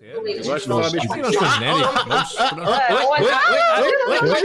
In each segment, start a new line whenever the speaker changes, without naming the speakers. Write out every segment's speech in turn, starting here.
É,
realmente.
Eu acho que não sabe
Nossa,
se
nossa,
gosta de Nelly.
É, olha,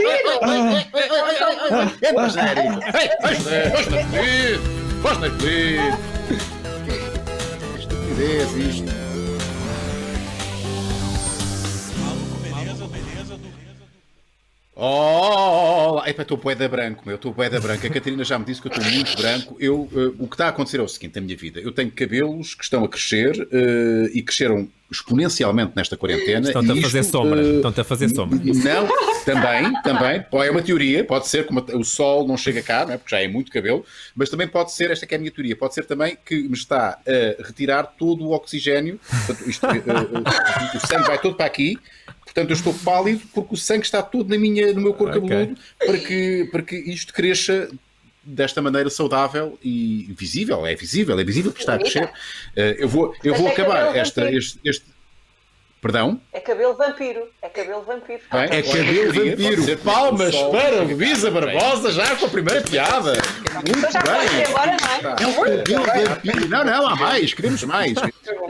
Oh, é para estou poeda branco, meu, estou poeda branco. A Catarina já me disse que eu estou muito branco. Eu, eh, o que está a acontecer é o seguinte na minha vida. Eu tenho cabelos que estão a crescer eh, e cresceram exponencialmente nesta quarentena.
Estão-te
e
a fazer
isto,
sombra.
eh,
Estão-te a fazer sombra.
Não, também, também. Pô, É uma teoria, pode ser que uma- o sol não chega cá, não é? porque já é muito cabelo, mas também pode ser, esta que é a minha teoria, pode ser também que me está a retirar todo o oxigênio, portanto, isto, eh, eh, o sangue vai todo para aqui, portanto eu estou pálido porque o sangue está todo na minha, no meu corpo
Ok.
cabeludo para que, para que isto cresça desta maneira saudável e visível, é visível, é visível que está a crescer. Eh, eu vou, eu
Mas
vou
é que
acabar
eu
esta,
não tenho-
este, este... Perdão?
É cabelo vampiro. É cabelo vampiro.
Bem,
É cabelo vampiro. Palmas para Luísa Barbosa já com a primeira piada.
Então já pode ir embora, não é?
É um cabelo vampiro. Não, não, há mais, queremos mais.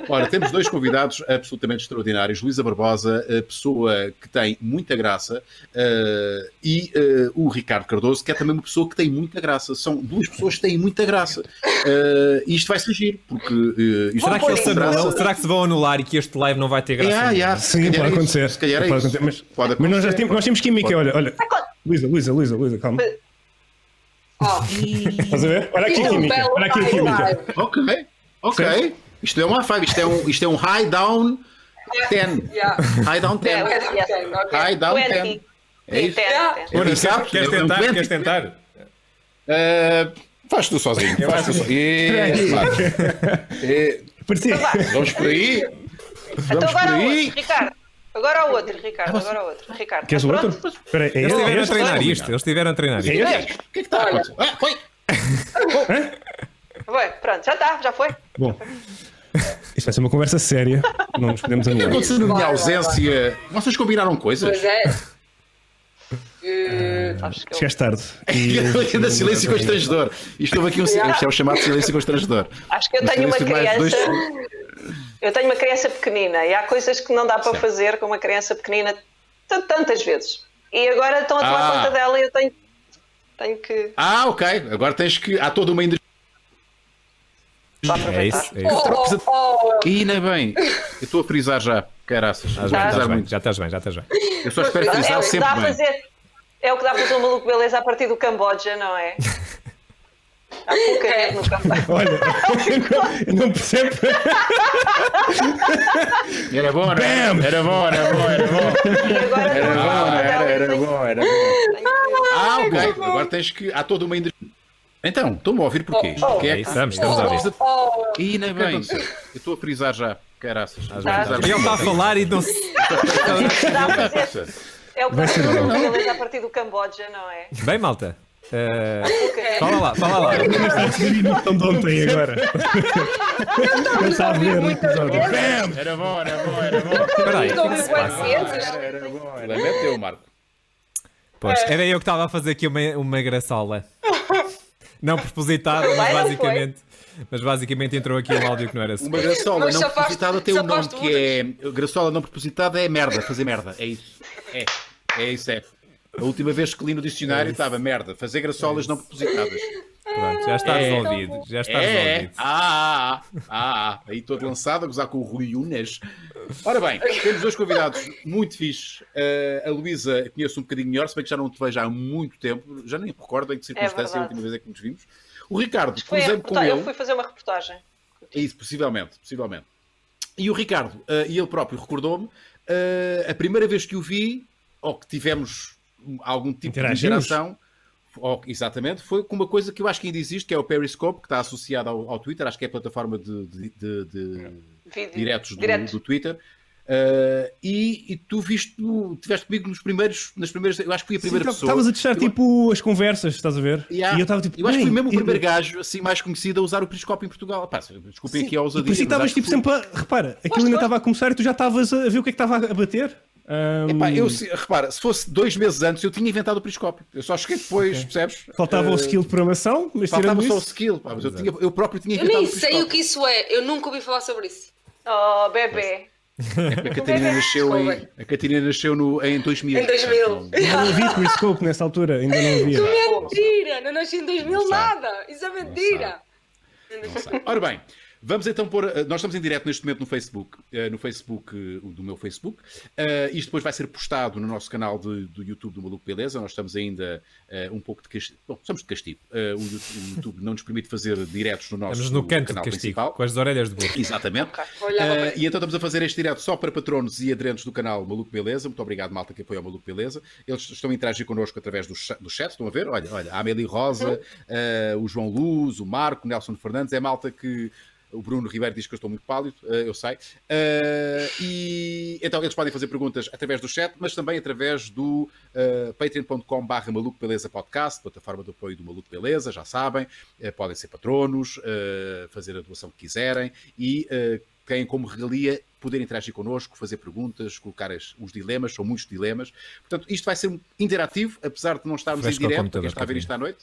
Ora, temos dois convidados absolutamente extraordinários. Luísa Barbosa, a pessoa que tem muita graça, eh, e eh, o Ricardo Cardoso, que é também uma pessoa que tem muita graça. São duas pessoas que têm muita graça. Eh, E isto vai surgir, porque. eh, isto
Será que,
pôr
eles se
em graça.
é
anulam? Será que se vão anular e que este live não vai ter graça?
É, é, é,
nenhuma?
se
Sim,
calhar é
pode
isso,
acontecer.
Se calhar é
Pode
isso.
acontecer, Mas,
Pode
mas nós, já
acontecer.
temos, nós temos química, olha, olha. Luísa, Luísa, Luísa, Luísa, calma.
Ó,
Estás a ver? Olha aqui a
então,
um
química.
belo
Olha aqui a química.
highlight.
Ok, ok.
Certo?
Isto é um high five, isto é um, isto é um high down 10.
Yeah.
High down
Yeah,
10.
yeah, yeah, okay.
High down 10.
Twenty.
É isso.
Yeah.
É
Ora,
isso,
queres,
sabes?
queres
É um
tentar?
20.
Queres tentar?
Ah, faz tu sozinho. Faz tu
acho
sozinho. Isso, claro. É,
Parecia.
Vamos por aí.
Então
Vamos por
agora o outro,
aí. Ah,
Ricardo. Agora o outro, Ricardo. Agora o outro. Ricardo.
Queres o
Tá
outro?
pronto?
Espera aí, é
Eles
este? É
tiveram a
este?
treinar isto. Eles tiveram a treinar
É
isto.
este?
O que é que está a acontecer? Ah, foi.
Vai, pronto, já está, já foi.
Bom. Isto vai ser uma conversa séria. Não nos podemos
O é que
anular.
aconteceu na
Vai,
minha
vai,
ausência? Vocês combinaram coisas?
Pois é. Uh, acho que eu-
Chegaste tarde.
É Da silêncio
é
constrangedor. Isto houve aqui um silêncio. Isto é o chamado silêncio constrangedor.
Acho que eu
Um
tenho uma
silêncio de mais
criança.
dois-
Eu tenho uma criança pequenina e há coisas que não dá para fazer com uma criança pequenina t- tantas vezes. E agora estão a tomar
Ah.
conta dela e eu tenho, tenho que
Ah, ok. Agora tens que. Há toda uma indústria.
só
É
aproveitar.
isso, é isso.
Ih, não é bem. Eu estou a frisar já. Caraças. Estou a
Já estás
frisar
bem,
muito.
já estás bem, já estás bem.
Eu só espero
é
frisar
o que dá a
sempre bem.
fazer. É o que dá a fazer um maluco beleza a partir do Camboja, não é? Há pouca gente no Camboja.
Olha, eu não, eu não percebo.
Era bom, não é?
Bam!
Era bom, era bom, era bom.
E agora
Era
estão a tomar
bom,
conta
era,
dela e
era
tenho-
bom, era bom.
tenho que-
Ah, ok. Agora tens que. Há toda uma indústria. Então, estou-me a ouvir porquê?
Oh, é oh.
Quem é
É
que
isso, estamos, estamos a ouvir.
Ih, nem bem. Eu estou a frisar já. Caraças. Estás
bem,
a
estás
Ele está a falar e não se.
dá a fazer.
falar.
É o que dá a fazer um maluco beleza a partir do Camboja, não é?
Bem, malta. eh,
Pouca gente.
fala lá, fala lá.
Estão de ontem agora. Não está a ver o episódio. Bam!
Era bom, era bom, era bom.
Espera aí.
Estou a ouvir pacientes.
Era, era bom. Era Meteu, Marco.
Pois,
É.
era eu que estava a fazer aqui uma, uma graçola. Não propositada, mas
Vai, não
basicamente. Mas basicamente entrou aqui um áudio que não era assim.
Uma graçola
Mas
não
só faz-
propositada tem
só
um nome
faz
que é. Graçola não propositada é merda, fazer merda. É isso. É. É isso, é. A última vez que li no dicionário estava merda, fazer graçolas não propositadas.
Pronto, já está
É.
resolvido. Já está
É,
resolvido.
ah, ah, ah, ah. aí todo lançado a gozar com o Rui Unas. Ora bem, temos dois convidados muito fixes. Eh, a Luísa conheço um bocadinho melhor, se bem que já não te vejo há muito tempo, já nem recordo em que circunstância é a
verdade.
última vez é que nos vimos. O Ricardo,
Foi a
cruzei-me com
reportagem.
ele.
Eu fui fazer uma reportagem.
É isso, possivelmente, possivelmente. E o Ricardo, eh, e ele próprio recordou-me, eh, a primeira vez que o vi, ou que tivemos algum tipo de
Interagimos?
interação, ou- exatamente, foi com uma coisa que eu acho que ainda existe, que é o Periscope, que está associado ao, ao Twitter, acho que é a plataforma de, de- de- de-
Vídeo.
diretos do,
Direto.
do Twitter. Eh, e, e tu viste, no- tiveste comigo nos primeiros, nas primeiras, eu acho que fui a primeira pessoa.
Estavas a testar tipo as conversas, estás a ver?
E há-
E eu estava tipo.
eu acho que fui
bem,
mesmo o
e-
primeiro gajo assim, mais conhecido a usar o Periscope em Portugal. Pá, desculpem
Sim,
aqui a ousadia.
E por isso
mas
estavas
acho que
tipo
fui-
sempre a. Repara, aquilo ainda estava a começar e tu já estavas a ver o que é que estava a bater. Ahm,
Epá,
Hum.
eu, se- repara, se fosse dois meses antes, eu tinha inventado o periscópio. Eu só cheguei depois, percebes?
Faltava
um
Eh,
o skill de programação, mas
Faltava
tirando
só o
isso.
skill, pá, mas
é.
eu, tinha- eu próprio tinha
Eu
inventado
nem
o
sei o
periscópio.
que isso é, eu nunca ouvi falar sobre isso.
Oh, bebê.
É que a Catarina nasceu, em, a Catarina nasceu no, em 2000.
Em 2000.
Não havia Chris Cope nessa altura, ainda não
Que
havia.
mentira! Não nasci em 2000
Não sabe.
nada! Isso é mentira!
Não sei. Ora bem, vamos então pôr. eh, Nós estamos em direto neste momento no Facebook, eh, no Facebook eh, o do meu Facebook. Eh, Isto depois vai ser postado no nosso canal de- do YouTube do Maluco Beleza. Nós estamos ainda eh, um pouco de castigo. Bom, estamos de castigo. Eh, O Yu- o YouTube não nos permite fazer diretos no nosso
Estamos no canto de
canal
castigo,
principal.
com as orelhas de burro.
Exatamente.
vou olhar
Eh,
para
e então estamos a fazer este direto só para patronos e aderentes do canal Maluco Beleza. Muito obrigado, malta, que apoia o Maluco Beleza. Eles estão a interagir connosco através do, cha- do chat, estão a ver? Olha, olha, a Amélie Rosa, eh, o João Luz, o Marco, o Nelson Fernandes, é malta que. O Bruno Ribeiro diz que eu estou muito pálido, eh, eu sei. Eh, e então eles podem fazer perguntas através do chat, mas também através do eh, patreon.com/barra Maluco Beleza Podcast, plataforma de apoio do Maluco Beleza, já sabem. Eh, podem ser patronos, eh, fazer a doação que quiserem e eh, têm como regalia poder interagir connosco, fazer perguntas, colocar as- os dilemas, são muitos dilemas. Portanto, isto vai ser um- interativo, apesar de não estarmos
Fresco
em
ao
direto,
computador,
quem está a ver isto à noite,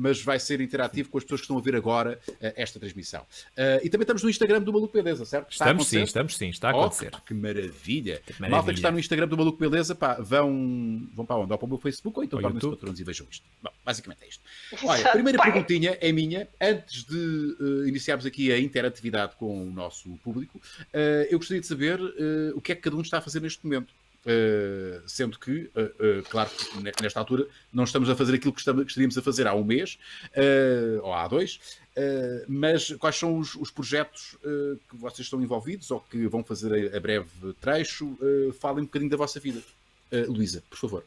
mas vai ser interativo com as pessoas que estão a ouvir agora eh, esta transmissão. Eh, e também estamos no Instagram do Maluco Beleza, certo? Está a
Estamos sim,
acontecer?
estamos sim, está a
Oh,
acontecer.
que maravilha.
maravilha.
Malta que está no Instagram do Maluco Beleza, pá, vão, vão para onde? Ou para o meu Facebook ou então
Ao
tornem-se
YouTube.
patronos e vejam isto. Bom, basicamente é isto. Olha, a
Exato.
primeira
Pai.
perguntinha é minha. Antes de eh, iniciarmos aqui a interatividade com o nosso público, eh, eu gostaria de saber eh, o que é que cada um está a fazer neste momento. Eh, sendo que, eh, eh, claro, que ne- nesta altura não estamos a fazer aquilo que estamos- que estaríamos a fazer há um mês eh, ou há dois, eh, mas quais são os, os projetos eh, que vocês estão envolvidos ou que vão fazer a, a breve trecho? Eh, falem um bocadinho da vossa vida. Eh, Luísa, por favor.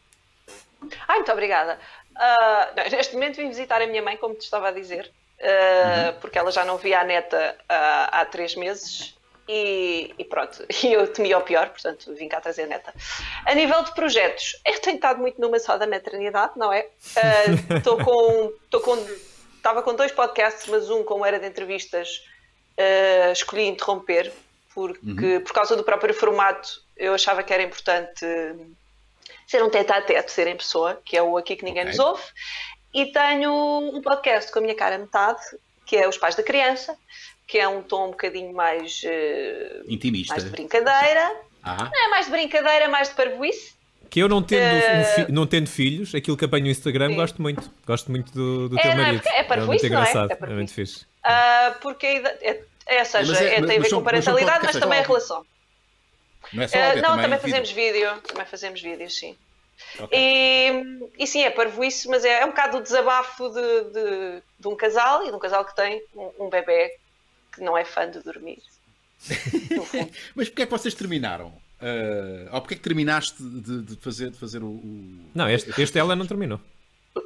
Ai, muito obrigada. Ah, não, neste momento vim visitar a minha mãe, como te estava a dizer, ah, porque ela já não via a neta ah, há três meses e, e pronto, e eu temia o pior, portanto vim cá trazer a neta. A nível de projetos, eu tenho estado muito numa só da maternidade, não é? Ah, Estou com. Estou com. Estava com dois podcasts, mas um, como era de entrevistas, ah, escolhi interromper, porque por causa do próprio formato eu achava que era importante ser um tete a tete, ser em pessoa, que é o aqui que ninguém
Ok.
nos ouve. E tenho um podcast com a minha cara a metade, que é Os Pais da Criança, que é um tom um bocadinho mais, eh,
Intimista.
mais de brincadeira.
Ah.
Não é mais de brincadeira, mais de parvoíce.
Que eu não tendo,
Eh,
um fi- não tendo filhos, aquilo que apanho no Instagram
Sim.
gosto muito. Gosto muito do, do
É,
teu
não é?
marido.
Porque é para
muito
isso, não é?
engraçado,
É
é,
para
muito
isso.
fixe.
Ah, porque a ida- é, é, ou seja,
Mas é-
é- tem a
mas-
ver
mas são-
com
mas são
parentalidade, mas
podcasts,
também é
só-
relação.
Não é só
Ah,
áudio,
não, também
vídeo.
fazemos vídeo. Também fazemos vídeos, sim. E, e sim, é parvoíce, mas é, é um bocado o desabafo de, de, de um casal e de um casal que tem um, um bebê que não é fã de dormir. No fundo.
Mas porquê é que vocês terminaram? Ah, ou porquê é que terminaste de, de fazer, de fazer o, o-
Não, este, este ela não terminou.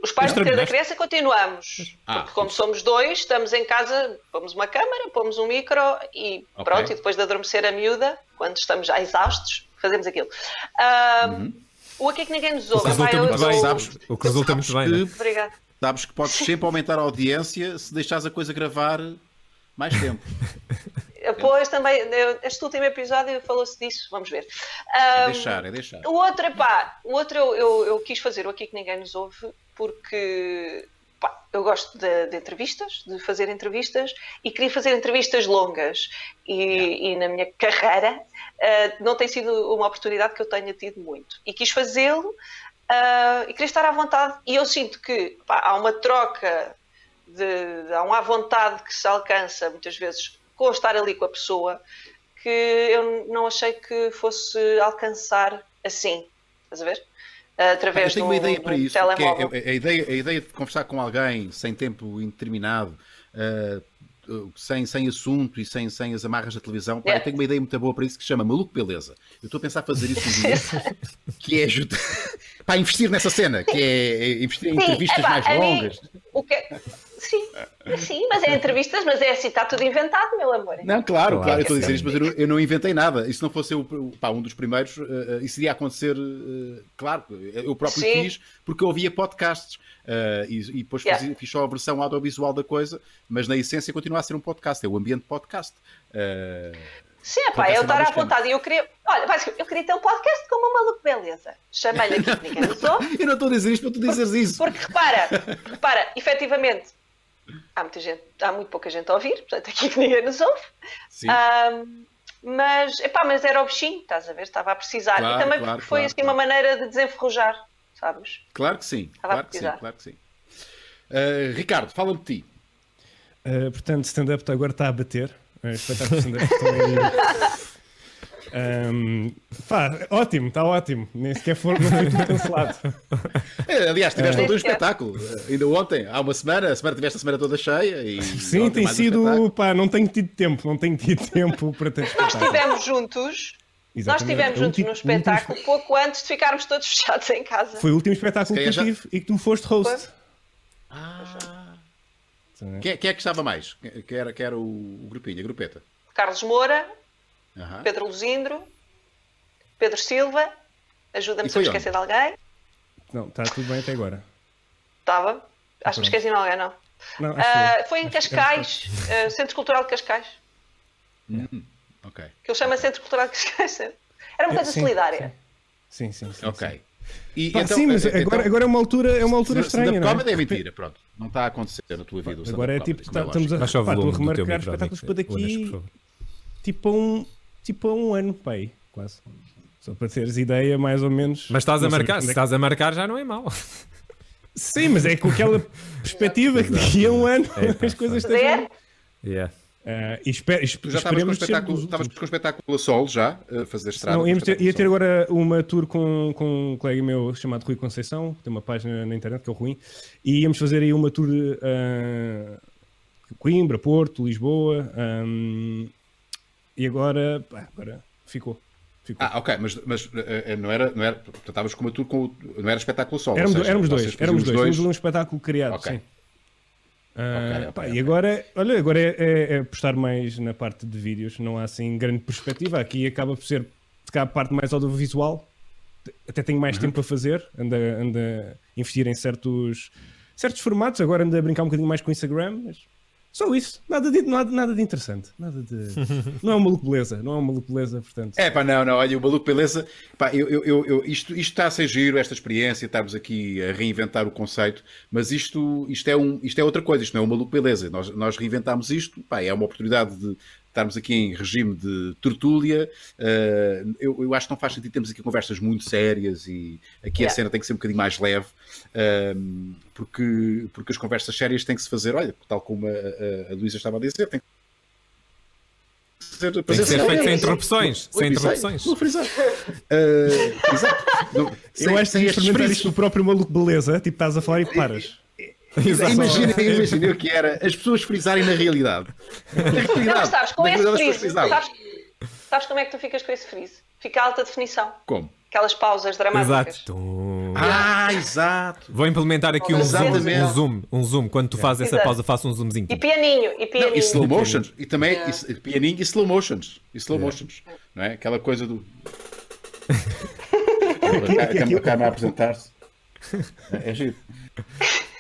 Os pais
Mas
de cada
terminaste?
criança continuamos.
Ah.
porque como somos dois, estamos em casa, pomos uma câmara, pomos um micro e
Ok.
pronto, e depois de adormecer a miúda, quando estamos já exaustos, fazemos aquilo. Ah,
Uhum.
O aqui é que ninguém nos
O que
ouve. Epá,
resulta
eu-
muito
eu-
bem.
sabes-
O que resulta muito bem, né?
que,
Obrigada.
Sabes que podes sempre aumentar a audiência se deixares a coisa gravar mais tempo.
Pois também, eu- este último episódio falou-se disso, vamos ver.
É
Ah,
deixar, é deixar.
O outro, pá, o outro eu, eu, eu quis fazer o Aqui Que Ninguém Nos Ouve porque pá, eu gosto de, de entrevistas, de fazer entrevistas e queria fazer entrevistas longas e, e na minha carreira ah, não tem sido uma oportunidade que eu tenha tido muito e quis fazê-lo ah, e queria estar à vontade e eu sinto que pá, há uma troca de, de- há uma à vontade que se alcança muitas vezes com estar ali com a pessoa que eu não achei que fosse alcançar assim. Estás a ver? Através
Ah, Eu tenho
de um,
uma ideia
de um
para isso. Que
telemóvel.
é, é- é a, ideia, a ideia de conversar com alguém sem tempo indeterminado, ah, ah, sem, sem assunto e sem, sem as amarras da televisão, pá,
Yeah.
eu tenho uma ideia muito boa para isso que se chama Maluco Beleza. Eu estou a pensar fazer isso um dia, que é juntar- pá, investir nessa cena, que é é investir em
Sim,
entrevistas
epá,
mais
a mim-
longas.
O que é- Sim, sim, mas é entrevistas, mas é assim, está tudo inventado, meu amor.
Não,
Claro,
claro, claro, eu estou a dizer
sim.
isto, mas eu não, eu não inventei nada. E se não fosse eu, pá, um dos primeiros, eh, eh, isso iria acontecer, eh, claro, eu próprio
Sim.
fiz, porque eu ouvia podcasts eh, e, e depois
Yeah.
fiz, fiz só a versão audiovisual da coisa, mas na essência continua a ser um podcast, é o ambiente podcast. Eh,
Sim, pá,
Acontece
eu estar à
novas
vontade. E eu queria. Olha, basicamente, eu queria ter um podcast com uma maluco beleza. Chamei-lhe aqui, que ninguém nos ouve.
eu não estou a dizer isto para tu dizeres isso.
Porque repara, repara, efetivamente, há muita gente, há muito pouca gente a ouvir, portanto aqui que ninguém nos ouve.
Sim.
Ahm, Mas, epá, mas era o bichinho, estás a ver? Estava a precisar.
Claro,
e também
claro,
porque foi
claro,
assim
claro.
uma maneira de desenferrujar, sabes?
Claro que sim,
Estava a
claro que sim,
precisar.
claro que sim. Eh, Ricardo, fala-me de ti.
Uh, portanto, stand-up agora está a bater. Uh, espetáculo de stand-up é também. Um, pá, ótimo, está ótimo. Nem sequer foi não foi tudo cancelado.
Eh, aliás, tiveste
É.
ontem um espetáculo. Eh, Ainda ontem, há uma semana, a semana tiveste a semana toda cheia. E
Sim,
ontem
tem
mais um espetáculo.
sido. Pá, não tenho tido tempo, não tenho tido tempo para tanto
Nós
espetáculo.
estivemos juntos, nós
Exatamente. É um tipo
estivemos
O
juntos
último-
num
o último
espetáculo pouco antes de ficarmos todos fechados em casa.
Foi o último espetáculo que
calhar
eu
já-
tive e que tu foste host.
Quem, quem é que estava mais? Quem quem era, quem era o, o grupinho, a grupeta?
Carlos Moura,
Aham.
Pedro Luzindro, Pedro Silva, ajuda-me
E
se eu
foi
me esquecer de alguém.
Não, está tudo bem até agora.
Estava. Acho que me
Pronto.
esqueci de alguém, não.
Não, acho
Ah,
que-
foi em
acho que-
Cascais, ah, Centro Cultural de Cascais,
Ok.
que ele chama Centro Cultural de Cascais. Era uma coisa
É, Sim,
solidária.
Sim, sim. sim
Ok.
Sim,
E
Pá,
então-
sim mas
eh, então-
agora, agora é uma altura, é uma altura
Stand-up
estranha. Não
comedy
é?
é mentira, pronto. Não está a acontecer na tua vida. o stand-up
Agora é
comedy,
tipo,
como é
tá- estamos
lógico.
a,
Baixa o
pá, estou
volume
a
do teu
remarcar
micro,
espetáculos
Nick.
para
Unas, por
daqui
favor.
tipo a um, tipo a um ano, pai, quase. Só para teres ideia, mais ou menos.
Mas estás a
Não sei
marcar,
quando
se
é que-
estás a marcar já não é mau.
Sim, mas é com aquela perspectiva que daqui a um ano
Eita,
as coisas
Mas é,
estejam.
Yeah.
Ah, e espe- espe-
Tu já estavas com, o
esperemos ser
espetáculo,
dos
estavas
últimos.
com o espetáculo a solo já, a fazer estrada.
Não,
com o
íamos ter- ia ter
espetáculo
agora uma tour com, com um colega meu chamado Rui Conceição, que tem uma página na internet que é o Ruim, e íamos fazer aí uma tour ah, Coimbra, Porto, Lisboa, ahm, e agora, pá, agora ficou.
a
ficou.
solo. Ah, ok, mas, mas eh, eh, não era, não era, portanto, estavas com uma tour com o- não era espetáculo solo. ou
éramos,
seja,
éramos
vocês
dois,
faziam
éramos
os
dois, tínhamos um espetáculo criado,
Ok.
sim. Ah,
Ok, ok,
pá,
ok.
E agora, olha, agora é, é- é postar mais na parte de vídeos, não há assim grande perspectiva. Aqui acaba por ser de cá a parte mais audiovisual. Te- Até tenho
Uhum.
mais tempo a fazer, anda, anda a investir em certos, certos formatos. Agora anda a brincar um bocadinho mais com o Instagram, mas só isso, nada de, nada, nada de interessante, nada de. não é uma maluco beleza, não é uma maluco beleza, portanto.
É pá, não, não, olha, o maluco, beleza. Pá, eu, eu- eu- eu- isto, isto está a ser giro, esta experiência, estarmos aqui a reinventar o conceito, mas isto, isto, é, um, isto é outra coisa, isto não é o maluco, beleza. Nós, nós reinventámos isto, pá, é uma oportunidade de estarmos aqui em regime de tertúlia. eh, eu, eu acho que não faz sentido, temos aqui conversas muito sérias e aqui a
Yeah.
cena tem que ser um bocadinho mais leve, eh, porque, porque as conversas sérias têm que se fazer, olha, tal como a, a- a Luísa estava a dizer, tem que ser,
Tem que
fazer
ser feito sem
sérias.
interrupções. Sem
Ui, pisei.
interrupções.
Vou frisar. Ah, exato. Não, sem-
Eu
sem
acho que devia
estes
experimentar
frisos.
isto do próprio maluco beleza, tipo estás a falar e paras.
Imagina, imagina o que era as pessoas frisarem na realidade. Na realidade.
Não, mas sabes, com
na
esse
realidade, as pessoas
freeze,
frisavam.
sabes, sabes como é que tu ficas com esse freeze? Fica a alta definição.
Como?
Aquelas pausas dramáticas.
Exato. Tum.
Ah, exato.
Vou implementar aqui um zoom,
Exatamente.
um zoom, um zoom. Quando tu fazes essa
Exato.
pausa, faço um zoomzinho.
E pianinho, e
Não,
pianinho.
e slow motions. E também
Yeah.
e- e pianinho e slow motions. E slow motions. Não é? Aquela coisa do. a câmera- a câmera a apresentar-se. É, é giro.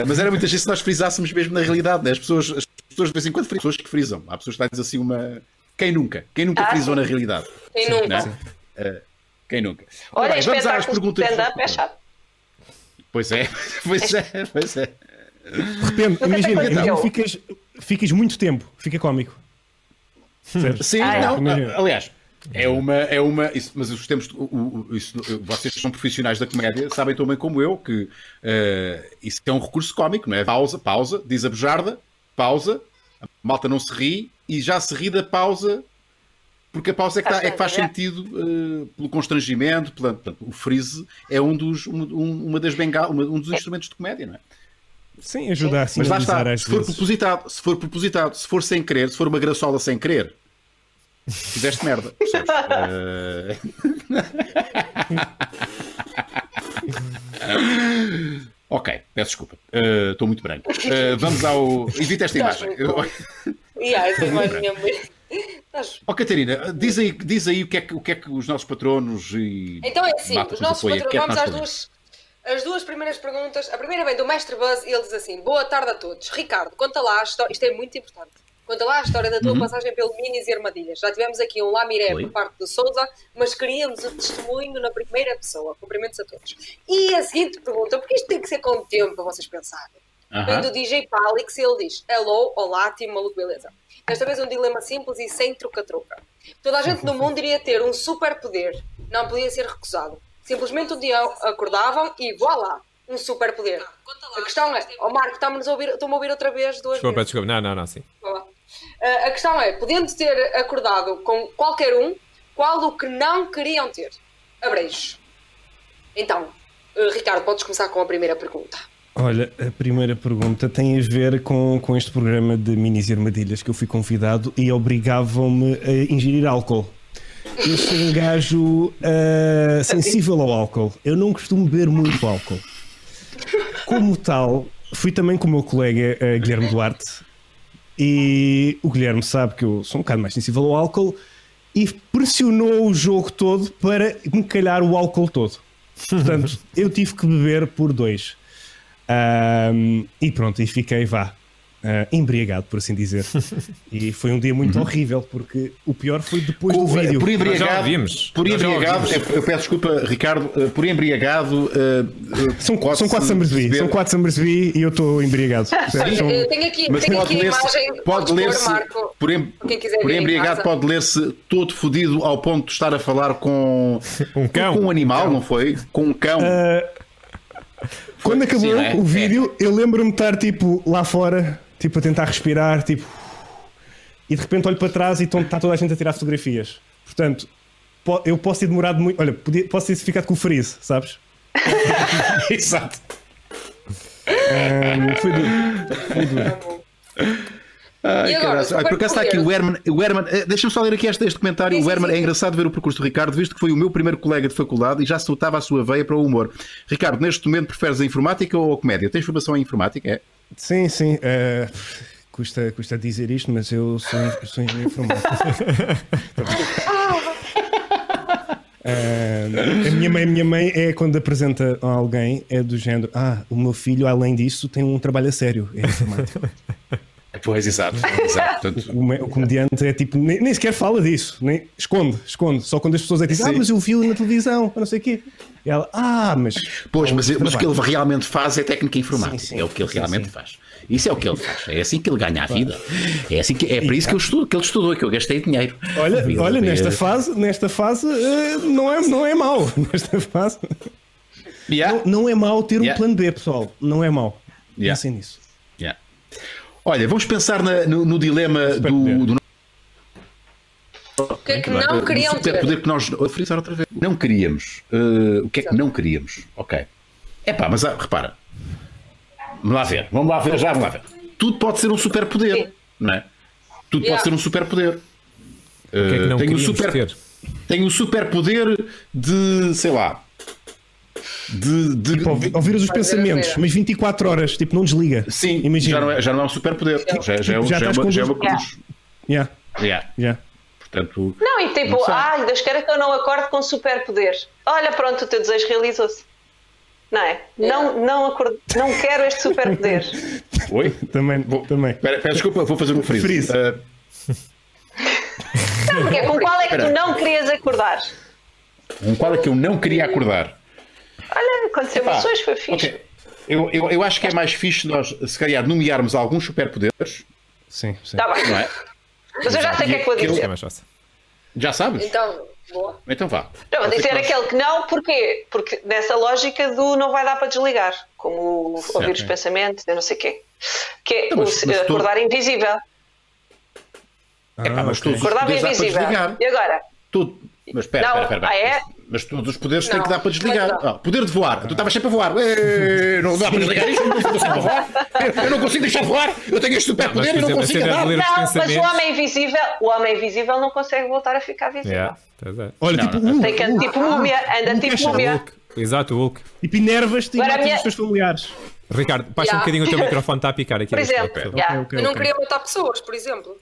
Mas era muita gente se nós frisássemos mesmo na realidade, né? as, pessoas, as pessoas de vez em quando frisam, pessoas que frisam. Há pessoas que tens assim uma. Quem nunca? Quem nunca
Ah,
frisou
sim.
na realidade?
Quem nunca?
Não é? Eh, quem nunca?
Olha,
Ora é bem, vamos às
espetáculos de
perguntas.
stand-up é chato.
Pois é, pois é, pois é.
Depende, imagina,
aconteceu.
imagina ficas, ficas muito tempo, fica cómico. Percebes?
Sim,
Ah, é.
não,
Imagina.
aliás, é uma, é uma, isso- mas os tempos, o- o- o- isso- vocês são profissionais da comédia, sabem tão bem como eu que eh, isso é um recurso cómico, não é? Pausa, pausa, diz a bujarda, pausa, a malta não se ri e já se ri da pausa, porque a pausa é que,
Faz
tá- é que faz
sentido,
sentido eh, pelo constrangimento, pela- portanto, o freeze é um dos, um, um- uma das bengal, uma- um dos instrumentos de comédia, não é?
Sim, ajuda a
Mas lá está,
sinalizar às
se for
vezes.
propositado, se for propositado, se for sem querer, se for uma graçola sem querer, fizeste merda. percebes? Eh, Ok, peço desculpa. Eh, Estou muito branco. Eh, vamos ao. Evita esta imagem. Eu-
E há essa imagem é muito. Estás-
Ó Oh, Catarina, diz aí, diz aí o, que é que, o que é que os nossos patronos e.
Então é assim,
matas
os
nos
nossos
apoia,
patrões,
que é que
vamos
nós
às
fazemos?
duas, as duas primeiras perguntas. A primeira vem do Mestre Buzz e ele diz assim: Boa tarde a todos. Ricardo, conta lá a história. Isto é muito importante. Conta lá a história da tua passagem pelo Minis e Armadilhas. Já tivemos aqui um lamiré
Oi.
por parte do Souza, mas queríamos o testemunho na primeira pessoa. Cumprimentos a todos. E a seguinte pergunta, porque isto tem que ser com tempo para vocês pensarem. Vem do DJ Palix e ele diz: Hello, olá, time maluco, beleza. Desta vez um dilema simples e sem truca-truca. Toda a gente no mundo iria ter um superpoder, não podia ser recusado. Simplesmente um dia acordavam e voilá, um superpoder. A questão é: Ó Marco, está-me a ouvir, estão-me a ouvir outra vez duas
Desculpa,
vezes.
desculpa. Não, não, não, sim.
Desculpa. a questão é: podendo ter acordado com qualquer um, qual o que não queriam ter? Abreijos. Então, eh, Ricardo, podes começar com a primeira pergunta.
Olha, a primeira pergunta tem a ver com, com este programa de minis e armadilhas que eu fui convidado e obrigavam-me a ingerir álcool. Eu sou um gajo ah, sensível ao álcool. Eu não costumo beber muito álcool. Como tal, fui também com o meu colega ah, Guilherme Duarte e o Guilherme sabe que eu sou um bocado mais sensível ao álcool e pressionou o jogo todo para me calhar o álcool todo. Portanto, eu tive que beber por dois. Ahm, e pronto, e fiquei, vá, ah, embriagado, por assim dizer. E foi um dia muito horrível, porque o pior foi depois do vídeo.
Por
é já
embriagado,
ouvimos.
por
Nós já
embriagado,
ouvimos.
eu peço desculpa, Ricardo, eh, por embriagado. eh, eh,
São, são quatro
pode-se
Summersby,
perceber-
são quatro Summersby e eu estou embriagado. percebes? São-
Ah, Eu tenho aqui,
Mas
tenho
pode
aqui a
ler-se,
imagem.
pode
podes pôr,
ler-se,
Marco.
por, em-
quem quiser
por
ver em
embriagado
casa.
pode ler-se todo fodido ao ponto de estar a falar com
Um cão. Ah,
com um animal, não foi? Com um cão.
Quando acabou
Sim, não é?
né?
o vídeo, eu lembro-me de estar tipo lá fora, tipo a tentar respirar, tipo. E de repente olho para trás e estão- está toda a gente a tirar fotografias. Portanto, po- eu posso ter demorado muito. Olha, podia- posso ter ficado com o freeze, sabes? Exato. Ahm, Ah, foi duro.
Ai,
E agora,
Ah, caraças. Ai, por acaso está aqui o Herman. O Herman eh, Deixa-me só ler aqui este, este comentário.
Sim, sim,
o Herman
sim,
é
sim.
engraçado ver o percurso do Ricardo, visto que foi o meu primeiro colega de faculdade e já se notava a sua veia para o humor. Ricardo, neste momento preferes a informática ou a comédia? Tens formação em informática? É.
Sim, sim. ah, custa, custa dizer isto, mas eu sou, eu sou engenheiro informático. Ah, a minha mãe, a minha mãe é quando apresenta a alguém, é do género: Ah, o meu filho, além disso, tem um trabalho a sério. É informático.
Pois, exato. exato. Portanto,
O, me- o comediante é tipo, nem, nem sequer fala disso, nem, esconde, esconde. Só quando as pessoas é tipo, Ah, mas eu vi-o na televisão, ou não sei o quê. E ela, Ah, mas.
Pois, mas, mas o que
trabalho.
ele realmente faz é técnica informática.
Sim, sim.
é o que ele
Sim,
realmente
sim.
faz. Isso é o que ele faz. É assim que ele ganha a vida. É, assim que, é para isso que, eu estudo, que ele estudou, que eu gastei dinheiro.
Olha,
Ele-
olha nesta
eh,
fase, nesta fase eh, não, é, não é mau. Nesta fase.
yeah.
Não, não é mau ter
Yeah.
um plano B, pessoal. Não é mau.
Yeah.
Pensem nisso.
Yeah. Olha, vamos pensar na- no, no dilema do,
Superpoder.
do
O que é que não queriam ter?
poder que nós a frisar outra vez. Não queríamos. Eh, o que é que não queríamos? Ok. É pá, mas ah, repara. Vamos lá ver. Vamos lá ver já, vamos lá ver. Tudo pode ser um superpoder,
Sim.
não é? Tudo
Yeah.
pode ser um superpoder.
O que é que não
Eh, Tenho um
queríamos
super-
ter?
Tenho o superpoder de, sei lá, de, de-
Pá, Tipo, ouvi- ouvir os
Fazer a
pensamentos,
feira.
mas 24 horas, tipo, não desliga.
sim,
imagina.
já não é, já não é um superpoder, já, já, é, um- É.
Já
já é
estás
uma,
com
já é
luz-
uma cruz.
Yeah,
Yeah.
yeah.
Portanto,
Não, e tipo,
Não sei.
ai, Deus queira que eu não acorde com superpoderes. Olha, pronto, o teu desejo realizou-se. Não é? Não, não, acordo, não quero este superpoder.
oi?
Também,
Vou-
também.
Pera, pera, desculpa, vou fazer um freeze.
Freeze.
Eh,
Não, porque com qual é que tu
Espera.
não querias acordar?
um qual é que eu não queria acordar?
Olha, aconteceu
Pá,
isso hoje, foi fixe.
ok. Eu, eu, eu acho que é mais fixe nós, se calhar, nomearmos alguns superpoderes,
Sim, sim.
Tá bem.
não é?
Mas eu já sei o que é que vou
E aquele-
dizer.
É mais fácil.
Já sabes?
Então, boa.
Então vá.
Não, vou
Pode ser
dizer
que nós-
aquele que não, porquê? Porque nessa lógica do não vai dar para desligar, como o ouvir os pensamentos, eu não sei o quê. Que é
Não, Então, mas-
o-
mas tu-
acordar invisível.
Ah,
Epá, mas todos os
Acordar
poderes dá para
invisível.
desligar.
E agora?
Tudo. Mas espera,
Não,
espera, espera.
ah, é?
Mas todos os poderes têm
Não,
que dar para desligar.
mas
Ah, poder de voar. Tu estavas sempre a voar. Ei, não dá para desligar isto, eu não consigo deixar de voar. Eu não consigo deixar de voar. Eu tenho este
Mas,
superpoder
por
e não
exemplo, é a
consigo
cena de
andar.
ler os
Não, mas o
pensamentos.
homem invisível, o homem invisível não consegue voltar a ficar visível.
Yeah, pois é.
Olha,
Não,
tipo,
não,
uh,
Tem que
uh,
tipo múmia, anda tipo
Deixa,
múmia.
Hulk. Exato, o Hulk.
tipo, enervas-te e
Agora a
matas
minha-
os teus familiares.
Ricardo, baixa um
Yeah.
bocadinho o teu microfone, está a picar aqui.
Por
neste
exemplo,
papel.
yeah.
Ok,
Eu não
ok.
queria matar pessoas, por exemplo.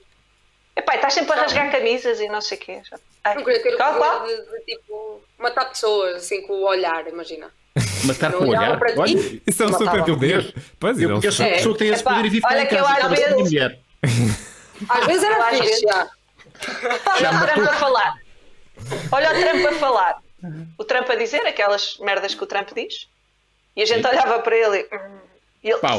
Epá, e estás sempre a rasgar camisas e não sei o quê. Ai,
Não queria ter o
qual, qual?
poder de, de, tipo, matar pessoas, assim, com o olhar, imagina.
Matar
Não
com o
olhava
olhar.
para ti.
Olha,
Isso é um
Matava.
super poder. Pois
eu
é.
conheço uma
É.
pessoa que tem esse
Epá,
poder e vive cá
olha
em
que eu
casa.
às
chama-se minha
vezes-
mulher.
Ah,
Às vezes era
Às
fixe,
vezes.
já.
Olha o Trump a falar. Olha o Trump a falar. O Trump a dizer aquelas merdas que o Trump diz. E a gente olhava para ele e, "Hum", E ele,
Pau.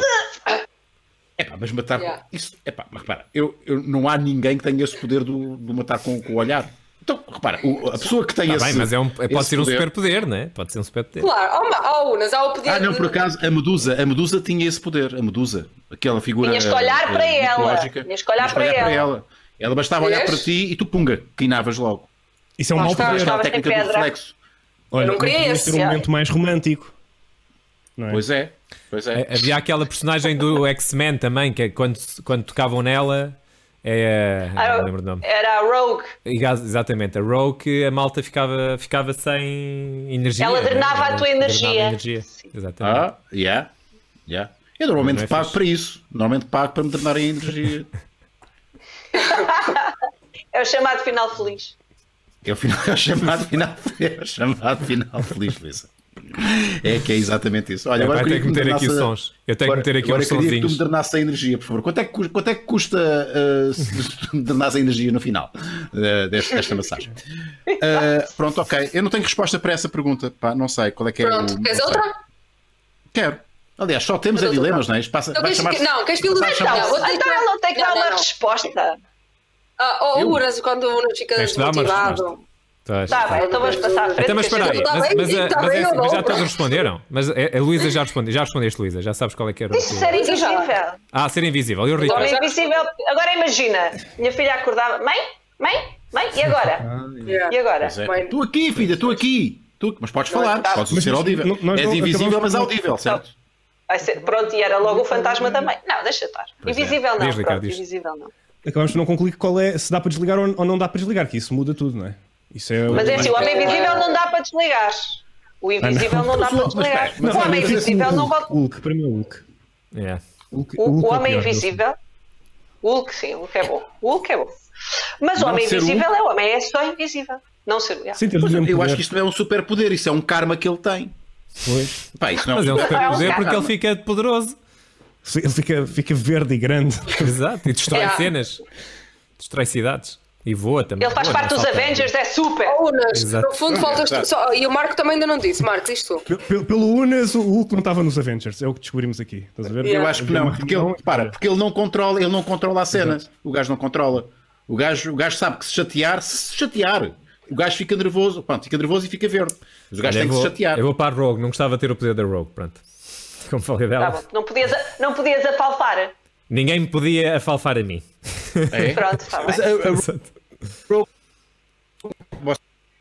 Epá, mas matar.
Yeah.
Isso, epá, mas repara, eu, eu- não há ninguém que tenha esse poder do- de matar com, com o olhar. Então, repara, o- a pessoa que tem
Tá
esse.
bem, mas é um, pode
esse
ser um
poder-
superpoder, não é? Pode ser um superpoder.
Claro, há, uma, há unas, há o poder.
Ah, não,
de-
por acaso, a Medusa, a Medusa tinha esse poder, a Medusa, aquela figura.
Tinhas que olhar
eh,
para ela,
mitológica.
tinhas que olhar para ela.
Ela bastava olhar
Vês?
para ti e tu, punga, quinavas logo.
Isso é um
Lá
mau
está.
poder.
Mas aquela
Estavas sem
técnica do
pedra.
reflexo.
Olha,
Eu não queria
podias
esse,
ter um
já.
momento mais romântico. Não é?
Pois é, pois é.
A- Havia aquela personagem do X-Men também, que é quando, quando tocavam nela. É,
era,
não lembro o nome.
era a Rogue.
Exa- Exatamente, a Rogue, que a malta ficava, ficava sem energia.
Ela drenava
né?
a tua energia.
drenava energia.
Sim.
Exatamente.
Ah, yeah, yeah. Eu normalmente
Não é
pago
fixe.
para isso. Normalmente pago para me drenar a energia.
É o chamado final feliz.
É o, final, é o chamado final é o chamado final feliz, Lisa. É que é exatamente isso. Olha,
É,
agora
vai
queria
ter que meter
me
aqui
drenasses a-
sons. Eu tenho que meter aqui
agora
uns
queria que tu me
sonzinhos.
drenasses a energia, por favor. Quanto é que, cu- quanto é que custa uh, se tu me drenasses a energia no final uh, desta, desta massagem? Uh, pronto, ok. Eu não tenho resposta para essa pergunta. Pá, não sei qual é que é o.
Pronto, queres
não sei.
outra?
Quero. Aliás, só temos a
Mas outra
dilemas, não é? Isto passa-
Então
vai
queres
chamar-se-
que- não, queres que eu
vai
leve?
chamar-se-
Não, vou-
Então ela tem que
Não,
dar
não,
uma
não.
resposta.
Ah, oh,
Eu?
Uras, quando o Unas fica
Tens de dar uma
desmotivado.
resposta. Tá,
Tá bem, então vamos passar à frente.
Então, mas
que eu
espera aí,
já-
Tá
mas,
bem,
mas,
sim,
mas,
tá bem,
é
eu
assim, mas já
dou.
todos responderam. Mas eh, a, a Luísa já respondeu, já respondeste, Luísa, já sabes qual é que era o
Isso
teu.
de ser
Então, Mas eu já- Então,
invisível.
Ah, ser invisível, e o
Homem
Ricardo.
invisível. Agora imagina, minha filha acordava, mãe, mãe, mãe, e agora?
Ah,
E agora?
Pois é.
Bem.
Estou aqui, filha, estou aqui. Tu, mas podes
é
falar,
tá.
podes
Mas
ser
nós-
audível.
nós não-
És invisível, mas
acabamos por-
audível, certo?
Vai ser- pronto, e era logo o fantasma também. Não, deixa estar.
Pois é.
invisível não,
Diz, Ricardo,
pronto,
diz.
invisível não.
Acabamos de não concluir qual é, se dá para desligar ou, ou não dá para desligar, que isso muda tudo, não é? Isso é
Mas é assim, o homem
Mas-
invisível não dá para desligar. O invisível não dá para
Mas- mas-
desligar.
mas-
O homem
mas- assim,
invisível não
Hulk,
pode.
Hulk, para mim é Hulk.
Yeah.
Hulk,
O,
Hulk
o
é o
homem
pior deles.
invisível. O Hulk, sim, o Hulk é bom. O Hulk é bom. Mas o
Não
homem
ser
invisível é o homem, é só invisível. Não ser. Yeah.
Sim, temos o
Pois,
mesmo
eu acho
poder.
que isto não é um superpoder, isso é um karma que ele tem.
Pois.
Pá, isso não é um
Mas é um
superpoder.
É um
superpoder porque
gato.
ele fica poderoso.
Se- Ele fica, fica verde e grande.
Exato, e destrói
É.
Yeah.
cenas, destrói cidades e voa também.
Ele faz
Voa,
parte
não
dos
salta.
Avengers, é super.
Oh, Unas,
Exato.
no fundo faltas tu
Hum, Exato.
só. E o Marco também ainda não disse, Marcos, isto.
Pe- pe- Pelo Unas, o Hulk não estava nos Avengers. É o que descobrimos aqui. Estás a ver?
Eu
Eu acho que não, porque ele, para, porque ele não controla, ele não controla a cena. O gajo não controla. O gajo, o gajo sabe que se chatear, se chatear, o gajo fica nervoso, pronto, fica nervoso e fica verde. Mas o gajo
Olha, eu
tem que se
É vou-
chatear.
Eu vou para a Rogue, não gostava de ter o poder da Rogue, pronto. Como falei dela,
Tá bom. Não podias, não podias apalpar.
ninguém me podia afalfar a mim.
É?
Pronto, tá bem.
Mas a- a-
Exato.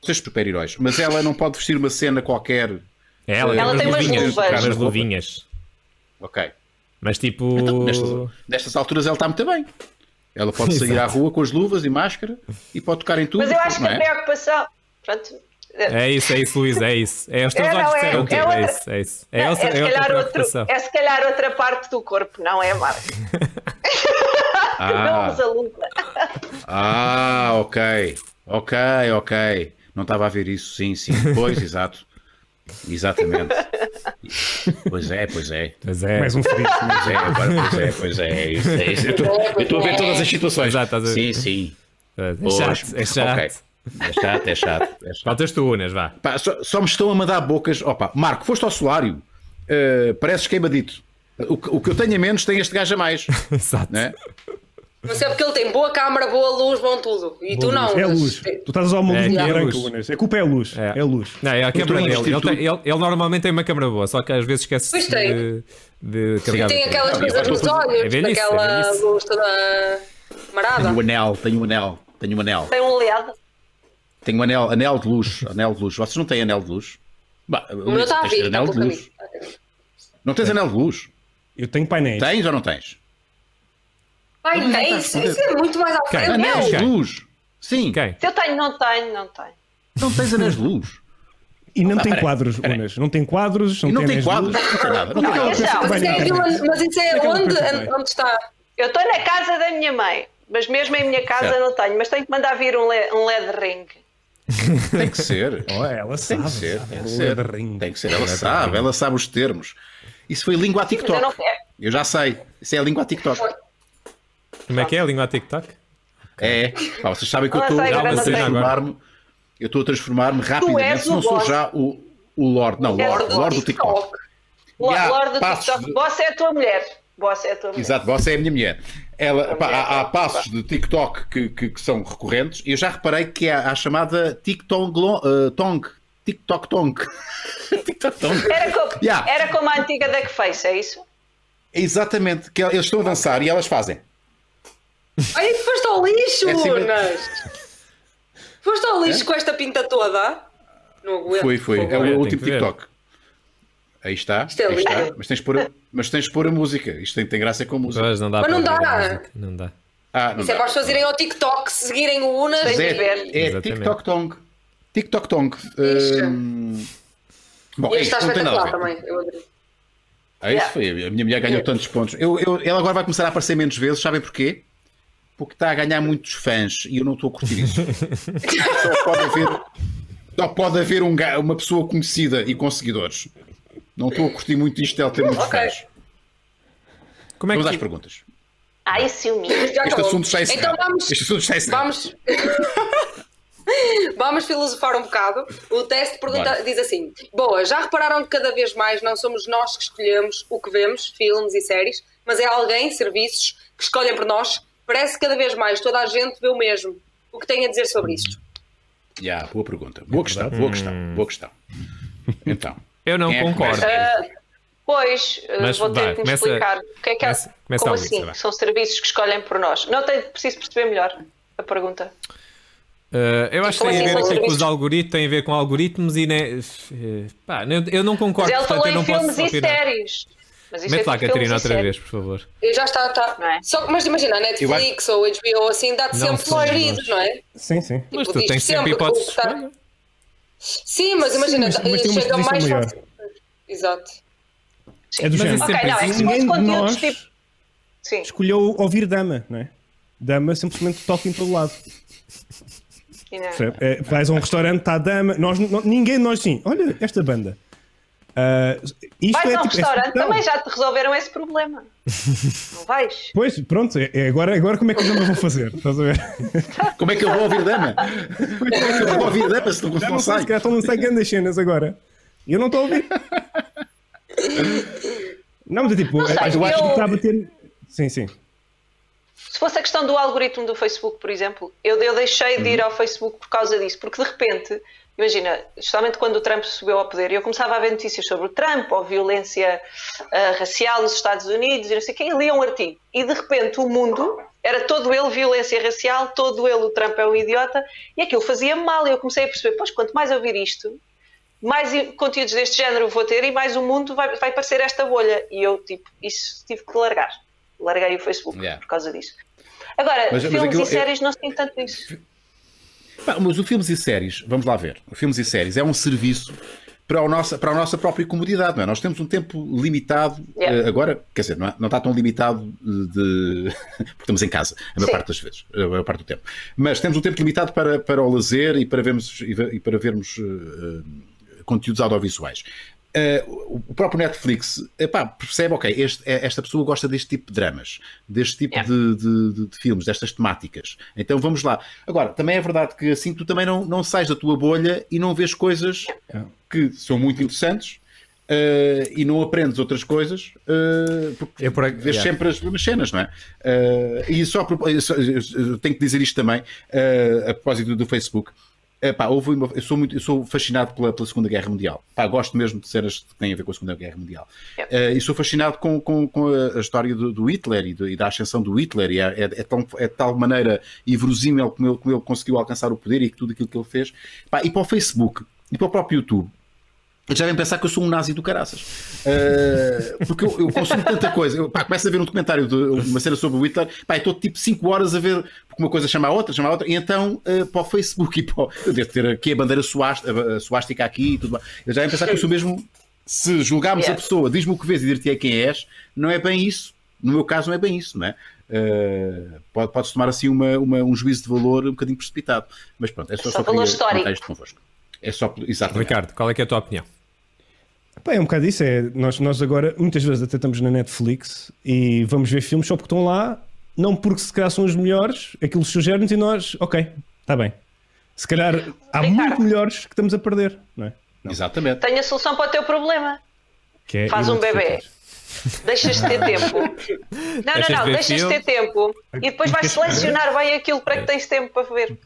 vocês super-heróis, mas ela não pode vestir uma cena qualquer.
É, ela,
Ela tem
umas
umas
luvinhas,
luvas.
umas luvinhas.
Ok.
Mas tipo.
Então, nestas, nestas alturas ela está muito bem. Ela pode sair à rua com as luvas e máscara e pode tocar em tudo.
Mas eu acho que
não
a
é?
preocupação. Pronto.
É isso, é isso, Luís, é isso. É os teus
É, não,
olhos que
é-
disseram
é
tudo, é
outra-
isso, é isso. É,
É,
outra-
se
é outra
calhar outro,
preocupação.
é se calhar outra parte do corpo, não é, Marcos? Não
Ah,
usa luva.
ah, ok. Ok, ok. Não estava a ver isso. Sim, sim. Pois, exato. Exatamente. Pois é, pois é.
Pois é.
Mais um feliz.
Pois é, agora, pois é, pois é. Isso, é isso. Eu estou- eu estou a ver todas as situações.
Exato, estás a ver.
Sim, sim.
É
Pois.
chato, é chato.
Ok. É chato, é chato. É chato.
Faltas tu, Unas, vá.
Pá, só, só me estão a mandar bocas. Opa, Marco, foste ao solário, uh, pareces queimadito. O, que- o que eu tenho a menos tem este gajo a mais.
Exato.
né?
Mas é porque ele tem boa câmara, boa luz, bom tudo. E tu não.
É a
Unas.
luz. Tu estás a usar uma
É,
luz
é a
muito branca,
luz.
Unas. A culpa é a luz. É, a luz.
Não, é a câmara
a
dele.
investir
Ele, tem-
tudo.
ele- ele normalmente tem uma câmara boa, só que às vezes esquece
Pois
de,
tem.
de
É
carregar. a
Tem
bateria.
aquelas
Não, eu
coisas
acho
nos
que-
é
olhos,
velhice, é
aquela
velhice.
luz toda marada.
Tenho um anel, tenho um anel, tenho um anel.
Tem um leado.
Tenho um anel, anel de luz, anel de luz. Vocês não têm anel de luz? Bah,
O meu tá
tá
está a
tens de ter
vir, está
anel
pelo
de luz.
caminho.
Não tens anel de luz?
Eu tenho painéis.
Tens ou não tens?
Ai, tem isso, isso é muito mais à frente.
Quem?
Não,
Anel de
Ok.
luz! Sim,
Quem?
Se eu tenho, não tenho, não tenho.
não tens anéis de luz.
E não tem quadros, Unas. Não tem quadros. Não,
E não tem
anéis de luz.
quadros, não tem nada. Não tem
Não,
nada.
atenção,
Mas isso é,
Bem,
de
não.
onde- mas isso é
Aquela
onde,
coisa bem.
onde está.
Eu estou na casa da minha mãe, mas mesmo em minha casa
Certo.
não tenho. Mas tenho que mandar vir um, le- um LED ring.
Tem que ser.
Oh, ela é sabe.
Tem que ser,
sabe.
tem que
O
ser.
Lord Ring.
Tem que ser. Ela sabe, ela sabe os termos. Isso foi língua a
Mas eu não
TikTok.
quero.
Eu já sei. Isso é a língua a TikTok.
Como é que é a língua a TikTok?
É. Pá, vocês sabem que eu
Não
estou
sei,
já
agora
a
não sei.
transformar-me. Eu estou a transformar-me rapidamente.
és
Se não
o
sou
boss.
já o, o Lorde. Não,
És
Lorde,
o
Lorde do TikTok.
Lo-
Yeah,
Lorde do
passos
TikTok.
de-
Boss é a tua mulher. Boss é a tua mulher.
Exato, você é a minha mulher. Ela,
A
pá,
mulher
há, há
é-
passos de TikTok que, que, que são recorrentes e eu já reparei que há a chamada TikTok uh, Tonk. TikTok Tonk. TikTok Tonk.
Era como,
Yeah.
era como a antiga Duckface, é isso?
Exatamente, que eles estão a dançar e elas fazem.
Olha que foste ao lixo,
É assim mesmo.
Lunas! Foste ao lixo com esta pinta toda? Não aguento.
Foi, foi.
por
É
favor.
tem
o último
que ver.
TikTok. Aí está.
Isto é
aí está.
lindo.
Mas tens de pôr, a- mas tens de pôr a música. Isto tem, tem graça com a música.
Pois, não dá
Mas
para
não
ver a
dá.
música. Não dá.
Ah, não
Isso é
dá.
para as pessoas irem ao TikTok, seguirem o Unas
Mas
Tem
e
que ver.
é, é
Exatamente.
TikTok Tonk. TikTok Tonk.
Isto.
Hum, Bom,
E
é
este
isto
está
não tem nada a
espetacular
ver.
também. Eu adorei.
Ah, isso
Yeah.
foi. A minha mulher ganhou tantos pontos. Eu, eu- ela agora vai começar a aparecer menos vezes, sabem porquê? Porque está a ganhar muitos fãs e eu não estou a curtir isso. só pode haver, só pode haver um ga- uma pessoa conhecida e com seguidores. Não estou a curtir muito isto dela ter muitos
Ok.
fãs.
Como é
Vamos às
que.
perguntas.
Ai, ciúme.
Já
Este
acabou.
assunto está encerrado.
Então vamos,
Este assunto é está encerrado.
Vamos. Vamos filosofar um bocado. O teste pergunta-
Bora.
diz assim: Boa, já repararam que cada vez mais não somos nós que escolhemos o que vemos, filmes e séries, mas é alguém, serviços, que escolhem por nós? Parece que cada vez mais toda a gente vê o mesmo. O que tem a dizer sobre isto?
Yeah, boa pergunta. Boa questão, boa questão, boa questão. Então,
Eu Hum. não
Quem é que
concordo.
começa?
Pois, eh,
Mas
vou
vai,
ter que me
começa-
explicar. O que é que é-
começa- começa
Como
a Luísa,
assim?
vai.
São serviços que escolhem por nós. Não tenho, preciso perceber melhor a pergunta.
Uh, eu acho que
Como
tem a
assim
ver aqui
são
com os
serviços?
algoritmos, tem a ver com algoritmos e. Né, eh, pá, eu, eu não
Mas
concordo,
ele
portanto
falou
eu não
em filmes
posso
e
opinar.
séries. Mas isto
Mete
é
lá,
de filmes
Catarina,
e
outra
séries. Tipo,
vez, por favor.
E já está, está.
Não é?
Só, que- mas imagina, a Netflix ou HBO assim dá-te
Não
sempre
somos
floridos,
nós.
não é?
Sim, sim.
Mas tu
diz
tens sempre
sempre
hipóteses de
que o que está-
escolha.
Sim, mas imagina,
mas- mas tem uma
chega mais
exposição
fácil. Exato.
É
Mas
do género.
isso é
Ok, não, é que se fosse
Ninguém de
conteúdos
nós
tipo. Sim.
escolheu ouvir Dama, não é? Dama simplesmente toca em todo lado.
e não-
Percebe? É, vais a um restaurante, está a Dama. Nós, não- ninguém de nós sim. Olha esta banda. Ah, isto
Vais
é
a um
tipo, é
restaurante,
sugestão.
também já te resolveram esse problema. não vais?
Pois, pronto, é- é agora, agora como é que eu não vou fazer? Estás a ver?
como é que eu vou ouvir dama? Como é que eu vou ouvir dama se não,
Já
não
não sei,
sai?
é
se calhar estão a lançar grandes cenas agora. Eu não estou a ouvir. Não, mas é tipo,
sei,
acho que
eu-
está a bater. Sim, sim.
Se fosse a questão do algoritmo do Facebook, por exemplo, eu, eu deixei de ir ao Facebook por causa disso, porque de repente, imagina, justamente quando o Trump subiu ao poder, eu começava a ver notícias sobre o Trump ou violência ah, racial nos Estados Unidos e não sei o quê, e lia um artigo. E de repente o mundo era todo ele violência racial, todo ele o Trump é um idiota, e aquilo fazia mal. E eu comecei a perceber, pois quanto mais eu vir isto, mais i- conteúdos deste género vou ter e mais o mundo vai, vai parecer esta bolha. E eu, tipo, isso tive que largar. Larguei o Facebook
Yeah.
por causa disso. Agora,
Mas- mas
filmes
é-
aquilo-
e séries não se tem tanto disso.
Pá, Mas o filmes e séries, vamos lá ver, o filmes e séries é um serviço para a nossa, para a nossa própria comodidade, não é? Nós temos um tempo limitado,
Yeah.
eh, agora, quer dizer, não, é- não está tão limitado eh, de. porque estamos em casa, a maior
Sim.
parte das vezes, a maior parte do tempo. Mas temos um tempo limitado para, para o lazer e para vermos, e ve- e para vermos eh, eh, conteúdos audiovisuais. Eh, o o próprio Netflix epá, percebe, ok, este- eh, esta pessoa gosta deste tipo de dramas, deste tipo
Yeah.
de, de- de- de filmes, destas temáticas. Então vamos lá. Agora, também é verdade que assim tu também não, não sais da tua bolha e não vês coisas que são muito interessantes eh, e não aprendes outras coisas eh, porque
Eu por ac-
vês
yeah.
sempre as mesmas cenas, não é? Eh, e só, a propó- eu só- eu- eu tenho que dizer isto também eh, a propósito do Facebook. Epá, houve uma- eu, sou muito, eu sou fascinado pela, pela Segunda Guerra Mundial. Pá, gosto mesmo de cenas que têm a ver com a Segunda Guerra Mundial.
Yeah.
Eh, e sou fascinado com, com- com a, a história do, do Hitler e, do- e da ascensão do Hitler. E é, é- é tão- é de tal maneira inverosímil como ele, como ele conseguiu alcançar o poder e tudo aquilo que ele fez. Pá, e para o Facebook e para o próprio YouTube. Eles já devem pensar que eu sou um nazi do caraças. Uh, porque eu, eu consumo tanta coisa. Eu, pá, começo a ver um documentário de uma cena sobre o Hitler, pá, e estou tipo 5 horas a ver, porque uma coisa chama a outra, chama a outra, e então uh, para o Facebook e para o, Eu devo ter aqui a bandeira suástica, a suástica aqui e tudo mais. Eles já devem pensar que eu sou mesmo. Se julgarmos
Yeah.
a pessoa, diz-me o que vês e dir-te quem és, não é bem isso. No meu caso, não é bem isso, não é? Uh, pode- Podes tomar assim uma, uma- um juízo de valor um bocadinho precipitado. Mas pronto, é só,
Só
só
valor
queria
histórico.
comentar isto convosco. É só, exatamente.
Ricardo, qual é que é a tua opinião?
Pá, é um bocado isso. É, nós, nós agora, muitas vezes, até estamos na Netflix e vamos ver filmes só porque estão lá, não porque se calhar são os melhores, aquilo sugere-nos e nós, ok, está bem. Se calhar há
Ricardo.
muito melhores que estamos a perder, não é?
Exatamente.
Tenho a solução para o teu problema.
Que é
Faz um
inaceitável.
bebê. Deixas de ter tempo. Não,
Deixas de
não, não,
ver
deixas de ter tempo. E depois vais selecionar bem aquilo para que tens tempo para ver.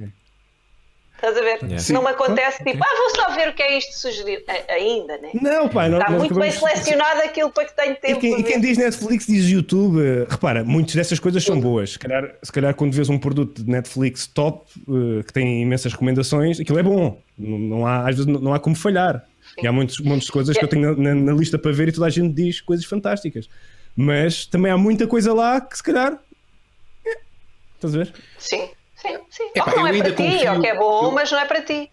Estás a ver?
Yeah.
Se não me acontece, tipo, ah, vou só ver o que é isto sugerido. A- Ainda, né?
Não, pá, não,
Está
nós
muito bem
acabamos-
selecionado aquilo para que tenho
E
tempo.
quem,
para
e quem
ver.
diz Netflix diz YouTube. Eh, Repara, muitas dessas coisas são boas. Se calhar, se calhar quando vês um produto de Netflix top, eh, que tem imensas recomendações, aquilo é bom. Não, não há, às vezes não, não há como falhar. E há muitos montes de coisas que
é
eu tenho na, na- na lista para ver e toda a gente diz coisas fantásticas. Mas também há muita coisa lá que se calhar. eh, Estás a ver?
Sim, sim, sim.
Epá,
ou não
eu
é
ainda
para ti,
confio-
ou que é bom,
eu-
mas não é para ti.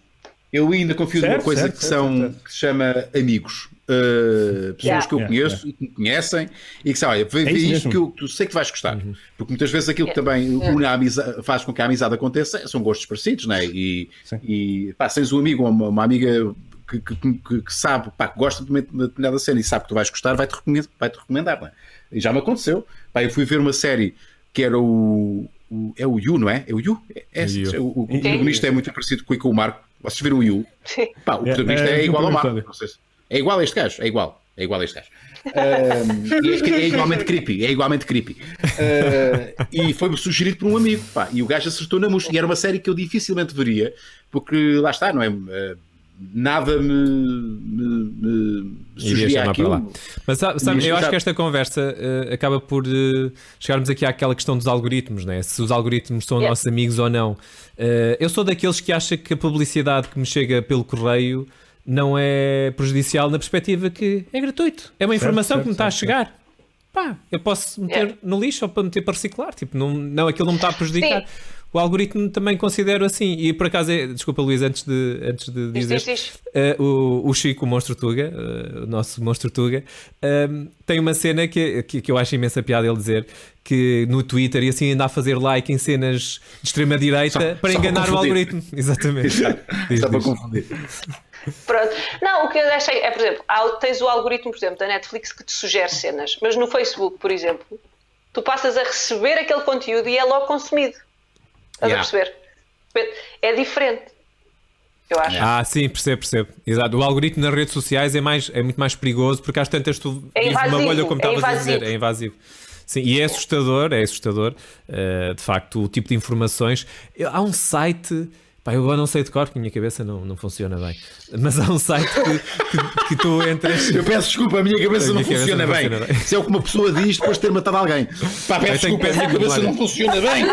Eu ainda confio
Certo,
numa coisa
certo,
que,
certo,
são,
certo.
que se chama amigos. Uh, pessoas
Yeah.
que eu
Yeah,
conheço e que me conhecem e que sabem, olha, vê,
É
vê
isso
isto
mesmo. Uhum.
que eu, que eu sei que vais gostar. Porque muitas vezes aquilo que também une a amizade, faz com que a amizade aconteça são gostos parecidos, né? E,
Sim.
e pá, tens um amigo ou uma, uma amiga que, que, que- que sabe, pá, que gosta de uma determinada cena e sabe que tu vais gostar, vai-te recomendar, vai -te recomendar não é? E já me aconteceu. Pá, eu fui ver uma série que era o. o- é o Yu, não é? É o Yu? É, é-
O Yu.
o- o protagonista é muito parecido com com o Marco. Vocês viram o Yu?
Sim.
Pá, o
É,
protagonista
é,
é,
vi o
igual ao
primeiro
Marco.
episódio.
não sei se- É igual a este gajo, é igual. É igual a este gajo. Ahm, e é, é igualmente creepy, é igualmente creepy. Ah, e foi-me sugerido por um amigo, pá, e o gajo acertou na mosca. E era uma série que eu dificilmente veria, porque lá está, não é? Ah, Nada me, me, me
Iria
sugeria
chamar para lá.
aquilo.
Mas sabe, sabe,
Iria
eu acho
chamar-
que esta conversa eh, acaba por eh, chegarmos aqui àquela questão dos algoritmos, né? se os algoritmos são
Yeah.
nossos amigos ou não. Eh, eu sou daqueles que acha que a publicidade que me chega pelo correio não é prejudicial na perspectiva que é gratuito, é uma informação
certo,
que me está a
certo,
chegar. Pá, eu posso meter
Yeah.
no lixo ou para meter para reciclar, tipo, não, não aquilo não me está a prejudicar.
Sim.
O algoritmo também considero assim, e por acaso, é, desculpa Luís, antes de, antes de
Diz,
dizer,
diz, diz.
eh, o, o Chico, o Monstro Tuga, eh, o nosso Monstro Tuga, ehm, tem uma cena que, que, que eu acho imensa piada ele dizer que no Twitter e assim anda a fazer like em cenas de extrema-direita
Só-
para
só para
enganar o
confundir.
algoritmo. Exatamente. Diz,
Só para
diz.
confundir.
Pronto. Não, o que eu achei é, por exemplo, há- tens o algoritmo, por exemplo, da Netflix que te sugere cenas, mas no Facebook, por exemplo, tu passas a receber aquele conteúdo e é logo consumido. Estás
Yeah.
a perceber? É diferente, eu acho.
Ah, sim, percebo, percebo. Exato. O algoritmo nas redes sociais é, mais, é muito mais perigoso porque às tantas tu
É
vives uma
invasivo,
bolha, como
é
estavas a dizer,
invasivo.
é invasivo. Sim, e é assustador, é assustador, eh, de facto, o tipo de informações. Eu- há um site, pá, eu agora não sei de cor, que a minha cabeça não, não funciona bem, mas há um site que, que, que tu entras.
Eu peço desculpa, a minha cabeça
A minha
não
cabeça
funciona
não
bem.
funciona bem.
Isso é o que uma pessoa diz depois de ter matado alguém. Pá, peço
Eu tenho
desculpa, a minha
péssima
cabeça
memória.
não funciona bem.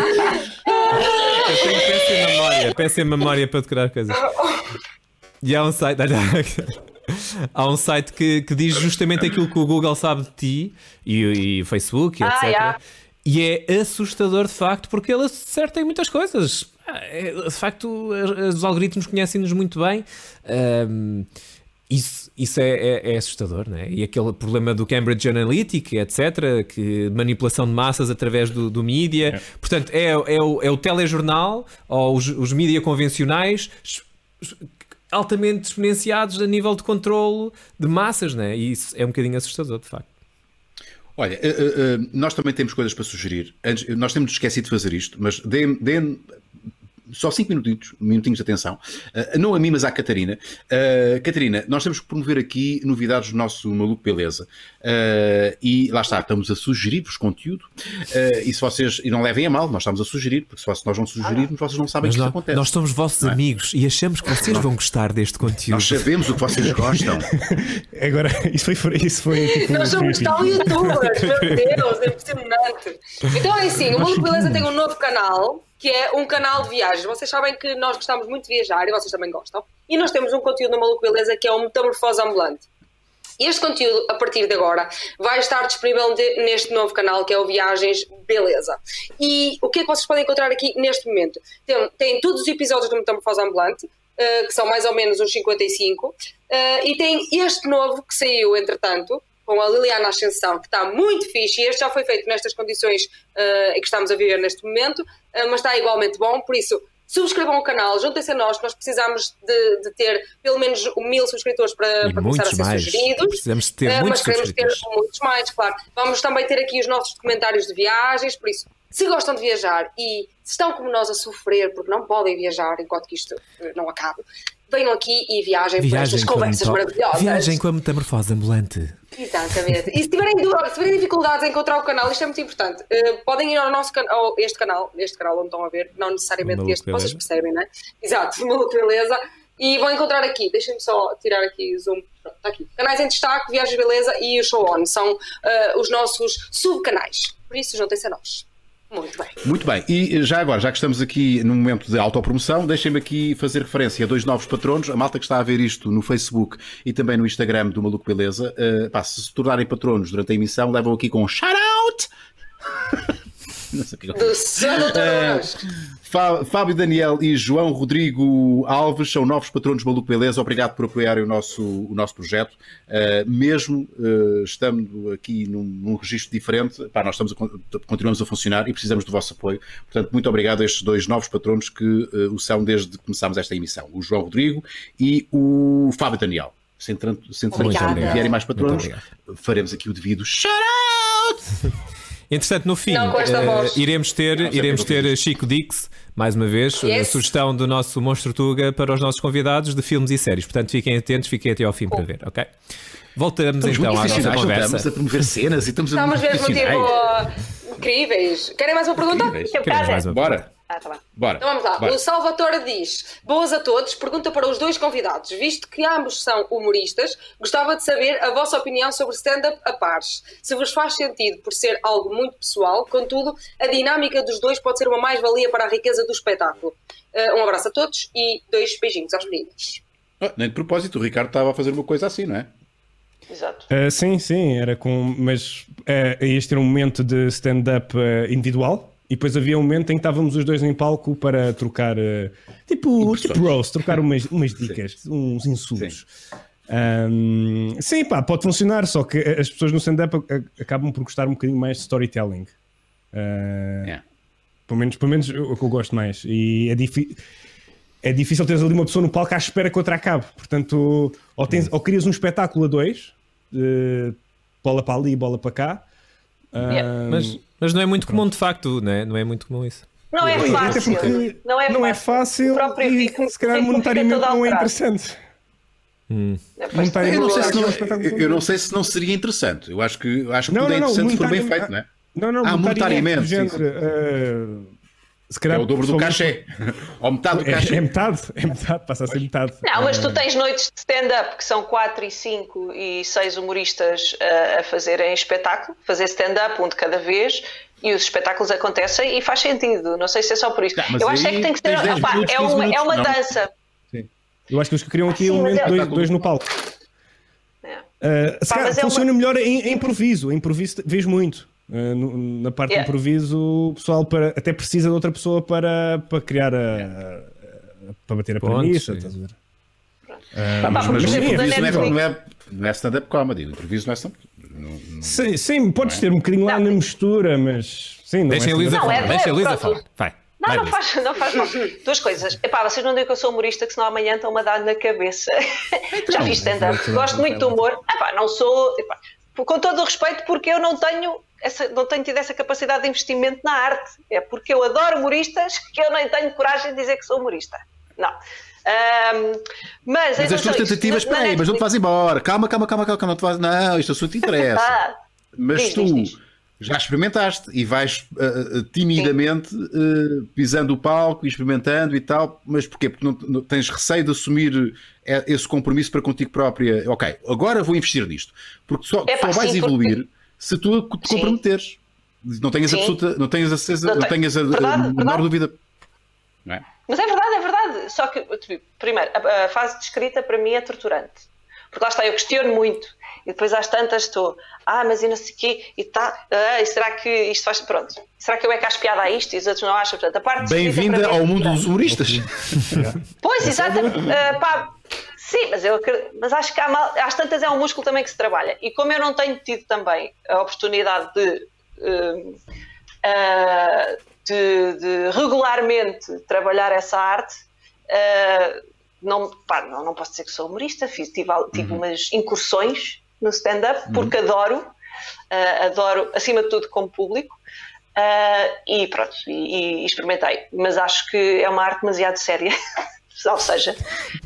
Eu tenho péssima memória, péssima memória para decorar coisas. E há um site, olha, há um site que, que diz justamente aquilo que o Google sabe de ti e, e o Facebook, e
Ah,
etc.
yeah.
E é assustador de facto, porque ele acerta em muitas coisas. Ah, é, De facto, as- os algoritmos conhecem-nos muito bem. Ahm, isso, isso é, é- é assustador, né? E aquele problema do Cambridge Analytica, etc., que manipulação de massas através do, do mídia. Portanto, é, é o, é o telejornal ou os, os mídia convencionais es- es- altamente exponenciados a nível de controlo de massas, né? E isso é um bocadinho assustador, de facto.
Olha, eh, eh, eh, nós também temos coisas para sugerir. Antes- nós temos esquecido de fazer isto, mas dê-me dê-me só cinco minutinhos, minutinhos de atenção. Eh, não a mim, mas à Catarina. Eh, Catarina, nós temos que promover aqui novidades do nosso Maluco Beleza. Eh, e lá está, estamos a sugerir-vos conteúdo. Eh, e se vocês, e não levem a mal, nós estamos a sugerir, porque se vocês- nós não sugerirmos, vocês não sabem
Mas
que isto
nós,
acontece.
nós somos vossos amigos e achamos que vocês vão gostar deste conteúdo.
Nós sabemos o que vocês gostam.
Agora, isso foi, por- isso foi tipo.
Nós somos
creepy.
tal youtubers, meu Deus, é impressionante. Então é assim, o Mundo Beleza tem um novo canal, que é um canal de viagens. Vocês sabem que nós gostamos muito de viajar e vocês também gostam. E nós temos um conteúdo no Maluco Beleza que é o Metamorfose Ambulante. Este conteúdo, a partir de agora, vai estar disponível de- neste novo canal que é o Viagens Beleza. E o que é que vocês podem encontrar aqui neste momento? Tem, tem todos os episódios do Metamorfose Ambulante, eh, que são mais ou menos uns 55, eh, e tem este novo que saiu, entretanto, com a Liliana Ascensão, que está muito fixe, e este já foi feito nestas condições eh, em que estamos a viver neste momento, eh, mas está igualmente bom, por isso subscrevam o canal, juntem-se a nós, que nós precisamos de, de ter pelo menos mil subscritores para,
E
para começar a
muitos
ser
mais.
sugeridos.
Precisamos de ter
Eh,
muitos
mas queremos ter
subscritores.
muitos mais, claro. Vamos também ter aqui os nossos documentários de viagens, por isso, se gostam de viajar e se estão como nós a sofrer porque não podem viajar enquanto que isto eh, não acabe, venham aqui e viajem por estas
Viagem com, a
conversas
meto-
maravilhosas.
Viagem com a metamorfose ambulante.
Exatamente. E se tiverem, dúvida- se tiverem dificuldades em encontrar o canal, isto é muito importante. eh, podem ir ao nosso canal, este canal, este canal onde estão a ver, não necessariamente
Maluco
este, vocês
Beleza.
percebem, não é? Exato, maluco beleza. E vão encontrar aqui, deixem-me só tirar aqui o zoom. Pronto, está aqui. Canais em destaque, Viagens Beleza e o Show On. São eh, os nossos subcanais. Por isso, juntem-se a nós. Muito bem.
Muito bem, e eh, já agora, já que estamos aqui num momento de autopromoção, deixem-me aqui fazer referência a dois novos patronos, a malta que está a ver isto no Facebook e também no Instagram do Maluco Beleza. eh, pá, se se tornarem patronos durante a emissão, levam aqui com um shout-out! Não sei o que eu
Do Sandro Tavares.
Fá- Fábio Daniel e João Rodrigo Alves são novos patronos do Maluco Beleza. Obrigado por apoiarem o nosso, o nosso projeto. Uh, mesmo uh, estando aqui num, num registro diferente, pá, nós estamos a con- continuamos a funcionar e precisamos do vosso apoio. Portanto, muito obrigado a estes dois novos patronos que uh, o são desde que começámos esta emissão: o João Rodrigo e o Fábio Daniel. Se entrando, se entrando
Obrigada.
se vierem mais patronos,
Muito
faremos aqui o devido
Entretanto, no fim,
Não com esta
eh,
voz.
iremos ter, iremos ter Chico Dix, mais uma vez, a
Yes.
sugestão do nosso Monstro Tuga para os nossos convidados de filmes e séries. Portanto, fiquem atentos, fiquem até ao fim para ver, ok? Voltamos
Estamos
então
muito
à nossa
profissionais, não estamos a
conversa.
promover cenas e estamos a
Estamos
muito
mesmo tipo
profissionais.
incríveis. Querem mais uma pergunta?
Que eu
Queremos
casa?
um.
mais uma
Bora!
um Ah, tá bem.
Bora.
Então vamos lá.
Bora.
O Salvatore diz: Boas a todos. Pergunta para os dois convidados. Visto que ambos são humoristas, gostava de saber a vossa opinião sobre stand-up a pares. Se vos faz sentido por ser algo muito pessoal, contudo, a dinâmica dos dois pode ser uma mais-valia para a riqueza do espetáculo. Eh, um abraço a todos e dois beijinhos às meninas.
Ah, nem de propósito, o Ricardo estava a fazer uma coisa assim, não é?
Exato.
Ah, sim, sim, era com. Mas ah, este era um momento de stand-up ah, individual. E depois havia um momento em que estávamos os dois em palco para trocar, ah, tipo, tipo roast, trocar umas, umas dicas, uns insultos. Ahm, sim, pá, pode funcionar, só que eh, as pessoas no stand-up a- a- acabam por gostar um bocadinho mais de storytelling. Ah,
É.
pelo menos, pelo menos o que eu gosto mais. E é, difi- é difícil teres ali uma pessoa no palco à espera que outra acabe. Portanto, ou,
Hum.
tens, ou crias um espetáculo a dois, de bola para ali e bola para cá.
Yeah.
Ahm,
Mas, mas não é muito comum, de facto, não é? Não é muito comum isso.
Não é
Pois, até
fácil.
porque
Não é fácil.
fácil,
O próprio
e
ritmo-
se calhar
ritmo fica
monetariamente
todo
não é
alterado. né?
interessante.
Depois-
Monetariamente
Eu não, sei se
acho que é um
não,
espetáculo
eu- eu não sei se não seria interessante. Eu acho que, acho que
Não,
tudo é
não, não,
interessante se for bem feito,
monetariamente-
não é?
Não, não,
Ah, monetariamente,
do
sim,
género, ah, se calhar,
É o dobro do
pessoalmente-
cachê. Ou metade do
É, é
cachê.
metade, é metade, passa a ser metade.
Não, mas
Ah,
tu tens noites de stand-up que são 4 e 5 e 6 humoristas ah, a, a fazerem espetáculo, fazer stand-up um de cada vez e os espetáculos acontecem e faz sentido. Não sei se é só por isso.
Tá, mas
Eu acho é
aí
que tem que ser.
tens 10
opá,
minutos,
é,
15
uma, é
minutos,
uma
não?
dança.
Eu acho que eles criam aqui
Sim,
um
mas
momento
é-
dois, dois no palco.
É.
Ah, se
Pá,
calhar
mas é
funciona
uma-
melhor em, em improviso. Em improviso vês muito. Ah, no- na parte
Yeah.
de improviso, o pessoal para- até precisa de outra pessoa para, para criar a. a- para bater a
Pontos,
premissa.
sim.
estás a ver?
Pá, Ah, mas mas
por
o
exemplo,
improviso
da
não é,
Netflix.
não é, não é stand-up comedy. O improviso não é stand-up.
Sim, sim, podes ter um bocadinho lá na mistura, mas. Sim, não
é? Deixem a
é
Luísa
Não, é-
falar, deixem a
é-
Luísa
pronto.
falar. Vai.
Não,
vai,
não
Luísa.
faz, não faz mal. Duas coisas. Epá, vocês não digam que eu sou humorista, que senão amanhã estão-me a dar na cabeça.
Então,
Já fiz stand-up,
é
gosto muito do humor. Epá, não sou. epá, com todo o respeito, porque eu não tenho, essa, não tenho tido essa capacidade de investimento na arte. É porque eu adoro humoristas que eu nem tenho coragem de dizer que sou humorista. Não. Ahm, mas
Mas as tuas tentativas, espera aí, mas não te vás embora. Calma, calma, calma, calma. Não, te vás... não isto assunto interessa.
Ah,
Mas
Diz,
tu
diz, diz.
já experimentaste e vais ah, ah, timidamente ah, pisando o palco e experimentando e tal, mas porquê? Porque não, não- tens receio de assumir eh, esse compromisso para contigo própria. Ok, agora vou investir nisto. Porque só,
Epá,
só vais
sim, porque-
evoluir se tu te
Sim.
comprometeres. Não tenhas
Sim.
absoluta, não tenhas acesa,
Não
não,
tenho.
tenhas a, a
Verdade,
menor
verdade.
dúvida. Não é?
Mas é verdade, é verdade. Só que, tipo, primeiro, a, a fase de escrita para mim é torturante. Porque lá está, eu questiono muito. E depois às tantas estou, ah, mas e não sei o quê, e tá, ah, e será que isto faz. Pronto. Será que eu é que acho piada a isto e os outros não acham? Portanto, a parte de escrita
Bem-vinda
para mim é
ao mundo
torturante.
dos humoristas.
Pois, exatamente. Ah, pá, sim, mas, eu, acre- mas acho que há mal- às tantas é um músculo também que se trabalha. E como eu não tenho tido também a oportunidade de, hum, ah, de- de regularmente trabalhar essa arte, ah, não, pá, não, não posso dizer que sou humorista, fiz, tive, al- tive
Uhum.
umas incursões no stand-up, porque adoro, ah, adoro, acima de tudo, como público. ah, e pronto, e, e experimentei, mas acho que é uma arte demasiado séria ou seja,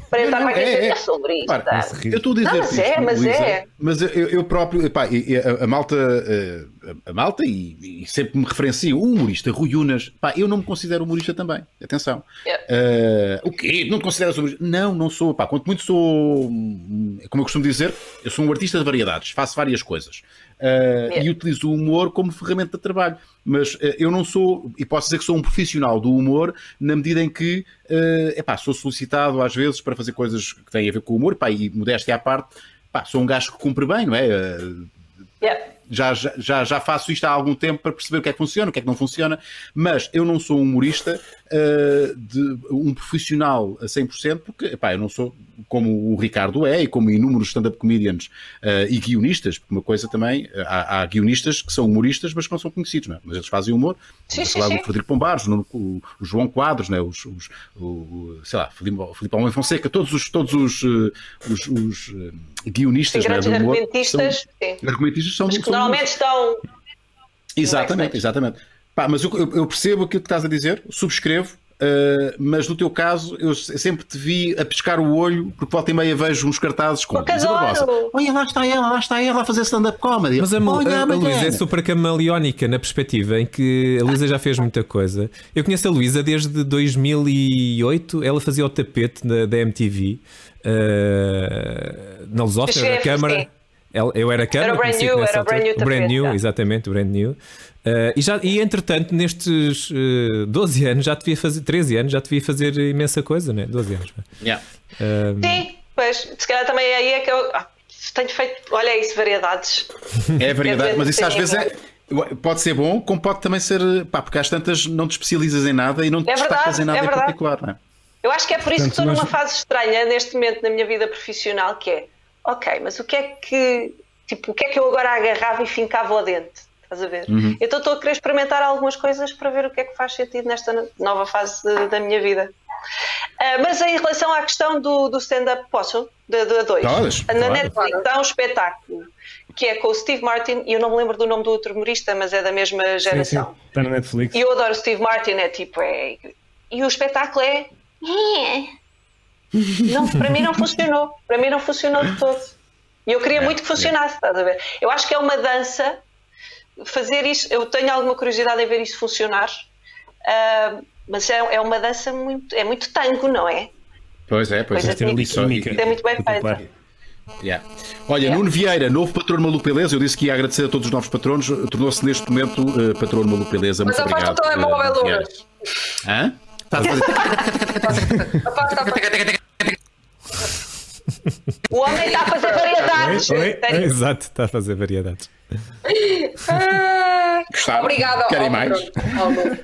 para entrar
não,
para quem
é,
é,
é.
é sombrista.
Repara, eu estou a dizer
Não, mas
isto,
é, mas
Luísa,
é.
mas eu, eu próprio, pá, e- e a, a malta, eh, a, a malta e, e sempre me referencio, o humorista Rui Unas, pá, eu não me considero humorista também, atenção.
Yeah.
Eh, o quê? Não te consideras humorista? Não, não sou, pá, quanto muito sou, hum, como eu costumo dizer, eu sou um artista de variedades, faço várias coisas. Eh,
Yeah.
E utilizo o humor como ferramenta de trabalho. Mas eh, eu não sou, e posso dizer que sou um profissional do humor, na medida em que eh, epá, sou solicitado às vezes para fazer coisas que têm a ver com o humor, pá, e modéstia à parte, pá, sou um gajo que cumpre bem, não é? Eh,
Yeah.
já, já- já, já faço isto há algum tempo para perceber o que é que funciona, o que é que não funciona, mas eu não sou um humorista, eh, de, um profissional a 100%, porque pá, eu não sou como o Ricardo é e como inúmeros stand-up comedians eh, e guionistas, porque uma coisa também, eh, há, há guionistas que são humoristas, mas que não são conhecidos, não é? mas eles fazem humor.
Sim,
Estamos a
sim,
falar
sim.
do Frederico Pombares, o, Nuno- o- o João Quadros, né? os, os- o, o- sei lá, Filipe, Filipe Almeida Fonseca, todos os, todos os, eh, os- os, eh, guionistas
Os
né,
grandes
do humor
argumentistas, sim.
são, argumentistas são,
Mas
são
que normalmente
humoristas.
estão.
Exatamente,
backstage.
exatamente. Pá, mas eu, eu- eu percebo aquilo que estás a dizer, subscrevo, eh, mas no teu caso eu se- sempre te vi a pescar o olho, porque volta e meia vejo uns cartazes com
Porque
Luísa
adoro.
Barbosa. Olha, lá está ela, lá está ela a fazer stand-up comedy.
Mas a, Lu-
Olha,
a- a
bacana.
Luísa é super camaleónica na perspectiva em que a Luísa já fez muita coisa. Eu conheço a Luísa desde 2008, ela fazia o tapete na, da MTV, eh, na Luz
Eu
era
cheguei
a
a
câmara.
fazer.
Ela- eu era a câmara,
Era o Brand
conheci-a
New,
nessa
era o
altura.
Brand New
O brand
tapete,
new
tá.
exatamente, o brand new. Eh, e, já, e entretanto, nestes eh, 12 anos, já devia fazer, 13 anos, já devia fazer imensa coisa, né? 12 anos. pá.
Yeah.
Eh,
Sim, pois, se calhar também aí é que eu ah, tenho feito, olha isso, variedades.
É verdade,
Quer dizer,
mas isso às
sim,
vezes é- pode ser bom, como pode também ser. Pá, porque às tantas não te especializas em nada e não te
É
destacas
verdade,
em nada
é
em
verdade.
particular. Não é?
Eu acho que é por isso que estou
Portanto, nós-
numa fase estranha neste momento na minha vida profissional, que é, ok, mas o que é que, tipo, o que é que eu agora agarrava e fincava ao dente? Estás a ver?
Uhum.
Então estou a querer experimentar algumas coisas para ver o que é que faz sentido nesta nova fase de- da minha vida. Ah, mas em relação à questão do, do stand-up, posso? Da da dois.
Podes,
Na
claro.
Netflix há um espetáculo que é com o Steve Martin, e eu não me lembro do nome do outro humorista, mas é da mesma
Sim,
geração.
sim. Está na Netflix.
E eu adoro o Steve Martin, é tipo, é. E o espetáculo é. Não, para mim não funcionou. Para mim não funcionou de todo. E eu queria muito que funcionasse, estás a ver? Eu acho que é uma dança fazer isso. Eu tenho alguma curiosidade em ver isso funcionar, ah, mas é, é uma dança muito. É muito tango, não é?
Pois é, pois
Pois
é.
é, tem ali
Só- e-
química.
É muito bem
Tudo
feito.
par.
Yeah. Olha, Nuno Vieira, novo patrono Malu Peleza, eu disse que ia agradecer a todos os novos patronos, tornou-se neste momento eh, patrono Malu Peleza.
Mas
Muito
afasta
obrigado.
o telemóvel,
eh, Nuno Vieira.
Lourdes.
Hã? Estás a fazer-
Afasta, afasta.
O homem está a fazer variedades.
Oi, oi,
Tenho-
Exato, está a fazer variedades.
Ah,
Gostaram?
Obrigada, ao
Querem mais?
Bruno, ao Bruno.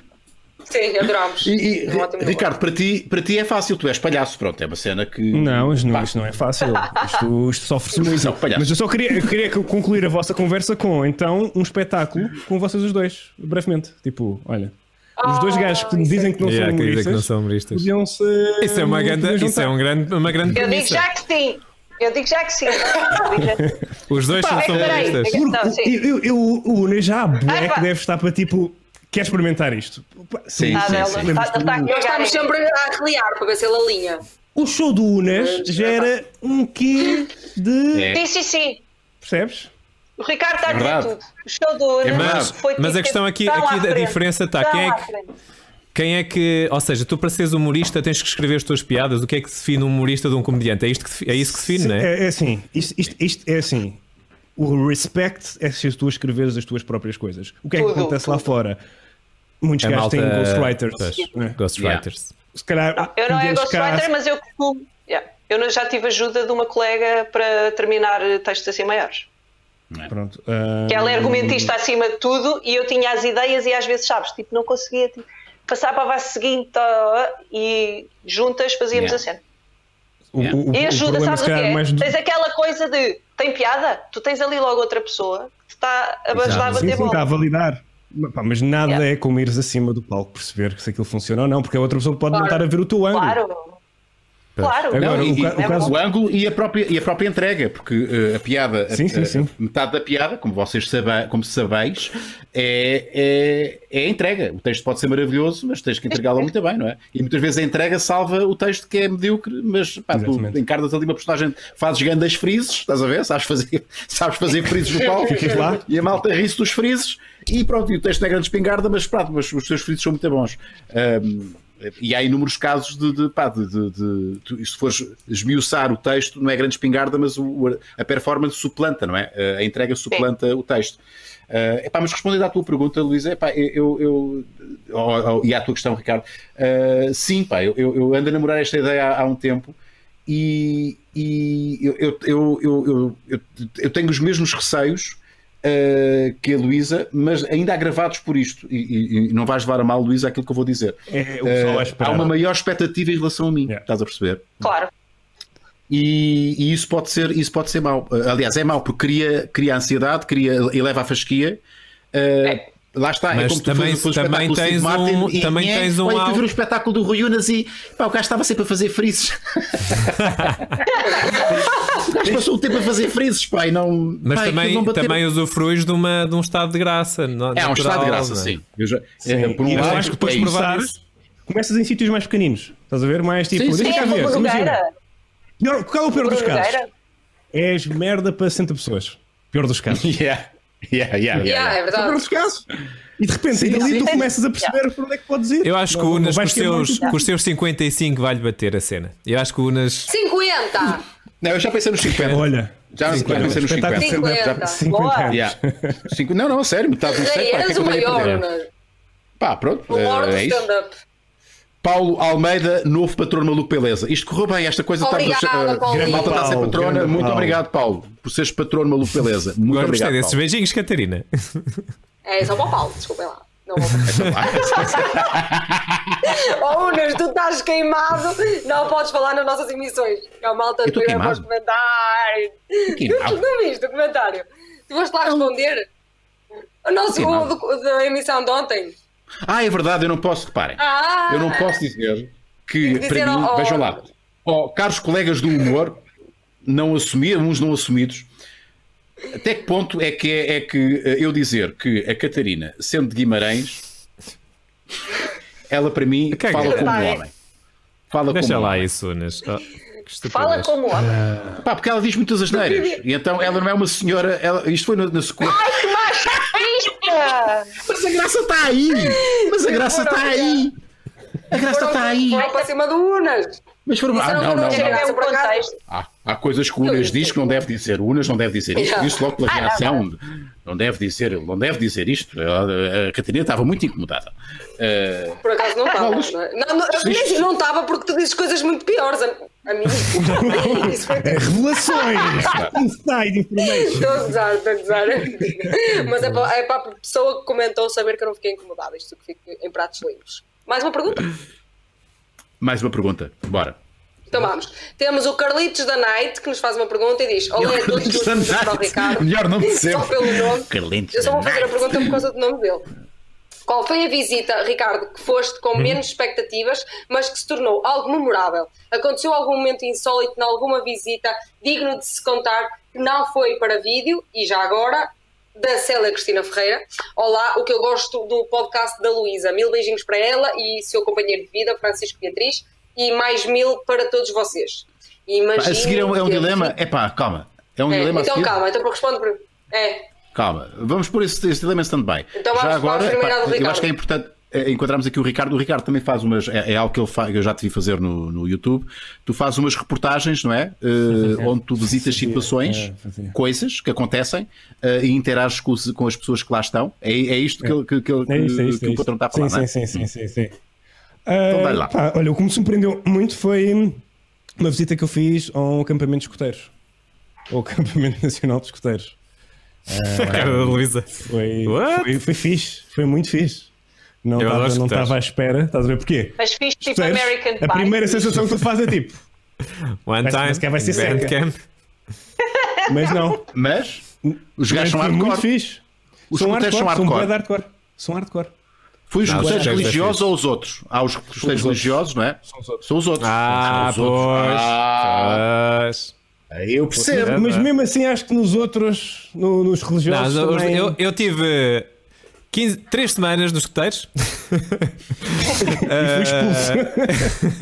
Sim, adorámos.
E, e,
Um ótimo
Ricardo, para ti, para ti é fácil, tu és palhaço, pronto, é uma cena que.
Não, mas
Pá,
não, isto não é fácil. Isto, isto sofre-se
Isto
muito.
é um palhaço.
Mas eu só queria, eu queria concluir a vossa conversa com, então, um espetáculo com vocês os dois, brevemente. Tipo, olha, os
Ah,
dois gajos que me
é
dizem que não
Yeah,
são
quer dizer que não
humoristas
são humoristas.
podiam-se.
Isso é uma grande, isso é um grande, uma grande
Eu digo
premissa.
já que sim. Eu digo já que sim. Eu digo já que sim.
Os dois
Pá,
são
espera aí.
humoristas.
Porque
Não, É sim.
eu, eu, eu, o Unas já há bué
Ai, pá.
que deve estar para tipo, quer experimentar isto? Pá,
Sim,
Ah,
sim,
Bela,
sim.
está- está a
Nós
cagar
estamos
em-
sempre a reliar para ver se ele alinha.
O show do Unas gera um quê de.
É.
Sim, sim, sim.
Percebes?
O Ricardo
É
está a dizer
verdade.
tudo. O show do Unas
verdade.
foi
Mas a
tido
questão aqui-
tão
aqui
à
da
frente,
diferença está,
tão
quem é
à
que-
frente.
Quem é que, ou seja, tu para seres humorista tens que escrever as tuas piadas. O que é que define um humorista de um comediante? É, isto que, defi- é isso que define,
Sim,
não é?
é, é assim, isto, isto- isto é assim. O respect é se tu escreveres as tuas próprias coisas. O que é que
Tudo,
acontece lá fora? Muitos
A
gajos têm
É malta-
ghostwriters.
Pois,
né?
Ghostwriters.
Se calhar.
Ah,
Eu não é
deles cá-
ghostwriter, mas eu costumo. Yeah. Eu não- já tive ajuda de uma colega para terminar eh, textos assim maiores.
Pronto, ah,
Que ela
Hum.
é argumentista acima de tudo e eu tinha as ideias e às vezes, sabes, tipo, não conseguia. Tipo, passava para a base seguinte ó, e juntas fazíamos
Yeah.
a cena.
o, o, o,
E ajuda,
problema,
sabes
se
o que
calhar,
é?
mais do-
Tens aquela coisa de tem piada? Tu tens ali logo outra pessoa que te está a bajar a
Sim,
bater
sim, está a
bola.
validar. Mas, pá, mas nada
Yeah.
é como ires acima do palco perceber se aquilo funciona ou não, porque a outra pessoa pode
Claro.
não estar a ver o teu ângulo.
Claro. Claro,
Agora,
não,
o
e-
ca-
é
o caso-
bom.
O ângulo e a própria, e a própria entrega, porque eh, a piada, a-
Sim, sim,
a-
sim.
metade da piada, como vocês sabe, como sabeis, é, é, é a entrega. O texto pode ser maravilhoso, mas tens que entregá-lo muito bem, não é? E muitas vezes a entrega salva o texto que é medíocre, mas pá, tu
Exatamente.
encarnas ali uma personagem, fazes grandes frises, estás a ver? Sabes fazer, sabes fazer frises no palco
Ficas lá.
e a malta ri-se dos frises e pronto, e o texto não é grande espingarda, mas pronto, mas os teus frises são muito bons. Ahm, e há inúmeros casos de, de, pá, de, de, de- tu- e se fores esmiuçar o texto, não é grande espingarda, mas o- o- a performance suplanta, não é? A entrega suplanta o texto. Ah, epá, mas respondendo à tua pergunta, Luísa, epá, eu, eu- eu- ó- ó, e à tua questão, Ricardo, ah, sim, pá, eu, eu- eu ando a namorar esta ideia há- há um tempo e, e eu, eu, eu, eu, eu- eu- eu tenho os mesmos receios uh, que a Luísa, mas ainda agravados por isto. E, e- e não vais levar a mal, Luísa, aquilo que eu vou dizer.
É,
Uh,
o pessoal vai
há
esperar.
uma maior expectativa em relação a mim,
Yeah.
estás a perceber?
é
Claro.
E, e isso pode ser, isso pode ser mau. Uh, Aliás, é mau porque cria, cria ansiedade, cria, eleva a fasquia. Uh, Lá está,
Mas
é como tu
também-
fazes o
também
espetáculo do Steve
tens
Martin
um-
e,
também
é,
tens um
olha, fui
algo-
ver o espetáculo do Rui Unas e pá, o gajo estava sempre a fazer frises. o gajo passou o tempo a fazer frises, pá, e não.
Mas
pá, é
também,
aquilo não bateu.
também usufruis de, uma, de um estado de graça. no-
É, é um
natural,
estado de graça,
não é?
sim. Eu já-
Sim.
é, por um
E eu
lado,
acho que
é
depois
isso.
provar
isso.
Começas em sítios mais pequeninos. Estás a ver? Mais tipo,
Sim, sim.
deixa
É
cá
como
ver.
o
Imagina.
Nogueira.
Não, qual é o pior dos
Bruno
casos?
Nogueira.
És merda para 60 pessoas. Pior dos casos.
Yeah. Yeah, yeah, yeah.
Yeah, é
É o pior
verdade.
dos casos. E de repente,
Sim,
e dali
sim,
tu
sim.
começas a perceber por onde é que podes ir.
Eu acho que
Não-
o
não
Unas, com
vais
os,
ter muito
seus, com os seus 55, vai-lhe bater a cena. Eu acho que o Unas.
50!
Não, eu já pensei nos 50.
um. Olha,
Já, já pensei nos 50.
espetáculo de stand-up,
Cinquenta.
50 anos.
Yeah. Cinco- Não, não, sério, metade do século.
Ei,
pá, o que é
eras
que eu
o
tenho a
maior,
perder?
mas
Pá, pronto.
o maior
eh,
do
é isso.
stand-up.
Paulo Almeida, novo patrono maluco beleza. Isto correu bem, esta coisa tá está
Obrigada,
a
Paulo.
a malta está a ser
Grande
patrona.
Paulo.
Muito
Paulo.
obrigado, Paulo, por seres patrono maluco beleza. Muito
Agora gostei
obrigado.
desses
Paulo.
beijinhos, Catarina.
É só para o Paulo, desculpem lá. Não vou
É
Oh, Unas, tu estás queimado, não podes falar nas nossas emissões. A malta
Eu tô
de para os
queimado?
comentários.
queimado?
Não, não viste o comentário. Tu foste lá responder. O nosso o,
queimado.
do- da emissão de ontem.
Ah, é verdade, eu não posso, reparem.
Ah!
Eu não posso dizer que,
Tem que dizer
para mim,
ao-
vejam lá, ó, caros colegas do humor, não assumir, uns não assumidos, até que ponto é que é, é que eh, eu dizer que a Catarina, sendo de Guimarães, ela para mim
Que é
fala
que-
como
Tá, é.
um homem. Fala
Deixa
como um
lá
homem.
isso, Unas. Oh, que
Fala
estupidez.
como homem.
Pá, porque ela diz muitas asneiras. E então ela não é uma senhora. ela- isto foi na, na sequência.
Isto!
Mas a graça está aí! Mas a graça está aí! A graça está tá aí!
Foram para cima do Unas.
Mas foram. Ah,
Disseram que
não, não,
não
não.
chega-
Escreveu o
Por acaso-
um contexto.
Há, há coisas que o Unas diz que não deve dizer. O Unas não deve dizer isto.
Yeah.
Diz logo pela
Ah, não,
reação. Não deve dizer, ele não deve dizer isto. A, a- a Catarina estava muito incomodada. Eh,
Por acaso não estava.
Vamos.
Não, é? não, não, nem- não estava porque tu dizes coisas muito piores. A, a mim. Isso foi
É revelações! Inside information!
Estou a gozar, estou a gozar. Mas é para, é para a pessoa que comentou saber que eu não fiquei incomodada. Isto que fico em pratos limpos. Mais uma pergunta?
mais uma pergunta. Bora.
Então vamos. Temos o Carlitos da Night que nos faz uma pergunta e diz: Olá a todos
Carlitos da
os para o
Night.
Ricardo.
Melhor nome de
Só
sempre.
pelo nome.
Carlitos
Eu só
da
vou fazer a
Night.
pergunta por causa do nome dele. Qual foi a visita, Ricardo, que foste
Uhum.
com menos expectativas, mas que se tornou algo memorável? Aconteceu algum momento insólito em alguma visita digno de se contar que não foi para vídeo e já agora da Célia Cristina Ferreira. Olá, o que eu gosto do podcast da Luísa. Mil beijinhos para ela e seu companheiro de vida, Francisco Beatriz, e mais mil para todos vocês. E Imagino
A seguir é um, é um
que a
dilema.
visita-
É pá, calma. É um
É,
dilema a
então
seguir.
calma, então respondo por... É,
Calma, vamos pôr esse, esse dilema em stand-by.
Então vamos-
Já
vamos
agora,
primeiro ao do
eu
Ricardo.
acho que é importante eh, encontrarmos aqui o Ricardo. O Ricardo também faz umas. É, é algo que ele faz, eu já te vi fazer no, no YouTube. Tu fazes umas reportagens, não é? Eh, onde tu visitas situações,
é, fazia.
coisas que acontecem eh, e interages com, os- com as pessoas que lá estão. É, é isto que, ele- que, que, ele-
É isso, é isso.
que
é
o
isso.
patrão está a falar,
sim,
não é?
sim, sim, sim, sim, sim.
vai
Ah,
lá.
pá, olha, o que me surpreendeu muito foi uma visita que eu fiz a um acampamento de escuteiros. Ou acampamento nacional de escuteiros.
A cara da Luísa.
Foi,
What?
foi, foi fixe, foi muito fixe. Não
Eu tá. adoro
estava não
escuteiros.
estava à espera, estás a ver porquê?
Mas fiz tipo
Escuteiros,
American Pie.
a primeira sensação que tu fazes é tipo,
One
Mas- mas
time.
que vai ser seca.
Bandcamp.
mas não.
Mas os gajos são
Foi é
é
muito
um
hardcore.
fixe.
Os
são
escuteiros
hardcore,
são
são bué de
hardcore.
hardcore. São hardcore.
Foi os
Não, os
roteiros
roteiros é
religiosos ou os outros? Há os roteiros
outros.
religiosos, não é?
São os outros.
São os outros.
Ah,
São os outros.
pois.
Ah,
pois. é.
eu percebo.
Mas mesmo assim acho que nos outros, no- nos
Não,
religiosos
eu-
também...
eu, eu tive 15, 3 semanas nos coteiros.
e fui
eh,
expulso.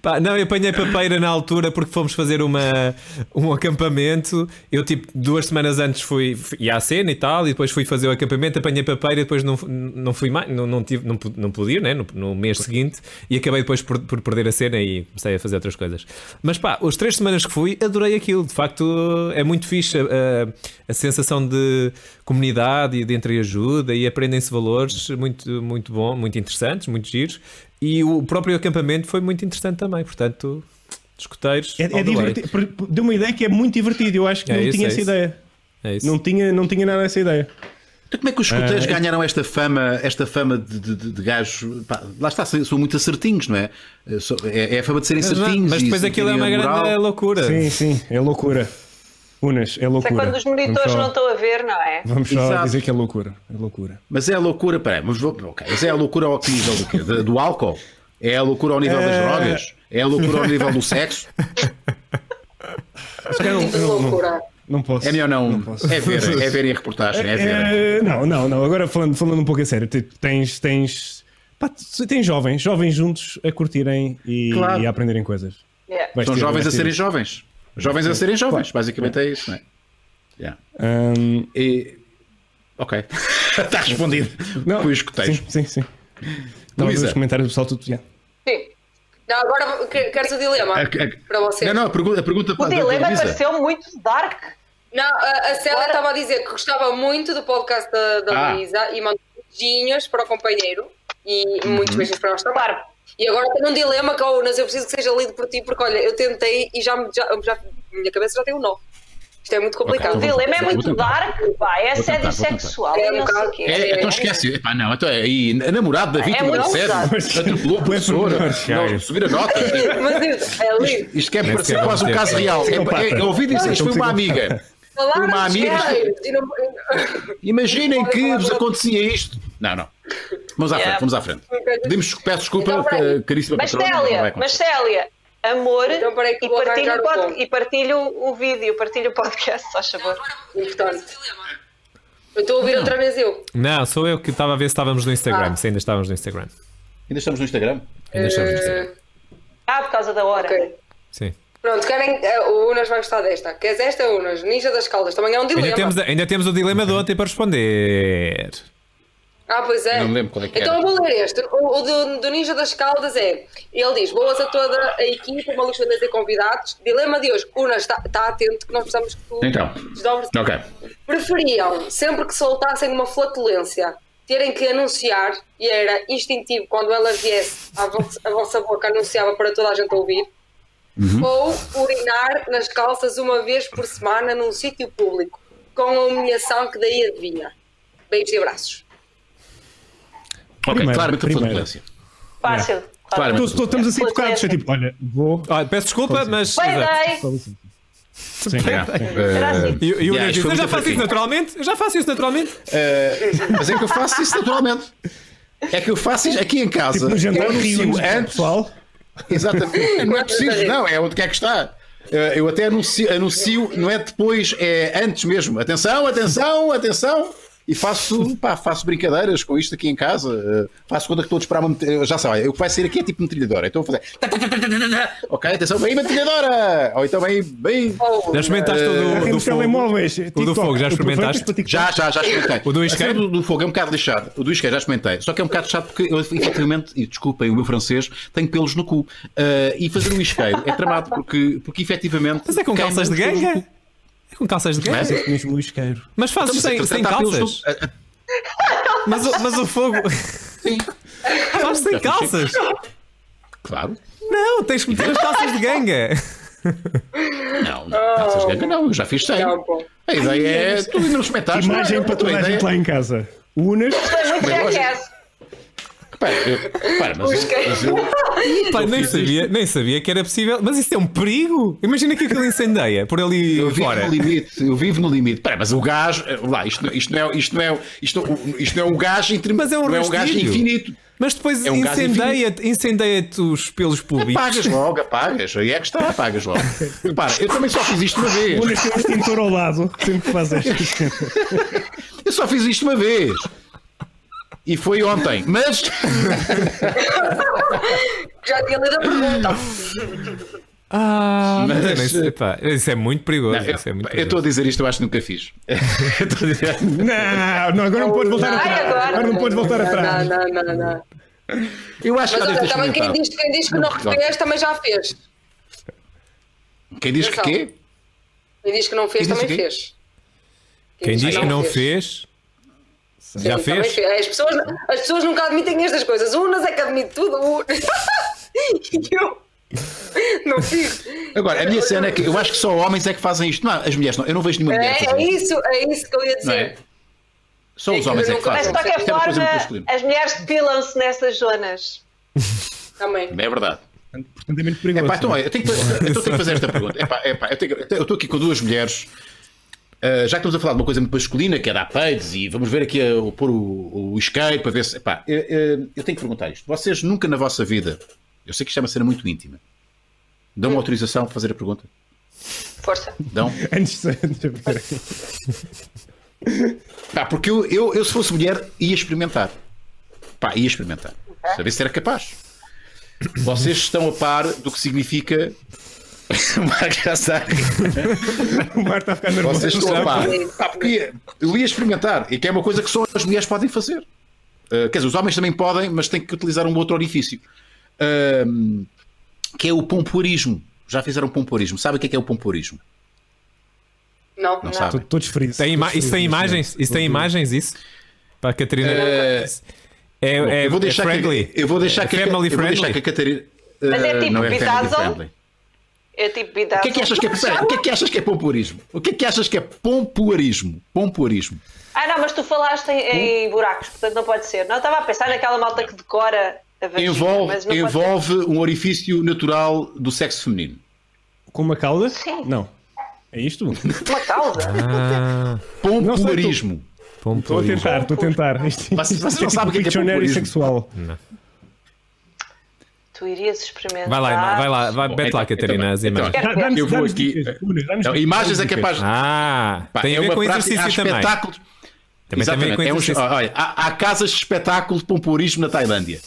Pá, não, eu apanhei papeira na altura porque fomos fazer uma, um acampamento. Eu, tipo, duas semanas antes fui, fui ia à cena e tal, e depois fui fazer o acampamento, apanhei papeira e depois não, não fui mais, não, não, tive, não, pu- não pude ir, né? No, no mês seguinte, e acabei depois por, por perder a cena e comecei a fazer outras coisas. Mas pá, as três semanas que fui, adorei aquilo. De facto, é muito fixe a, a- a sensação de comunidade e de entreajuda e aprendem-se valores muito, muito bom, muito interessantes, muito giros. E o próprio acampamento foi muito interessante também, portanto, escuteiros.
É, é divertido. por- por- Deu uma ideia que é muito divertido. Eu acho que
É
não
isso,
tinha
é
essa
isso.
ideia.
É isso.
Não tinha, não tinha nada essa ideia.
Então, como é que os escuteiros ganharam esta fama, esta fama de, de, de- de gajos? Pá, lá está, são são muito acertinhos, não é? Eh, são- É, é a fama de serem
Mas,
certinhos.
mas
e
depois aquilo é uma
terem a
grande
moral.
loucura.
Sim, sim, é loucura. Unas, é
Isso é
loucura.
quando os monitores
Vamos
não
só-
estão a ver, não é?
Vamos só
Exato.
dizer que é loucura. É loucura.
Mas é a loucura, peraí, mas, vou- ok, mas é a loucura ao que nível do quê? Do, do álcool? É a loucura ao nível das
É.
drogas? É a loucura ao nível do sexo?
Acho que eu não,
Tipo de
eu não-
loucura.
não posso.
É melhor não.
posso.
é ver, é verem a reportagem, é ver.
É, não, não, não. Agora falando, falando um pouco a sério, te- tens, tens, pá, tu- tens jovens, jovens juntos a curtirem e,
Claro.
e a aprenderem coisas.
Yeah.
Vais
São
ter-
jovens a
vais ter
serem
isso.
jovens. Jovens a serem jovens, basicamente é isso, não é? Yeah.
Ahm,
E- Ok. Está respondido.
não,
Fui escuteiros.
Sim, sim, sim. Estava a ver
Então, Luísa.
os comentários do pessoal tudo. já.
Sim. Não, agora que- queres o dilema?
A- a-
Para vocês.
É Não, não, a pergunta, a pergunta
O
para
então
da- da
dilema
Luísa.
pareceu muito dark.
Não, a, a Célia
Agora-
estava a dizer que gostava muito do podcast da, da
Ah.
Luísa e mandou beijinhos para o companheiro e
Uhum.
muitos beijinhos para nós também.
Claro.
E agora tenho um dilema que, oh, mas eu preciso que seja lido por ti, porque olha, eu tentei e já, me- já, já- minha cabeça já tem um nó. Isto é muito complicado.
O
Ok,
dilema é
Vou
muito
tentar.
dark, pá. É assédio
tentar, vou tentar.
sexual.
É,
É, não sei
claro.
o quê.
É, então esquece. Epá, não, então é aí. Namorado da vítima
muito
do assédio.
pesado.
Atropelou a professora. Não, subir a nota.
Mas isto é lido.
Isto quer parecer
sequer
quase um
vamos ter.
caso real. É, é, eu ouvi dizer isto foi uma amiga.
Falar
Uma
dos
amiga-
gays e não-
Imaginem que vos acontecia isto. Não, não. Vamos à
Yeah.
frente, vamos à frente. Pedimos, peço desculpa,
Então, peraí.
ca- caríssima
Mas
patrona. não vai
Célia,
acontecer.
mas Célia, amor
Então, peraí que
e,
vou
partilho
arranjar
o
o
pod-
ponto.
e partilho o vídeo, partilho o podcast, só favor.
Importante. Eu estou a ouvir outra vez eu.
Não, sou eu que estava a ver se estávamos no
Ah.
Instagram, se ainda estávamos no Instagram.
Ainda estamos no Instagram?
Ainda estávamos no Instagram.
Eh, um
Ah, por causa da hora.
ok.
Sim.
Pronto, querem. eh, O Unas vai gostar desta. Queres esta, Unas? Ninja das Caldas. Também é um dilema.
Ainda temos, ainda temos o dilema de ontem para responder.
Ah, pois é.
Não me lembro qual é que
então
era.
eu vou ler este. O, o do, do Ninja das Caldas é. Ele diz: Boas a toda a equipa, uma lista de convidados. Dilema de hoje. Unas, está está atento que nós precisamos que tu
Então.
desdobres.
Ok.
Preferiam, sempre que soltassem uma flatulência, terem que anunciar, e era instintivo quando ela viesse, a vossa, a vossa boca anunciava para toda a gente ouvir,
Uhum.
ou urinar nas calças uma vez por semana num sítio público, com a humilhação que daí adivinha. Beijos e abraços.
Ok,
Primeiro,
claramente a
primeiro.
flatulência.
Fácil.
É.
Claro.
Tô- tô- Estamos assim
Pois
focados.
é.
É tipo, olha, vou.
Olha, Ah, peço desculpa, mas.
Payday!
Sim,
Yeah.
Era
Eh,
assim.
E, e o
Yeah,
Nuno
isto
diz,
foi
eu já
muito
faço isso
fraquinho.
naturalmente? Eu já faço isso naturalmente?
Mas é que eu faço isso naturalmente. É que eu faço isto aqui em casa.
Tipo, No jantar
eu anuncio
rio
É antes.
pessoal.
Exatamente. Não é preciso, não, é onde quer que está. Eh, Eu até anuncio, anuncio, não é depois, é antes mesmo. Atenção, atenção, atenção. E faço, pá, faço brincadeiras com isto aqui em casa. Eh, faço quando é que estou a esperar uma metralhadora. Já sei, olha, o que vai ser aqui é tipo metralhadora. Então eu vou fazer. Ok, atenção, bem metralhadora! Ou então bem. bem...
Ou,
Já experimentaste o do- do,
eh, Temos
fogo?
telemóveis.
O do fogo, já experimentaste?
Já, já, já experimentei.
O do
A
isqueiro?
cena do, do fogo é um bocado lixado. O do isqueiro já experimentei. Só que é um bocado chato porque eu, efetivamente, e desculpem o meu francês, tenho pelos no cu. Ah, e fazer o isqueiro é tramado porque, porque efetivamente.
Mas é com
queima
calças de
os pelos no
ganga?
cu.
É com calças de ganga?
Mas-
Mesmo o isqueiro.
Mas é fazes sem,
Então,
sem
tratar pelos
calças?
no- ah, ah,
Mas, o- mas o fogo. Fazes sem calças?
Claro.
Não, tens que meter as calças de ganga.
Não, não. Calças de ganga não, eu já fiz sem.
Não, pô.
A ideia é. Tu ainda não experimentaste.
Imagem
não,
para toda a
ideia-
gente lá em casa. Unas.
Foi muito
Mas hoje-
jackass.
Pá, eu- Repara, mas,
Os que-
mas eu,
Pá, nem, sabia, nem sabia que era possível. Mas isso é um perigo. Imagina que aquilo incendeia por ali
eu vivo
fora.
no limite, eu vivo no limite. Pera, mas o gás, eh, lá, isto, isto não é, isto não é, isto, isto não é um gás entre,
Mas é um
não é um gás
rastilho.
infinito.
Mas depois
É um gás
incendeia-te incendeia-te os pelos públicos.
Apagas É logo, apagas. Aí é que está, apagas logo. Repara, eu também só fiz isto uma vez.
Vou nascer um extintor ao lado, sempre que faz esta.
Eu só fiz isto uma vez. E foi ontem. Mas
Já tinha lido a pergunta.
Ah, mas,
Mas-
eu nem sei, pá, isso é muito perigoso.
Não, eu
isso é muito
eu estou
perigoso.
a dizer isto, eu acho que nunca fiz. Eu estou a dizer-
Não, não, agora não podes voltar
Ai,
atrás.
agora.
Agora, não podes voltar atrás.
Não, não, não, não.
Eu acho que
Mas
já deve ter
olha, também quem
experimentado.
diz, quem diz que não fez, também já fez.
Quem diz que
Atenção.
quê?
Quem diz que não fez,
Quem diz
também
o quê?
fez.
Quem diz que não fez, já
Sim, também
fez?
As pessoas, as pessoas nunca admitem estas coisas. Unas é que admite tudo. o- e eu não fiz.
Agora, a minha cena é que eu acho que só homens é que fazem isto. Não, as mulheres não. Eu não vejo nenhuma mulher.
É,
fazer
é
isto,
isso, é isso que eu ia
não é?
dizer.
Só os
É,
homens é que
Ah,
Mas
mas
fazem.
de
Sim,
qualquer
Isto é uma coisa muito
forma,
masculina.
as mulheres depilam-se nessas zonas.
Também.
É verdade.
Portanto, é muito perigoso.
Epá, então, olha, eu tenho que, eu tenho que fazer esta pergunta. É Epá, epá, eu tenho que- eu estou aqui com duas mulheres. Ah, já que estamos a falar de uma coisa muito masculina, que é dar peidos, e vamos ver aqui a, pôr o, o isqueiro para ver se. Epá, eu, eu- eu tenho que perguntar isto. Vocês nunca na vossa vida, eu sei que isto é uma cena muito íntima, dão autorização para fazer a pergunta?
Força.
Dão?
Antes de. espera aí.
Pá, porque eu, eu, eu, se fosse mulher, ia experimentar. Pá, ia experimentar. Saber se era capaz. Vocês estão a par do que significa uma agasalho.
O Mar está a ficar nervoso.
Vocês estão a par.
Sim.
Pá, porque ia- eu ia experimentar. E que é uma coisa que só as mulheres podem fazer. Uh, quer dizer, os homens também podem, mas têm que utilizar um outro orifício. Um, que é o pomporismo. Já fizeram pomporismo. Sabe o que é, que é o pomporismo?
Não,
Não,
não.
sabem.
Todos frisos.
Tem ima- isso tem imagens? Isso
Uhum.
tem imagens, isso? Para a Catarina. É, é, é,
eu vou deixar
é friendly.
que, eu vou deixar
É
que, eu vou
family
deixar que
friendly.
a Catarina.
Mas é
uh,
tipo
não é family
bidazzle?
friendly.
É tipo
O
bidazo.
que é que achas que é, pera, o que é que achas que é pompoarismo? O que é que achas que é pompoarismo? Pompoarismo.
Ah, não, mas tu falaste em,
Hum?
em buracos, portanto não pode ser. Não, eu estava a pensar naquela malta que decora a vagina, mas
Envolve,
não pode ser.
envolve um orifício natural do sexo feminino.
Com uma cauda?
Sim.
Não. É isto?
Uma causa.
Ah,
Pompoarismo.
bom
Estou a
perigo.
tentar, estou a tentar. Isto,
Mas vocês
isto
não sabem o que é que é
dicionário
populismo.
sexual.
Tu irias experimentar.
Vai lá, ima- vai lá, vai,
Bom,
bete
então-
lá, Catarina,
então-
as imagens.
então-
Dá- dá-nos-
Eu vou
dá-nos
aqui-
dicas, Nuno, dá-nos
Então,
dicas,
imagens é
dá-nos
capaz.
Ah,
Pá, é
tem a ver com
prática- há
exercício também.
espetáculos-
Também tem a ver
Exatamente,
com
é um-
exercício.
olha, há, há casas de espetáculo de pompoarismo na Tailândia.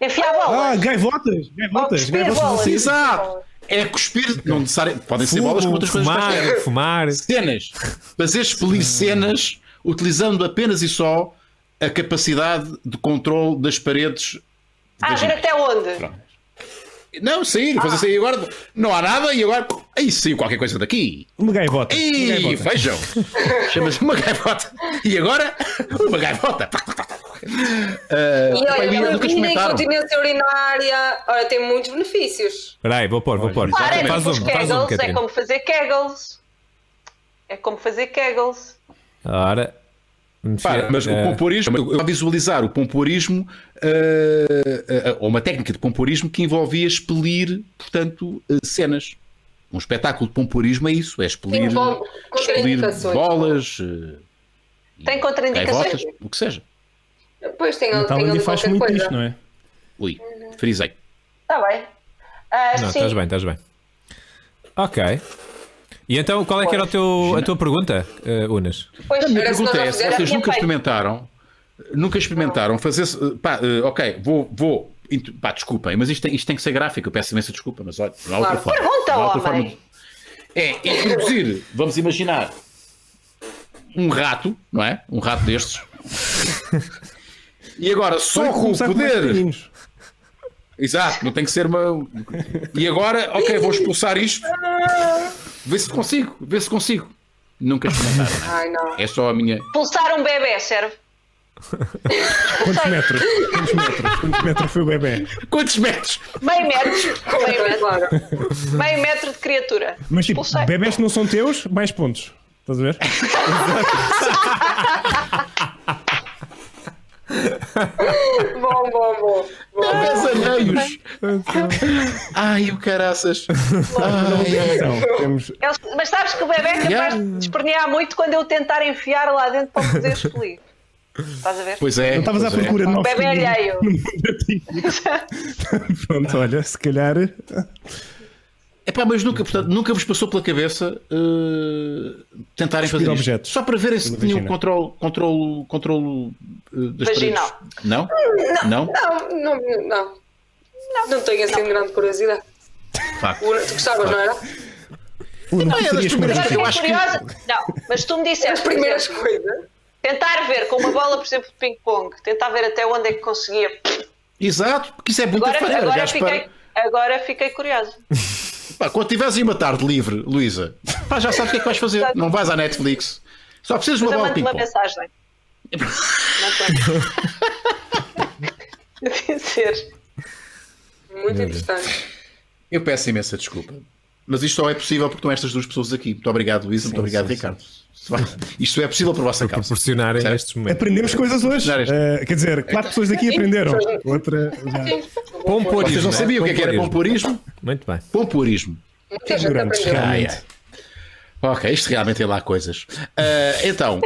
Enfiar
Ah,
bolas.
gaivotas,
Ou
gaivotas,
cuspir
gaivotas.
bolas.
Exato! É cuspir, Ah, não necessário, podem ser bolas como
Fumo,
outras coisas. quaisquer.
fumar, fumar.
cenas. Fazer expelir cenas utilizando apenas e só a capacidade de controle das paredes.
Ah, ver até onde?
Não, sair,
Ah.
fazer sair agora. Não há nada e agora. Aí saiu qualquer coisa daqui.
Uma gaivota. uma
E
gaivota.
vejam. Chama-se uma gaivota. E agora, uma gaivota.
E olha,
eu
a
nunca
minha
experimentaram.
incontinência urinária olha, tem muitos benefícios.
Espera aí, vou pôr, vou pôr.
Claro, é
Faz
como os
um, faz um,
kegels, é
Catarina.
como fazer kegels. É como fazer kegels.
Ora. eh,
Para, mas
é.
o pomporismo, eu- eu visualizar o pomporismo, eh, eh, ou uma técnica de pomporismo que envolvia expelir, portanto, eh, cenas. Um espetáculo de pomporismo é isso, é expelir,
Envolve
expelir
contraindicações.
bolas, eh,
Tem contraindicações?
gaivotas, o que seja.
Depois tem,
Na
tem
Tailândia
ali
Então, faz
qualquer
muito
coisa.
isto, não é?
Ui, frisei.
Está Tá bem. Ah,
Não,
sim.
estás bem, estás bem. Ok. E então, qual é que era o teu, a tua pergunta, eh, Unas?
A
Pois,
minha
era se nós
pergunta
já
é se
fizeram.
vocês
minha
nunca
pai.
experimentaram, nunca experimentaram fazer, eh, pá, eh, ok, vou, vou, int- pá, desculpem, mas isto tem, isto tem que ser gráfico, eu peço imensa desculpa, mas olha, não há outra
Claro.
forma.
Pergunta,
não há outra
homem.
forma de- É introduzir, vamos imaginar, um rato, não é? Um rato destes. E agora, só
Olha,
com o
começar com mais
poder.
pequeninos.
Exato, não tem que ser uma. E agora, ok, vou expulsar isto. Vê se consigo, vê se consigo. Nunca experimentaram. não
Ai, não.
é? É só a minha.
Pulsar um bebê serve.
Quantos metros? Quantos metros? Quantos metros foi o bebê?
Quantos metros?
Meio metro. Meio metro.
é Claro.
Meio metro de criatura.
Mas tipo,
Pulsar.
bebés que não são teus, mais pontos. Estás a ver?
bom, bom, bom. bom.
Dez aneios! Ai, o caraças! Ai, ai.
Então, temos...
Eles- mas sabes que o bebê é capaz
Yeah.
de espernear muito quando eu tentar enfiar lá dentro para poder escolher. Estás a ver?
Pois é.
Não estavas à
pois é.
procura de novos
Bebê
caminhos.
alheio.
Pronto, olha, se calhar.
Então, é Epá, mas nunca, portanto, nunca vos passou pela cabeça eh, tentarem
Cuspir
fazer isto.
objetos.
Só para verem se
Pela
tinham
vagina.
controle, controle, controle eh, das
Vaginal.
paredes. Não? Não?
Não, não, não. Não, tenho assim grande curiosidade.
Facto.
O- Tu gostavas, não era?
Uno,
é das
terias
primeiras
como
Agora
Eu
fiquei
acho que-
curiosa. Não, mas tu me
As
disseste, por
primeiras
exemplo,
coisas.
tentar ver com uma bola, por exemplo, de ping-pong, tentar ver até onde é que conseguia.
Exato, porque isso é muito
Agora,
fazer.
agora,
gás,
fiquei, agora fiquei curiosa.
Pá, quando tiveres aí uma tarde livre, Luísa, pá, já sabes o que é que vais fazer.
Exato.
Não vais à Netflix. Só precisas de
Mas
uma
eu
bola de
mando uma
ping-pong.
mensagem. Mando uma- dizer.
Muito interessante.
Eu peço imensa desculpa. Mas isto só é possível porque estão estas duas pessoas aqui. Muito obrigado, Luísa. Muito obrigado,
sim,
Ricardo. Isto é possível por vossa causa.
proporcionarem
Certo.
estes momentos.
Aprendemos coisas hoje.
Não, este-
Eh, quer dizer, quatro pessoas daqui aprenderam. Outra.
Sim.
Pomporismo.
É né? Vocês não sabiam o que é que era pomporismo?
Muito bem.
Pomporismo.
Muita gente
Ignorantes,
aprendeu.
realmente.
Ah, Ok, É isto realmente tem lá coisas. Ah, então,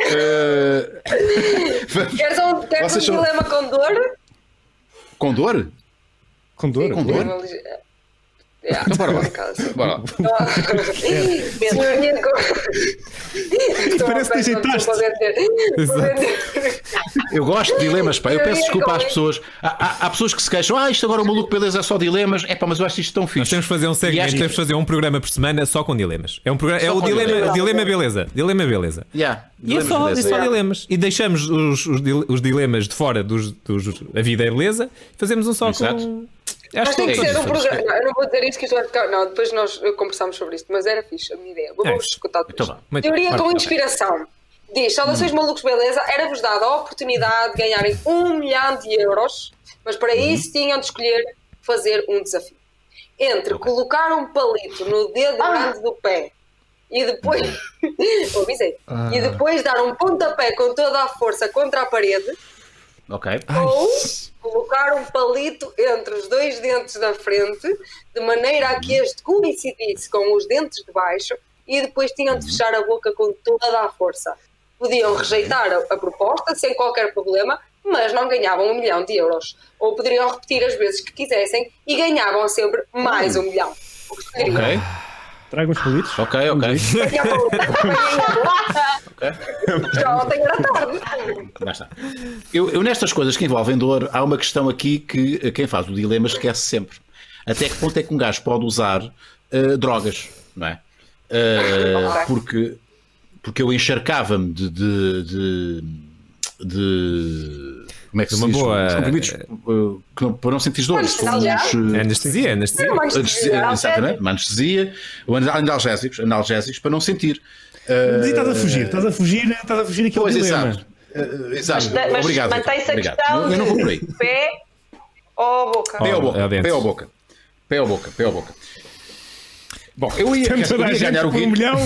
ah, vamos-
Queres um, queres um
Vocês são-
dilema com dor?
com dor?
Com dor.
Com dor?
Yeah,
Então bora lá.
complicado, sim.
Bora lá.
É.
Senhor Nino, com-
Parece que
Estou a
dejeitaste.
poder ter- poder ter-
Eu gosto de dilemas, pá. Eu peço desculpa às pessoas. Há, há- há pessoas que se queixam. Ah, isto agora o maluco beleza é só dilemas. É pá, mas eu acho isto tão fixe.
Nós temos que fazer um
E
segmento,
acho-
temos que fazer um programa por semana só com dilemas. É, um programa, é
Só
o
com
dilema,
dilemas.
dilema beleza. Dilema beleza.
Yeah,
E é
dilemas,
só, é
beleza.
só dilemas. E deixamos os, os dil- os dilemas de fora dos, dos A Vida é Beleza e fazemos um só
Exato.
com. Acho
Mas tem que
é
ser
isso,
um programa.
isso.
Não, eu não vou dizer isto que isto vai ficar. Não, depois nós eh, conversámos sobre isto, mas era fixe a minha ideia. Vamos
É isso.
escutar depois.
Então vá.
Muito Hum.
Teoria
bem.
com
Ora,
inspiração. Diz: Saudações malucos, beleza? Era-vos dada a oportunidade de ganharem um milhão de euros, mas para
Uhum.
isso tinham de escolher fazer um desafio. Entre colocar um palito no dedo grande do pé e depois. Eu avisei.
Ah.
E depois dar um pontapé com toda a força contra a parede.
Ok.
Ou colocar um palito entre os dois dentes da frente, de maneira a que este coincidisse com os dentes de baixo, e depois tinham de fechar a boca com toda a força. Podiam rejeitar a, a proposta sem qualquer problema, mas não ganhavam um milhão de euros. Ou poderiam repetir as vezes que quisessem e ganhavam sempre mais um milhão. O que escolheriam?
Ok.
Traga uns palitos.
Ok, ok.
Ganhavam um milhão. Já ontem era tarde.
Lá está. Eu, eu nestas coisas que envolvem dor, há uma questão aqui que eh, quem faz o dilema esquece sempre. Até que ponto é que um gajo pode usar eh, drogas, não é? Eh, porque, porque eu encharcava-me de, de, de, de- Como é que
De
se
uma
diz?
boa-
Os comprimidos, eh, que não- para não sentir dor.
Mas,
Os, os,
já?
É
eh,
Anestesia, é anestesia.
Não, mas-
anestesia- Exatamente, uma anestesia, ou analgésicos, analgésicos para não sentir. Eh,
Mas e estás a fugir, estás a fugir, eh, estás a fugir aquele
Pois, é,
dilema.
exato. Eh, Exato.
Mas- mas
Obrigado.
mantém-se a
Obrigado.
questão
Não- Eu não vou por aí.
Pé ou boca?
Pé
Oh,
ou boca.
adentro.
Pé ou boca. Pé ou boca. Pé ou boca. Bom, eu ia,
Temos
eu
toda a
ia
gente
ganhar o
por um
guia.
milhão,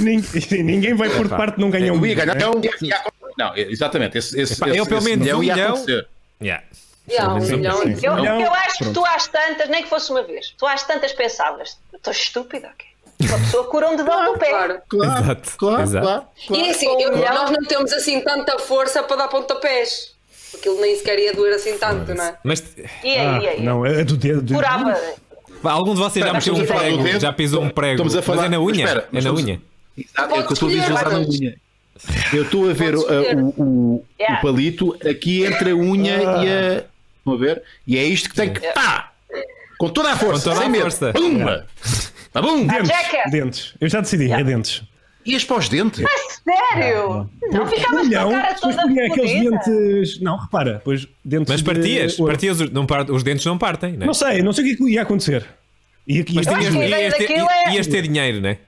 ninguém, ninguém vai pôr de parte, não ganha um
Eu ia
milhão.
ganhar um milhão. Não, exatamente. Esse, esse,
Epá, eu
esse-
pelo
esse
menos um
ia
milhão.
acontecer.
Yeah.
Já, um
Sim,
milhão.
sim.
Eu,
Não,
eu acho que
pronto.
tu às tantas, nem que fosse uma vez, tu às tantas pensavas, estou estúpida, ok? Uma pessoa cura um dedão do pé.
Claro.
Claro,
Exato,
claro,
exato.
claro.
E é assim, eu- nós não temos assim tanta força para dar pontapés. Aquilo nem sequer ia doer assim tanto, não é?
Mas
E aí, e
Ah,
aí?
não, é do dedo. Do...
Curava. Ah,
pá, algum de vocês já
Mas
mexeu um
estamos a falar do
prego,
dedo.
já pisou um prego.
Estamos a falar-
Mas é na
Mas
unha?
espera,
é
mas
na
estamos-
unha.
Exato, é o que eu estou a
Podes
visualizar na unha. Eu estou a ver
Podes escolher.
uh, o, o-
Yeah.
o palito aqui entre a unha e
Ah.
a. Estão a ver? E é isto que tem que. Pá! Com toda a força,
toda
sem
a
medo.
força.
Pumba! Babum!
Dentes,
Jackass.
dentes. Eu já decidi, é dentes.
Ias para os dentes?
Sério? Não
um
ficavas com
milhão,
a cara
depois
toda
punha é aqueles
fodida?
dentes. Não, repara, pois dentes.
Mas
de
partias,
ouro.
partias os, não par- os dentes não partem, né?
Não sei, não sei o que é que ia acontecer. Ia, ia,
Mas
ia,
tinhas,
acho que a ideia
ias, ter,
daquilo é-
ias ter dinheiro, né?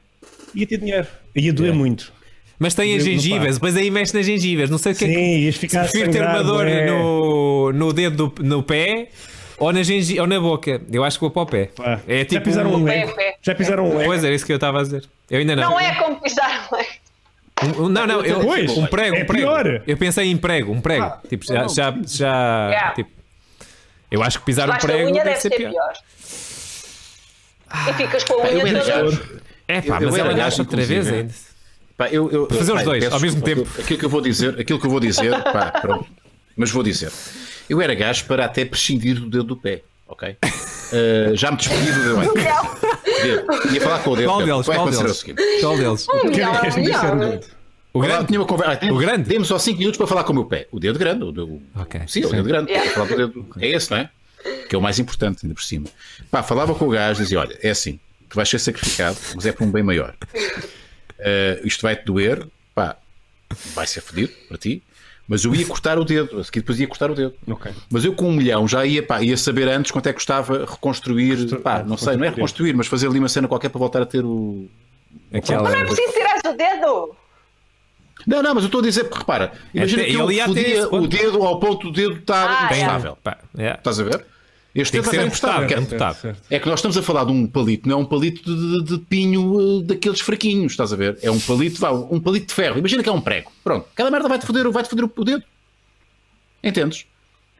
ia ter dinheiro. Ia doer muito.
Mas tem as
Dedo no
gengivas, depois aí mexe nas gengivas. Não sei o que é que-
Sim, ias ficar é. a
Prefiro ter uma
sangrar,
dor
bué.
no, no dedo, do- no pé ou na, gengi, ou na boca. Eu acho que vou para o pé.
Pá,
É
já
tipo. é.
pisaram um
um-
leque.
pé.
Já pisaram um leque.
é.
Pois era isso que eu estava a dizer. Eu ainda não.
Não é como pisar um leque.
Um- um- não, não, eu,
Pois,
um prego,
é
um prego.
pior.
Eu pensei em prego, um prego. tipo, já. já, já
Yeah.
tipo, eu acho que pisar um
Mas a
prego
unha
deve,
deve
ser pior.
E ficas com a
Eu
unha
era
toda.
gajo.
É pá,
Eu- eu
mas
era
ela
gajo,
gasta outra vez
inclusive.
ainda.
Pá, eu, eu,
Fazer os
pá,
dois,
peço
ao mesmo
desculpa.
tempo.
Aquilo que eu vou dizer, aquilo que eu vou dizer, pá, pronto. Mas vou dizer. Eu era gajo para até prescindir do dedo do pé, ok? Eh, já me despedi do dedo. Dedo. Ia falar com o dedo.
Qual
Pedro.
deles?
Vai
Qual
acontecer
deles?
o seguinte.
Qual deles?
Um
Miau,
um
é?
miau.
um
O
Olá,
grande?
tinha uma conversa. Ah, temos-
O grande?
Temos só 5 minutos para falar com o meu pé. O dedo grande. O, o,
Ok,
Sim, o
sim.
dedo grande.
Yeah.
Falar com o dedo- É esse, não é? Que é o mais importante, ainda por cima. Pá, falava com o gajo, dizia: Olha, é assim, tu vais ser sacrificado, mas é por um bem maior. Eh, isto vai-te doer, pá, vai ser fodido para ti. Mas eu ia cortar o dedo, a seguir depois ia cortar o dedo.
Ok.
Mas eu com um milhão já ia, pá, ia saber antes quanto é que custava reconstruir, pá, não sei, não é reconstruir, mas fazer ali uma cena qualquer para voltar a ter o,
Aquela.
Não é preciso tirar o dedo.
Não, não, mas eu estou a dizer, porque repara, imagina
Até-
que eu
É, ele ia até esse
fodia
ponto.
o dedo ao ponto do dedo estar
Ah, é.
imprestável.
Pá, yeah.
Estás a ver? Este
Tem
dedo
que
vai
ser
estar
amputado.
imprestável.
é
que
amputado.
É é que nós estamos a falar de um palito, não é um palito de, de- de pinho eh, daqueles fraquinhos, estás a ver? É um palito, vá, um palito de ferro. Imagina que é um prego. Pronto, cada merda vai-te foder, vai foder o dedo. Entendes?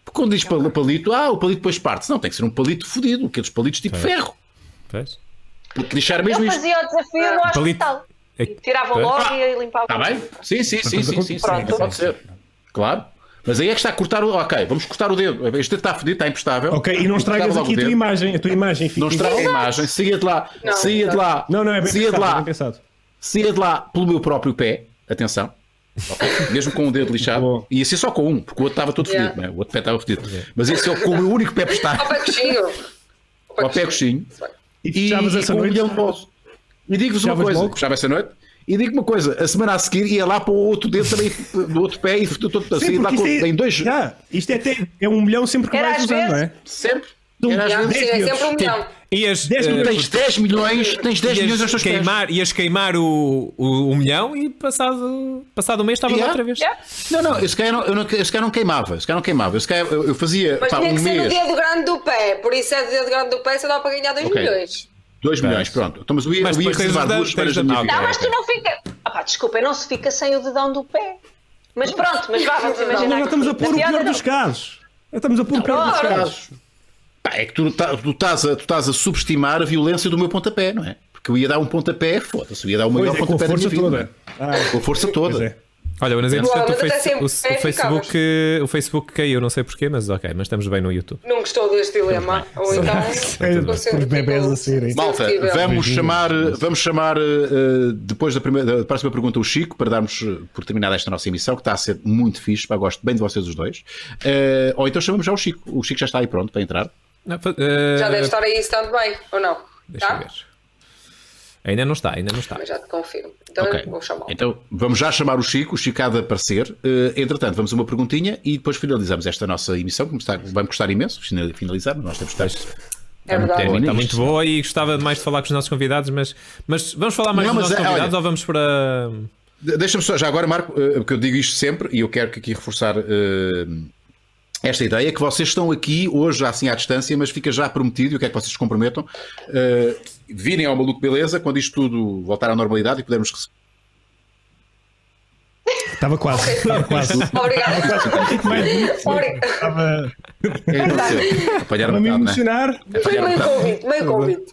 Porque quando diz pal- palito, ah, o palito depois parte. Não, tem que ser um palito fodido, aqueles palitos tipo ferro.
Pois.
Porque deixar
Eu
mesmo isto.
fazia o desafio no
Ah, Palito. Tá
hospital.
É-
Tiravam
Pois.
logo e limpavam.
Está Tá bem? Sim, sim, sim, sim, sim, sim,
Pronto.
então.
pode ser. Claro. Mas aí é que está a cortar o. Ok, vamos cortar o dedo. Este dedo está fedido, está imprestável.
Ok, e não estragas
Cortava logo
aqui a
o
tua
dedo.
imagem. A tua imagem fica.
Não estraga a
Exato.
imagem. Saia de lá.
Não,
saia de lá.
Não, não, é bem
Saia de
pensado. é
lá.
bem pensado.
Saia de lá pelo meu próprio pé. Atenção. Ok? Mesmo com o dedo lixado.
Boa.
Ia ser só com um, porque o outro estava todo fedido,
Yeah.
não é? O outro pé estava fedido. Mas ia ser com o meu único pé
Ao
prestado,
pé coxinho.
ao pé coxinho.
E
E,
fechavas essa
com um
noite.
milhão de bolsos. E digo-vos uma
Fechavas
coisa.
logo?
Fechava essa noite. E digo uma coisa, a semana a seguir ia lá para o outro dedo também, do outro pé e todo assim, lá com,
isto é,
em dois,
Já, isto é, até, é um milhão sempre que
Era
vais
às
usando, não é?
vezes.
Sempre.
Era às
Já,
vezes.
sim, é sempre um
Tem-
milhão.
E as,
Dez
eh,
minutos.
Tens 10 milhões, tens 10 milhões aos
ias
teus pés.
queimar, ias queimar o, o, o milhão e passado, passado um mês estava lá
Yeah.
outra vez.
Yeah.
Não, não, esse cara não, eu não, esse cara não queimava, esse cara não queimava, esse cara eu, eu fazia
Mas
pá,
tinha
um
que ser no
mês,
dedo grande do pé. Por isso é do dedo grande do pé, só dá para ganhar 2
Ok.
milhões.
2
Tá.
milhões, pronto. Então, mas eu ia,
Mas
eu ia
depois tens
reservar
os da-
duas
tens
esperas da
da-
minha
Ah,
vida.
Não, mas tu não fica. Ah, pá, desculpa, não se fica sem o dedão do pé. Mas pronto, mas vá, vamos
Mas
imaginar.
já estamos a
que- assim,
pôr o
na piada
pior
não.
dos casos. Já estamos a pôr o pior dos
claro.
casos.
Pá, é que tu, tá- tu estás a, tu estás a subestimar a violência do meu pontapé, não é? Porque eu ia dar um pontapé, foda-se, eu ia dar o maior
Pois é, com a
pontapé da minha
força
vida.
toda.
não é? com a força
Pois
toda.
é.
Olha, mas
Claro,
entretanto o,
mas até
face-
sempre
o- o
é
Facebook, eh, o Facebook caiu, não sei porquê, mas ok, mas estamos bem no YouTube.
Não gostou deste dilema? Ou então. ficou sendo
é, Os bebés
tipo-
a saírem.
Malta,
sensível.
vamos chamar, vamos chamar eh, eh, depois da, primeira, da próxima pergunta o Chico para darmos eh, por terminada esta nossa emissão, que está a ser muito fixe, pá, gosto bem de vocês os dois. Eh, ou então chamamos já o Chico. O Chico já está aí pronto para entrar.
Não, fa- eh,
Já deve estar aí isso também, ou não?
Deixa
Tá?
eu ver. Ainda não está, ainda não está.
Mas já te confirmo. Então
Ok.
vou chamá-lo.
Então vamos já chamar o Chico, o Chico há de aparecer. Eh, entretanto, vamos a uma perguntinha e depois finalizamos esta nossa emissão, que me está- vai-me custar imenso final- finalizar, mas nós temos que estar. Então,
é
É,
verdade.
Bom,
está
nisto.
muito boa e gostava mais de falar com os nossos convidados, mas, mas vamos falar mais
Não,
dos
mas
nossos
é,
convidados
olha-
ou vamos para.
De- Deixa-me só, já agora, Marco, eh, porque eu digo isto sempre e eu quero que aqui reforçar eh, esta ideia, que vocês estão aqui hoje, assim à distância, mas fica já prometido, e eu quero que vocês se comprometam, eh, virem ao Maluco Beleza quando isto tudo voltar à normalidade e pudermos receber.
Estava quase. Estava quase.
Obrigada. Ori-
Estava
Apanharam
estava a
um bocado,
me
né?
emocionar.
Foi
Apanharam um
meio
bocado.
convite, meio convite.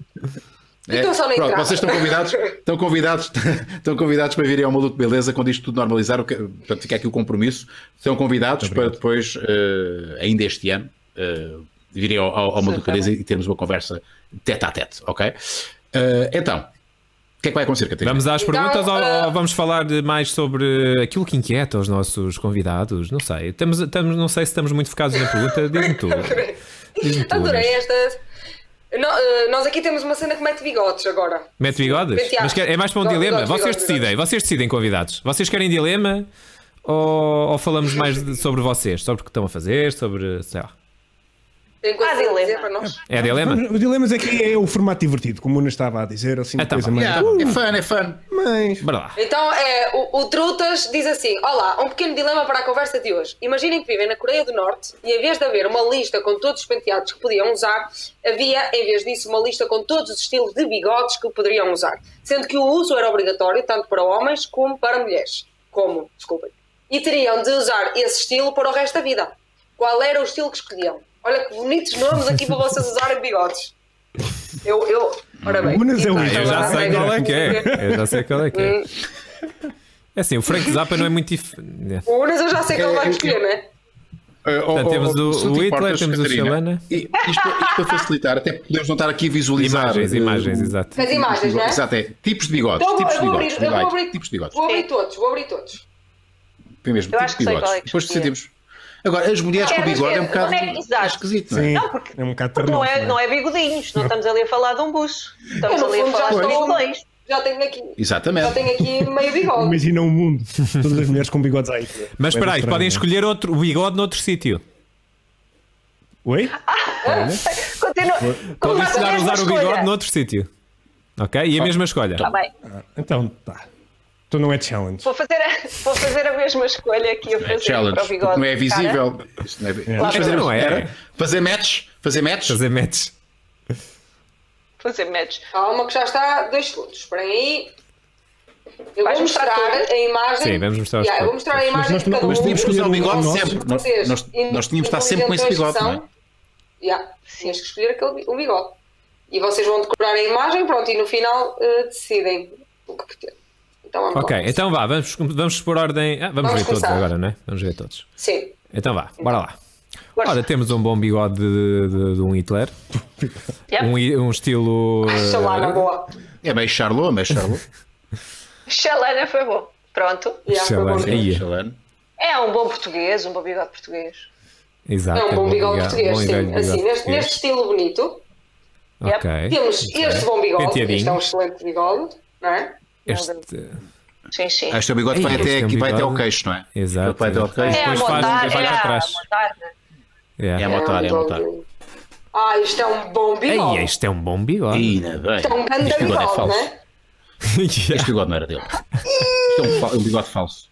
É,
Então só na
pronto,
entrada.
vocês estão convidados, estão convidados, estão convidados para virem ao Maluco Beleza quando isto tudo normalizar. o que- Portanto, fica aqui o compromisso. Estão convidados para depois, eh, ainda este ano, eh, virem ao, ao, ao Maluco Beleza e termos uma conversa tete a tete, ok? Eh, então, o que é que vai acontecer, Catarina?
Vamos às
Então,
perguntas ou,
eh,
ou vamos falar de mais sobre aquilo que inquieta os nossos convidados? Não sei. Estamos, estamos, não sei se estamos muito focados na pergunta. Diz-me tu. Diz-me tu.
Adorei
Inês.
estas. No- eh, Nós aqui temos uma cena que mete bigodes agora.
Mete bigodes?
Penteados.
Mas quer- é mais para um
Não,
dilema?
bigodes,
vocês
bigodes,
decidem, vocês decidem, convidados. Vocês querem dilema ou, ou falamos mais de- sobre vocês? Sobre o que estão a fazer? Sobre. sei lá.
Tem coisa
Ah,
a dizer
dilema.
para nós?
É dilema?
Mas O dilema é que é o formato divertido, como o Nuno estava a dizer, assim,
Ah,
uma
tá
coisa
bom.
mais.
Yeah,
Então,
É fun, é fun.
Mas.
Bora lá.
Então, é, o, o Trutas diz assim: Olá, um pequeno dilema para a conversa de hoje. Imaginem que vivem na Coreia do Norte e, em vez de haver uma lista com todos os penteados que podiam usar, havia, em vez disso, uma lista com todos os estilos de bigodes que poderiam usar, sendo que o uso era obrigatório tanto para homens como para mulheres. Como? Desculpem. E teriam de usar esse estilo para o resto da vida. Qual era o estilo que escolhiam? Olha que bonitos nomes aqui para vocês usarem bigodes. Eu, eu, ora bem.
Unas é o
Ah,
Luís.
Eu já sei qual é que é. Eu já sei qual é que é.
Hum.
É assim, o Frank Zappa não é muito diferente.
O Unas eu já sei que ele vai escolher, não é?
Eh, oh,
Portanto,
oh,
temos
oh,
o-
se não
o
te
Hitler,
importas,
temos o
Catarina,
Chalana.
e Isto, isto para facilitar, até podemos não estar aqui a visualizar.
Imagens,
eh,
imagens,
o-
exato.
As imagens, não é?
Exato, é. Tipos de bigodes.
Então, eu
tipos de
vou
bigodes.
abrir- eu vou
Like,
abrir-
tipos de bigodes.
Vou abrir todos, vou abrir todos.
Foi mesmo,
Eu
tipos
acho
de
que sei
bigodes.
qual é que
Depois
escolhi.
decidimos. Agora, as mulheres com
Quero
bigode é um
ver,
bocado
onde é que- exato.
esquisito, não é?
Sim,
Não, porque-
é um bocado
Porque
ternoso,
não é, não é bigodinhos, não estamos ali a falar de um bucho. Estamos
Eu, no
ali a
fundo,
falar
já
de
estou-
bigões.
Já tenho aqui, já
Exatamente.
tenho aqui meio bigode.
Imagina o mundo. Todas as mulheres com bigodes aí.
Mas
Vai
espera aí,
mostrar,
podem
né?
escolher outro o bigode noutro sítio.
Oi?
Continua.
Podem
Continua
chegar a
mesma
usar o
escolha.
bigode noutro sítio. Ok? E a mesma escolha.
Tá bem.
Então, tá. Então não é challenge.
Vou fazer, a, vou fazer a mesma escolha que eu
É
fazer
challenge,
para o
porque
bigode.
não é
cara.
visível. Isto não é- Vamos fazer,
Não é.
era fazer match, fazer match.
Fazer matches.
Fazer match.
Calma que já está dois segundos. Esperem aí. Eu
Vais
vou
mostrar
mostrar
todas?
a imagem.
Sim, vamos mostrar os
Yeah, eu vou
todos.
mostrar a imagem
nós-
de cada
mas
um.
Tínhamos que usar o bigode
Nosso.
sempre. Nós, nós, nós tínhamos de estar sempre com esse bigode, não é?
Yeah, tinhas que escolher aquele, bi- o bigode. E vocês vão decorar a imagem, pronto, e no final eh, decidem o que pretendem. Então vamos
Ok,
lá.
então vá, vamos, vamos por ordem. Ah, vamos,
Vamos
ver todos
começar.
agora, não é? Vamos ver todos.
Sim.
Então vá, bora lá. Ora, temos um bom bigode de, de- de um Hitler,
Yep.
um, i- um estilo.
Acho Ah, lá na boa.
É meio charlot, meio charlot.
Chalana foi bom. Pronto.
Yeah,
Sei
foi
lá,
bom.
sim. Ia.
Chalana.
É um bom português, um bom bigode português.
Exato,
É um bom bigode português,
bom e velho
sim.
bigode
Assim, neste,
português.
neste estilo bonito.
Ok.
Temos este bom bigode.
Penteadinho.
Este é um excelente bigode, não é?
Este,
Sim, sim.
Ah, Este é o bigode que vai
Ei,
até
este é um
aqui, vai até ao
bigode.
queixo, não é?
Exato.
Ele Vai até ao queixo.
é a
depois faz-
montar,
vai
é
para
a
trás.
montar, né?
É a
yeah.
montar, é a
um
montar.
bom- Ah, isto é um bom bigode.
Ei, este é um bom bigode.
Ainda bem.
Isto é um grande
Este bigode é
bigode, não
falso.
é?
Este bigode não era dele. Isto é um fal- um bigode falso.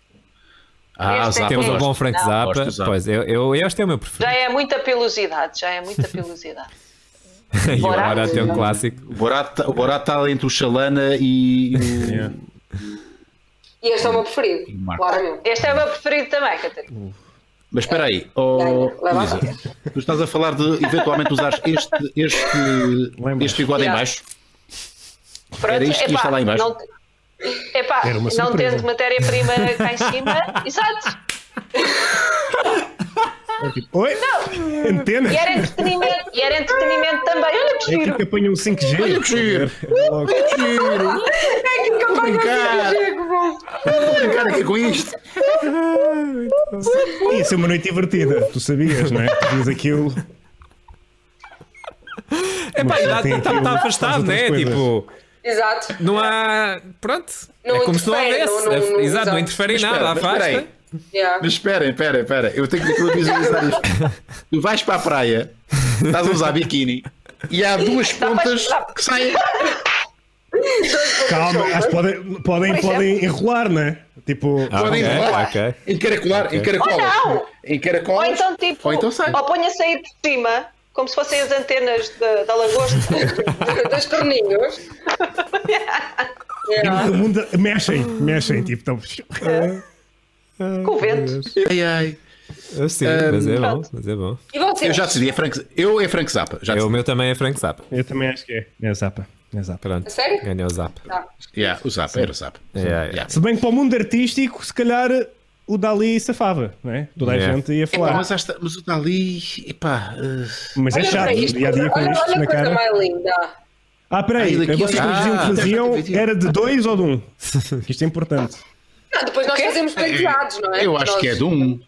Ah,
Este é
Zappa,
Temos um
gosto.
bom Frank
Gosto
Zappa.
do Zappa.
Pois, eu, eu, este é o meu
Já
preferido.
é muita pelosidade, já é muita pelosidade.
E o
Borat.
Borat é um clássico.
O Borat, o Borat está entre o Chalana e o-
E este é o meu preferido,
Marco.
claramente.
Este é o meu preferido também, Catarina.
Mas espera aí, oh,
Leva
Luísa, tu estás a falar de eventualmente usares este, este,
embaixo.
este bigode em
Yeah.
baixo.
Pronto,
Era isto que
epá,
está lá em baixo.
Não, epá,
Era uma
não
surpresa.
tendo matéria-prima cá em cima. Exato.
É tipo, Oi? Antena?
E é era entretenimento, e era entretenimento também. Olha que
É aqui
giro.
que apanham 5G.
Olha que giro.
É Logo.
Estou a brincar, estou a brincar aqui com isto.
Ia ser é uma noite divertida. Tu sabias, não é? Tu diz aquilo.
É pá,
já tem
está
aqui
tá
um-
afastado,
outras
né?
coisas.
Tipo,
Exato.
não há. Pronto.
Não
é como se não
interfere,
houvesse.
não- não- não-
Exato, não
exato.
interfere em
Mas espera,
nada,
mas espera
afasta.
aí.
Yeah.
Mas esperem, espera, espera. Eu tenho que aquilo visualizar isto. Tu vais para a praia, estás a usar biquíni e há duas pontas que saem.
Tá
Calma, acho que podem, podem, podem enrolar, não é? Tipo,
Podem
ok,
enrolar.
ok.
Encaracolar, encaracolas.
Ou não. Ou
Encaracolas.
então, tipo,
Ou então sai.
ou ponha a sair por cima, como se fossem as antenas da- da lagosta.
Dois corninhos. Yeah.
o mundo. Mexem, mexem. Tipo, tão...
Com o vento.
Ai, ai.
Ah, Sim,
Ehm,
mas é bom, mas é bom.
E vocês?
Eu já decidi, é Frank, eu é Frank Zappa. Já
É, o
decidi.
meu também é Frank Zappa.
Eu também acho que é. É Zapa. É Zapa.
Pronto.
Sério?
Ganhou o Zappa.
Tá.
Yeah, o Zappa, era o Zappa.
É, é, é.
Se bem que para o mundo artístico, se calhar o Dali safava, não é? Toda a
Yeah.
gente ia
Epá,
falar.
mas, esta, mas o Dali, epá, eh,
Mas é
Então, Olha para
chato,
isto,
dia a dia com
olha,
isto
olha
na
a coisa
cara.
mais linda.
Ah, peraí,
Ai, daqui-
vocês que
Ah,
diziam que faziam
deve ter
era de dois ou de um? Que Isto é importante.
Não, depois nós fazemos penteados, não é?
eu acho
Nós-
que é de um.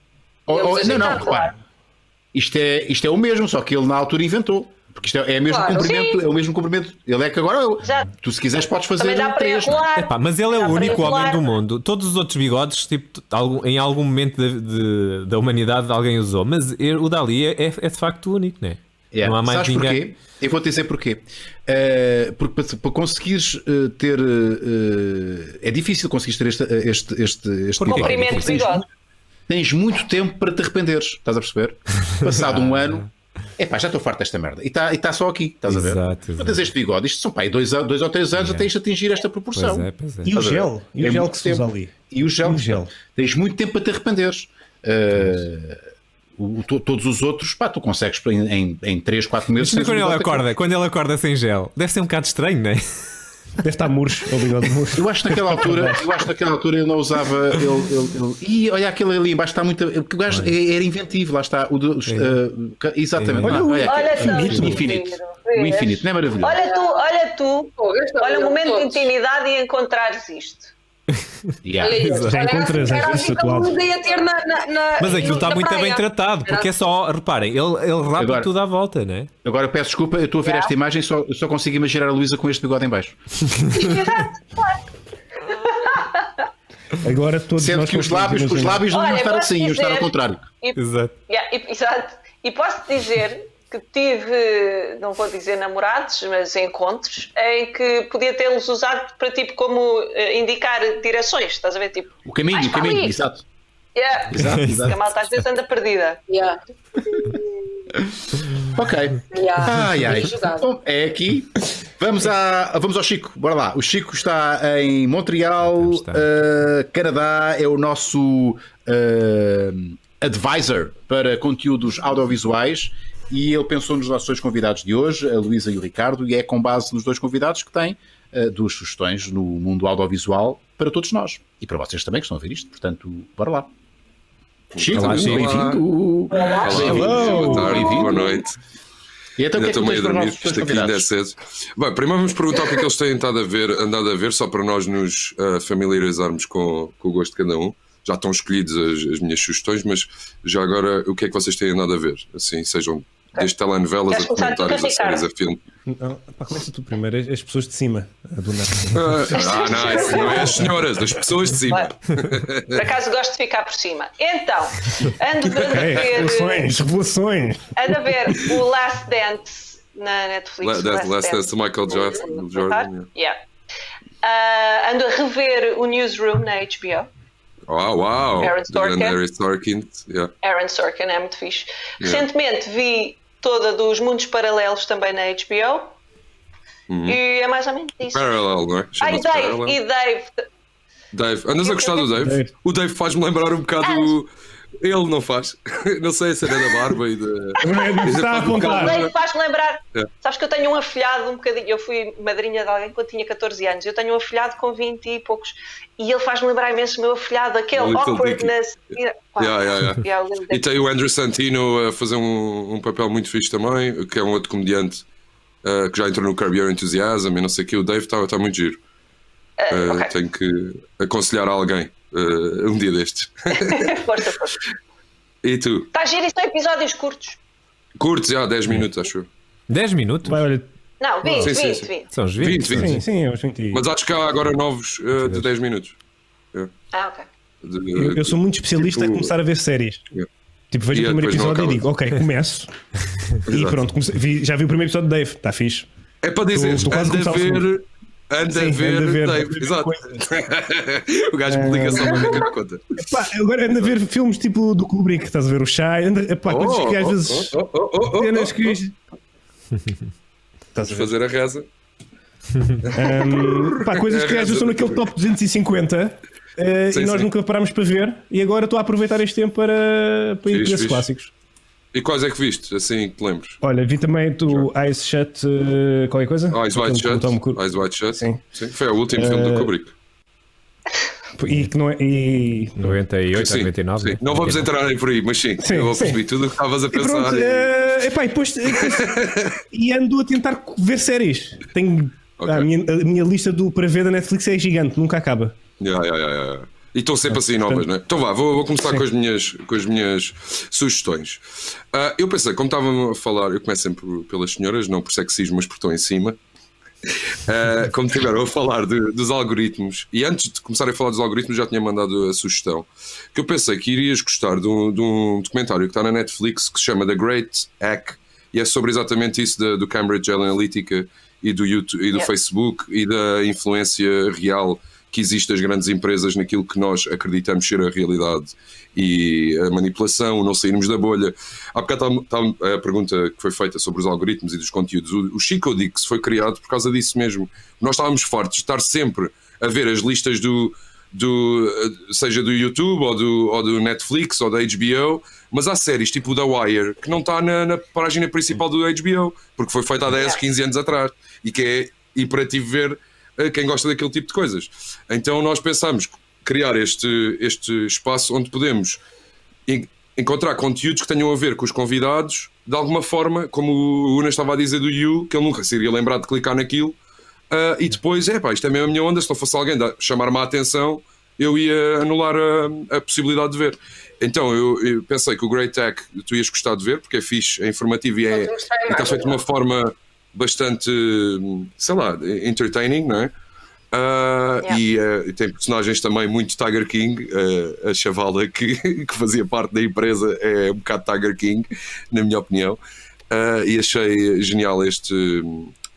Ou- ou-
Eles
não, não,
ajeitaram,
repara. Isto é, isto é o mesmo, só que ele na altura inventou. Porque isto é, é, o mesmo
Claro,
comprimento, é o mesmo comprimento. Ele é que agora eu.
Exato.
Tu, se quiseres, podes fazer
Também dá
um
para
três, não é?
enrolar.
Pá, mas ele é o
Dá para
único homem
enrolar.
do mundo. Todos os outros bigodes, tipo, t- algum- em algum momento da- de- da humanidade alguém usou. Mas ele- o Dali é, é- é de facto único, né?
Yeah.
Não há mais
Sabes
ninguém.
porquê? Eu vou te dizer porquê. Eh, porque para, para conseguires eh, ter. eh, é difícil conseguir ter este. este, este, tipo este
Porquê?
nível.
Comprimento
Porque tens,
bigode.
tens muito tempo para te arrependeres. Estás a perceber? Passado um ano. Epá, já estou farto desta merda. E está tá só aqui, estás a ver?
Exato,
Não
exato.
tens este bigode, isto são pá, aí dois, a- dois ou três anos
Yeah.
até isto atingir esta
Pois
proporção.
é, pois é.
E o
Estás a ver?
gel? E
É
o gel
muito
que se usa
tempo.
ali?
E o gel,
E o gel?
Tens muito tempo para te arrependeres. Eh, o- to- todos os outros, pá, tu consegues em- em, em 3, 4 meses.
Imagina
tens um
quando ele
bigode daquele.
acorda, quando ele acorda sem gel. Deve ser um bocado estranho, não é?
Deve estar murcho, é o bigode murcho.
Eu acho que naquela altura, eu acho que naquela altura ele não usava. Ele, ele, ele- Ih, olha aquele ali embaixo está muito. Porque o gajo é- era inventivo, lá está. O do- os, ah, ca- exatamente.
Olha
Ah,
o-
aquele.
Olha só.
infinito. infinito. O infinito, não é maravilhoso?
Olha tu, olha tu.
Pô, eu estou a
Olha
ver
um momento de
todos.
intimidade e encontrares isto.
Yeah.
Olha isso,
Exato.
era
Encontras,
assim- era
às vezes,
assim que eu
tatuado.
me ia ter na- na- na-
Mas aquilo está
na
muito
É praia.
bem tratado, porque é só, reparem, ele, ele rapa
Agora-
tudo à volta, não é?
Agora eu peço desculpa, eu estou a ver esta imagem, só, eu só consigo imaginar a Luísa com este bigode em baixo.
Agora todos
Sendo
nós
que os
conseguimos
lábios, os
imaginar.
lábios não iam
Olha,
estar
posso
assim, iam estar ao
dizer-
contrário.
E,
Exato.
yeah, e- exato. E posso dizer que tive, não vou dizer namorados, mas encontros em que podia tê-los usado para tipo como eh, indicar direções, estás a ver? Tipo,
O caminho,
Ah,
o
está
caminho,
ali.
exato.
yeah,
Exato,
que
exato.
a malta às vezes anda perdida.
Yeah,
Ok.
yeah.
Ai, ai.
Jogado.
Bom, é aqui. Vamos, à, vamos ao Chico, bora lá. O Chico está em Montreal,
Está, está.
eh, Canadá, é o nosso eh, advisor para conteúdos audiovisuais e ele pensou nos nossos dois convidados de hoje, a Luísa e o Ricardo, e é com base nos dois convidados que tem eh, duas sugestões no mundo audiovisual para todos nós e para vocês também que estão a ver isto, portanto, bora lá. Chico,
Olá, Chico.
bem-vindo.
Olá,
Hello.
boa tarde, boa
Bem-vindo.
noite.
E então, o
Ainda
que é que
estou
tu tens
meio
para
a
os
dormir,
nossos dois
porque isto aqui ainda é
convidados?
cedo. Bem, primeiro vamos perguntar o que é que eles têm estado a ver, andado a ver, só para nós nos ah, familiarizarmos com, com o gosto de cada um. Já estão escolhidos as, as minhas sugestões, mas já agora o que é que vocês têm andado a ver? Assim, sejam desde telenovelas
Queres
a
começar tu,
documentários, a
Ricardo?
séries, a filme.
Não, pá, começa tu primeiro, as- as pessoas de cima. a do nada.
Ah, ah, não, isso não é as senhoras, as pessoas de cima.
Por acaso gosto de ficar por cima. Então, ando a
É,
ver.
revelações, revelações.
Anda a ver o Last Dance na Netflix.
La- Last Last Dance de Michael Jordan. Jordan,
Jordan. Yeah. Ah, ando a rever o Newsroom na HBO.
yeah. Oh, uau!
Aaron
Do grande
Sorkin.
Harry Sorkin. yeah.
Aaron Sorkin é muito fixe.
Yeah.
Recentemente vi toda dos Mundos Paralelos também na HBO.
Uhum.
E é mais ou menos Ah, isso.
Parallel, não é?
Ai,
Chama-se Parallel.
Dave, e Dave.
Dave, andas a gostar do Dave?
Dave.
O Dave faz-me lembrar um bocado.
Ah,
o- Ele não faz. Não sei a cena da barba e da.
Não é- não está a
O
apontar.
Uhum.
Dave faz-me lembrar.
É.
Sabes que eu tenho um afilhado um bocadinho. Eu fui madrinha de alguém quando tinha 14 anos. Eu tenho um afilhado com 20 e poucos. E ele faz-me lembrar imenso o meu afilhado, aquele
O Little
awkwardness. Pá,
Yeah, yeah, yeah.
yeah, o Little
E
Dicky.
tem o Andrew Santino a fazer um, um papel muito fixe também, que é um outro comediante uh, que já entrou no Curb Your Enthusiasm e não sei o que. O Dave está muito giro. Uh,
Ah, ok.
Tenho que aconselhar alguém uh, um dia destes.
Força, força.
E tu?
Está giro, isso são episódios curtos.
Curtes já 10 minutos, acho eu.
10 minutos?
Vai, olha,
Não, 20,
Sim, sim,
20,
sim.
20.
São os 20.
20, 20.
sim, sim, eu senti.
Mas acho que há agora novos uh, de 10 minutos.
Ah, ok.
De-
Eu, eu sou muito especialista
eh, Tipo-
a começar a ver séries.
Yeah.
Tipo, vejo
E
o primeiro
depois não
episódio e
acabas.
digo, ok, começo. e
Exato.
pronto, comecei- vi- já vi o primeiro episódio de Dave, está fixe.
É para dizer,
Tu- tu quase
anda a
começavas
ver. Anda a
Sim,
ver,
anda a ver,
Dave,
ver
exato.
coisas.
o é gajo publica só uma microconta.
Pá, agora anda a ver filmes tipo do Kubrick, estás a ver o Shy, anda, pá, coisas que às vezes.
oh, oh, oh, oh,
cenas
oh,
que.
oh.
Estás a ver?
Fazer a reza.
Hum, pá, coisas
É,
que às vezes estão naquele top 250 eh,
Sim,
e nós
sim.
nunca parámos para ver. E agora estou a aproveitar este tempo para, para ir para
Fixe,
esses
fixe.
clássicos.
E quais é que viste, assim que te lembres?
Olha, vi também do Ice Shut, eh, qualquer coisa?
Eyes
Aquele
Wide Oh, Shut.
com o Tom Cruise.
Eyes Wide Shut.
Sim.
Sim, Foi o último filme do
Eh,
Kubrick.
E que não é. E...
98
Sim,
ou 99.
sim.
né?
Não vamos entrar aí por aí, mas sim,
Sim,
eu
sim.
percebi tudo o que estavas a
E
pensar.
pronto, eh, epá, e depois eh, e ando a tentar ver séries. Tenho
Ok.
a, minha, a minha lista do para ver da Netflix é gigante, nunca acaba.
Yeah, yeah, yeah, yeah. E estão sempre assim novas, não é? Então vá, vou, vou começar com as, minhas, com as minhas sugestões. Ah, eu pensei, como estava a falar, eu começo sempre por- pelas senhoras, não por sexismo, mas por estão em cima. Ah, como estiveram a falar de- dos algoritmos, e antes de começar a falar dos algoritmos, já tinha mandado a sugestão que eu pensei que irias gostar de um, de um documentário que está na Netflix que se chama The Great Hack e é sobre exatamente isso da, do Cambridge Analytica e do, YouTube, e do
Yeah.
Facebook e da influência real que existe das grandes empresas naquilo que nós acreditamos ser a realidade e a manipulação, o não sairmos da bolha. Há bocado está, a pergunta que foi feita sobre os algoritmos e dos conteúdos. O, o Chico Dix foi criado por causa disso mesmo. Nós estávamos fortes de estar sempre a ver as listas do, do eh, seja do YouTube ou do, ou do Netflix ou da HBO, mas há séries tipo o The Wire que não está na, na página principal do HBO, porque foi feita há 10,
Yeah.
15 anos atrás e que é imperativo ver eh, quem gosta daquele tipo de coisas. Então nós pensamos criar este, este espaço onde podemos en- encontrar conteúdos que tenham a ver com os convidados, de alguma forma, como o Una estava a dizer do You, que ele nunca se iria lembrar de clicar naquilo, ah, e depois, é pá, isto é mesmo a minha onda. Se não fosse alguém da- chamar-me a atenção, eu ia anular a, a possibilidade de ver. Então eu, eu pensei que o Great Tech tu ias gostar de ver, porque é fixe, é informativo e é,
Pode mostrar a
tá
e está
imagem,
feito de uma forma bastante, sei lá, entertaining, não é? Ah, e, eh, e tem personagens também muito Tiger King. eh, a chavala que, que fazia parte da empresa é um bocado Tiger King, na minha opinião. Ah, e achei genial este,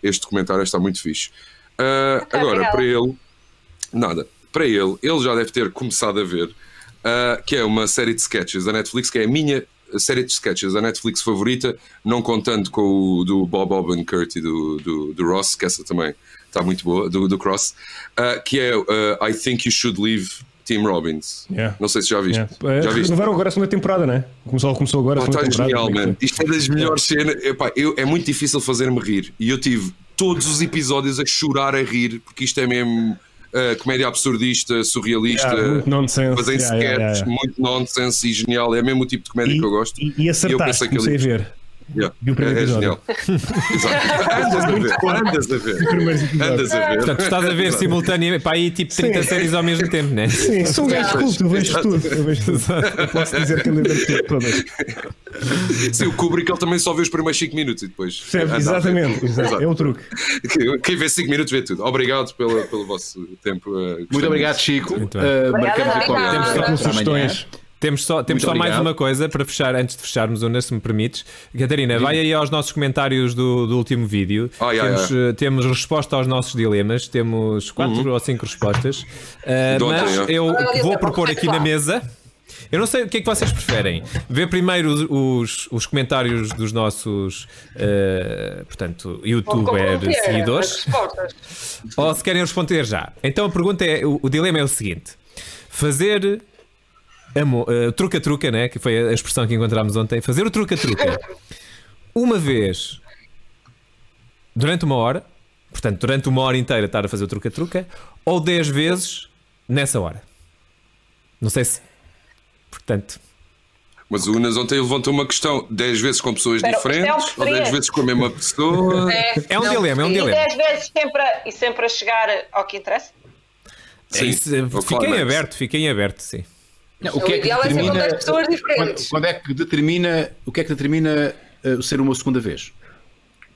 este documentário, está muito fixe. Ah,
Ok,
agora,
obrigada.
para ele, nada, para ele, ele já deve ter começado a ver, ah, que é uma série de sketches da Netflix, que é a minha série de sketches da Netflix favorita, não contando com o do Bob Odenkirk e do, do, do Ross, que essa também está muito boa, do, do Cross, ah, que é ah, I Think You Should Leave Tim Robbins.
Yeah.
Não sei se já viste.
Yeah. Eh,
Já viste?
Renovaram agora a segunda temporada, né? Começou, começou agora a
Pá,
segunda
tá
temporada.
genial,
Como é que
mano.
foi?
Isto é das melhores cenas. Epá, eu- é muito difícil fazer-me rir. E eu tive todos os episódios a chorar a rir, porque isto é mesmo ah, comédia absurdista, surrealista,
Yeah, muito nonsense.
fazendo
Yeah, yeah, yeah,
sketches,
yeah.
muito nonsense e genial. É mesmo o tipo de comédia
E,
que eu gosto.
e, e acertaste,
pensei que ele-
comecei a ver.
Yeah.
E o primeiro
é, é
episódio?
genial. Exato. Andas a ver,
Primeiros episódios.
andas a ver. Andas a ver.
Portanto, estás a ver
Exato.
simultaneamente para aí tipo 30
Sim.
séries ao mesmo tempo, né?
Sim, sou um gajo culto, eu vejo tudo. Eu vejo tudo. Eu posso dizer que é eu lembro de tudo, todas.
Sim, o Kubrick ele também só vê os primeiros 5 minutos e depois.
Percebe?
anda a ver.
Exatamente, exato.
Exato.
é o truque.
Quem- Quem vê 5 minutos vê tudo. Obrigado pelo, pelo vosso tempo. eh,
Muito
gostei
obrigado, Chico.
Muito bem.
Eh, marcamos aqui
Obrigada.
qualquer
Temos
coisa
Com
para amanhã.
sugestões.
Temos só, temos
Muito
só mais
obrigado.
uma coisa para fechar, antes de fecharmos, Onda, se me permites. Catarina, vai aí aos nossos comentários do, do último vídeo.
Ai, ai,
temos,
ai. Uhum.
eh, temos resposta aos nossos dilemas, temos quatro ou cinco respostas. Eh,
De ontem,
mas
é.
eu
Olha,
vou
Lisa,
propor
vai
aqui
lá.
na mesa. Eu não sei o que é que vocês preferem. Ver primeiro os- os, os comentários dos nossos, eh, portanto,
Vou
youtuber
comprometer as
É seguidores.
respostas.
é
Ou se querem responder já. Então a pergunta é: o, o dilema é o seguinte: fazer. amo- eh, Truca-truca, né? Que foi a a expressão que encontramos ontem. Fazer o truca-truca uma vez durante uma hora, portanto, durante uma hora inteira estar a fazer o truca-truca, ou 10 vezes nessa hora. Não sei se. Portanto,
Mas o Unas ontem levantou uma questão: 10 vezes com pessoas
Espera, isto é um
diferentes, ou 10
preço.
vezes com a mesma pessoa.
é um
não,
dilema, é um
e
E
dilema.
10 vezes sempre a, e sempre a chegar ao que interessa.
Sim,
Isso,
ao
fiquem
climax.
aberto, fiquem aberto, sim.
Não,
O ideal é sempre com 10 pessoas
quando,
diferentes.
quando é que determina o que é que determina eh, ser uma segunda vez?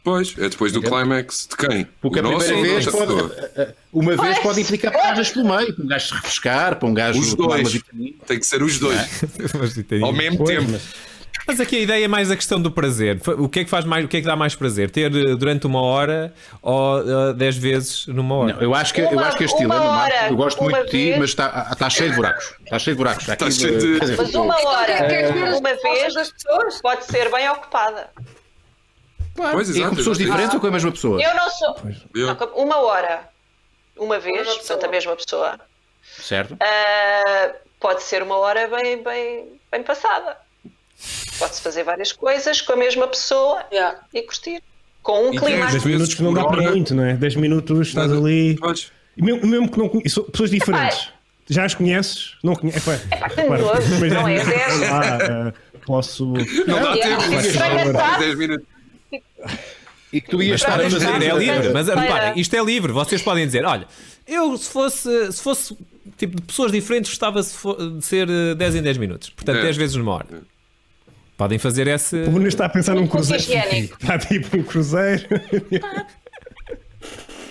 Pois, é depois do climax. De quem?
Porque a
Do
primeira
ou da
vez
outra
pode,
pessoa?
eh, eh, uma vez
Pois.
pode implicar pausas pelo meio, para um gajo se refrescar, para um gajo
Os
tomar uma
dois.
vitamina.
Tem que ser os dois,
é?
Mas,
ao mesmo
Pois,
tempo.
mas-
Mas aqui a ideia é mais a questão do prazer. Fa- O que é que faz mais, o que é que dá mais prazer? Ter eh, durante uma hora ou eh, dez vezes numa hora?
Não, eu acho que, eu
Uma-
acho que este
uma
dilema, Marco,
hora,
eu gosto
uma
muito de ti,
vez.
mas está está cheio de buracos. Está cheio de buracos. Está aqui
Tá cheio de-
quer dizer,
Mas uma hora,
Então,
É.
Quer ver as
uma
respostas
vez,
das pessoas?
pode ser bem ocupada.
Pois,
E com
exato. é
pessoas
exato.
diferentes ou com a mesma pessoa?
Eu não sou.
Eu-
Não, uma hora, uma vez,
Uma pessoa.
portanto, a mesma pessoa.
Certo?
Ah, pode ser uma hora bem, bem, bem passada. Pode-se fazer várias coisas com a mesma pessoa
Yeah.
e curtir. Com um
E
clima.
Às
10
vezes
minutos que não dá
por
para
hora-
muito, não é? 10 minutos, estás
Nada.
ali.
Pois.
E mesmo, mesmo que não conhe- e são pessoas diferentes. Já as conheces? Não conheces? É pá,
que nojo, não é? Dez.
Ah, ah, posso.
Não dá
Yeah.
tempo.
Isso
vai
gastar.
10 minutos.
E que tu ias estar a
Podem
fazer.
escolher, é livre, mas
Para-
reparem, isto é livre. Vocês podem dizer: olha, eu se fosse, se fosse tipo de pessoas diferentes, gostava se fo- de ser eh, 10 em 10 minutos, portanto,
É.
10 vezes numa hora. Podem fazer esse.
O Nuno está a pensar num cruzeiro.
higiênico.
Está tipo um cruzeiro.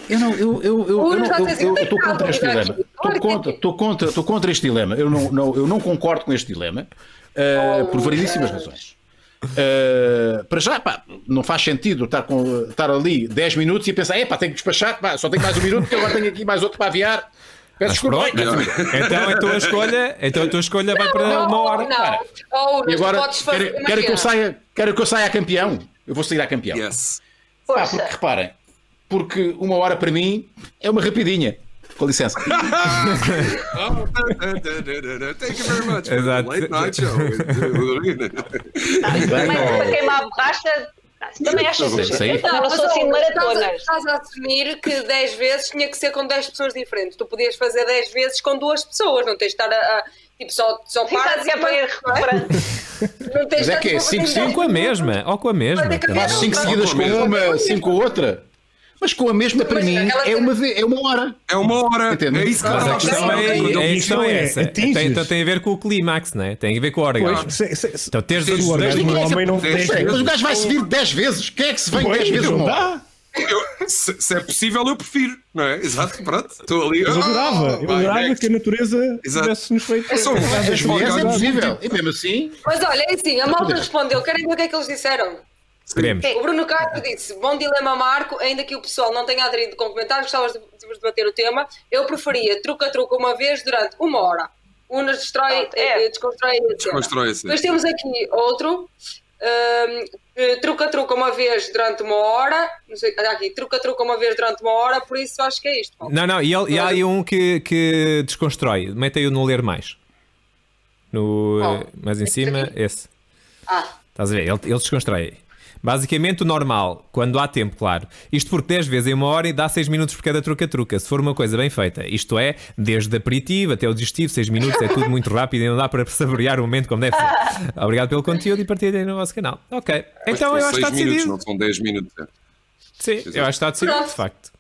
Eu não, eu, eu, eu, eu,
Bruno
não-
está a
eu,
dizer,
eu- eu
tem
estou
cá,
contra este
vou ligar
dilema.
aqui. Claro
Estou
que
contra,
tem.
estou contra, estou contra este dilema. Eu não, não, eu não concordo com este dilema eh, por variedíssimas razões. Uh, para já, pá, não faz sentido estar, com, estar ali 10 minutos e pensar, é pá, tenho que despachar, pá, só tenho mais um minuto, porque agora tenho aqui mais outro para aviar. Peço desculpa. Oi, peço desculpa.
Então a tua escolha, então a tua escolha vai para uma hora.
Não, ou
E
não
agora,
podes fazer.
quero, quero que eu
imagina.
saia, quero que eu saia a campeão. Eu vou sair a campeão.
Yes.
Pá,
Força.
porque reparem, porque uma hora para mim é uma rapidinha. Com licença.
Thank you very much for the
Exato.
late night show.
Também para queimar a borracha. Ah, isso Também acho
é? Sim, sim.
Eu também não sou assim
mas estás a-
maratonas.
Estás a assumir que 10 vezes tinha que ser com 10 pessoas diferentes. Tu podias fazer 10 vezes com duas pessoas, não tens de estar a. a- tipo, só, só
Sim, sabe
paras
que é para ir recuperando.
Não tens
Mas é
de
que é
estar-
cinco,
não tens de-
Ou com a mesma, ou com a mesma. tá
Vai ter é que
também.
Faz
Não,
cinco
não,
seguidas
não,
com
não.
uma, cinco com outra. Mas com a mesma para
Mas
mim
aquela-
é uma, ve- é uma hora.
É uma hora.
Entendo.
É isso que
Mas
Mas a
eu
não,
questão
não,
estava a
é,
dizer.
não,
a questão é
não,
essa.
atinges.
Tem, então tem a ver com o clímax, né? tem a ver com o orgasmo.
Pois, se, se, se,
Então teres
Tens
o orgasmo do
dez-
homem não
dez-
dez
Mas
vezes.
o gajo vai se vir 10 vezes. Quem é que se vem 10
Pois,
vezes
não
uma hora?
um.
dá.
Eu- se, se é possível, eu prefiro, não é? Exato, pronto. Estou ali. "Ah,
Eu adorava, eu
Vai,
adorava
next.
que a natureza
Exato.
tivesse-nos feito.
É só um
Às
Às
vezes um
vezes é
orgasmo.
possível. E mesmo assim,
Mas olha, é assim, a malta respondeu. Querem ver o que é que eles disseram?
Queremos.
O Bruno Castro disse: Bom dilema, Marco. Ainda que o pessoal não tenha aderido com comentários, gostavas de de debater o tema. Eu preferia truca-truca uma vez durante uma hora. Unas destrói,
Pronto, é.
eh, desconstrói a cena.
Desconstrói-se.
Depois temos aqui outro. hum, eh, Truca-truca uma vez durante uma hora. Não sei, olha aqui, truca-truca uma vez durante uma hora. Por isso acho que é isto. Paulo.
Não, não, e, ele- e há aí um que, que desconstrói. Mete-o no ler mais. No, eh, mais em cima, esse.
Ah,
Estás a ver? Ele, ele desconstrói. Basicamente o normal, quando há tempo, claro. Isto porque 10 vezes em uma hora e dá 6 minutos por cada truca-truca, se for uma coisa bem feita. Isto é, desde aperitivo até o digestivo, 6 minutos, é tudo muito rápido e não dá para saborear o momento como deve ser. Obrigado pelo conteúdo e partilhem no vosso canal. Ok, então
São
eu acho que
seis
está
minutos,
decidido.
não são 10 minutos. é.
Sim, eu acho que está decidido,
Pronto.
de facto.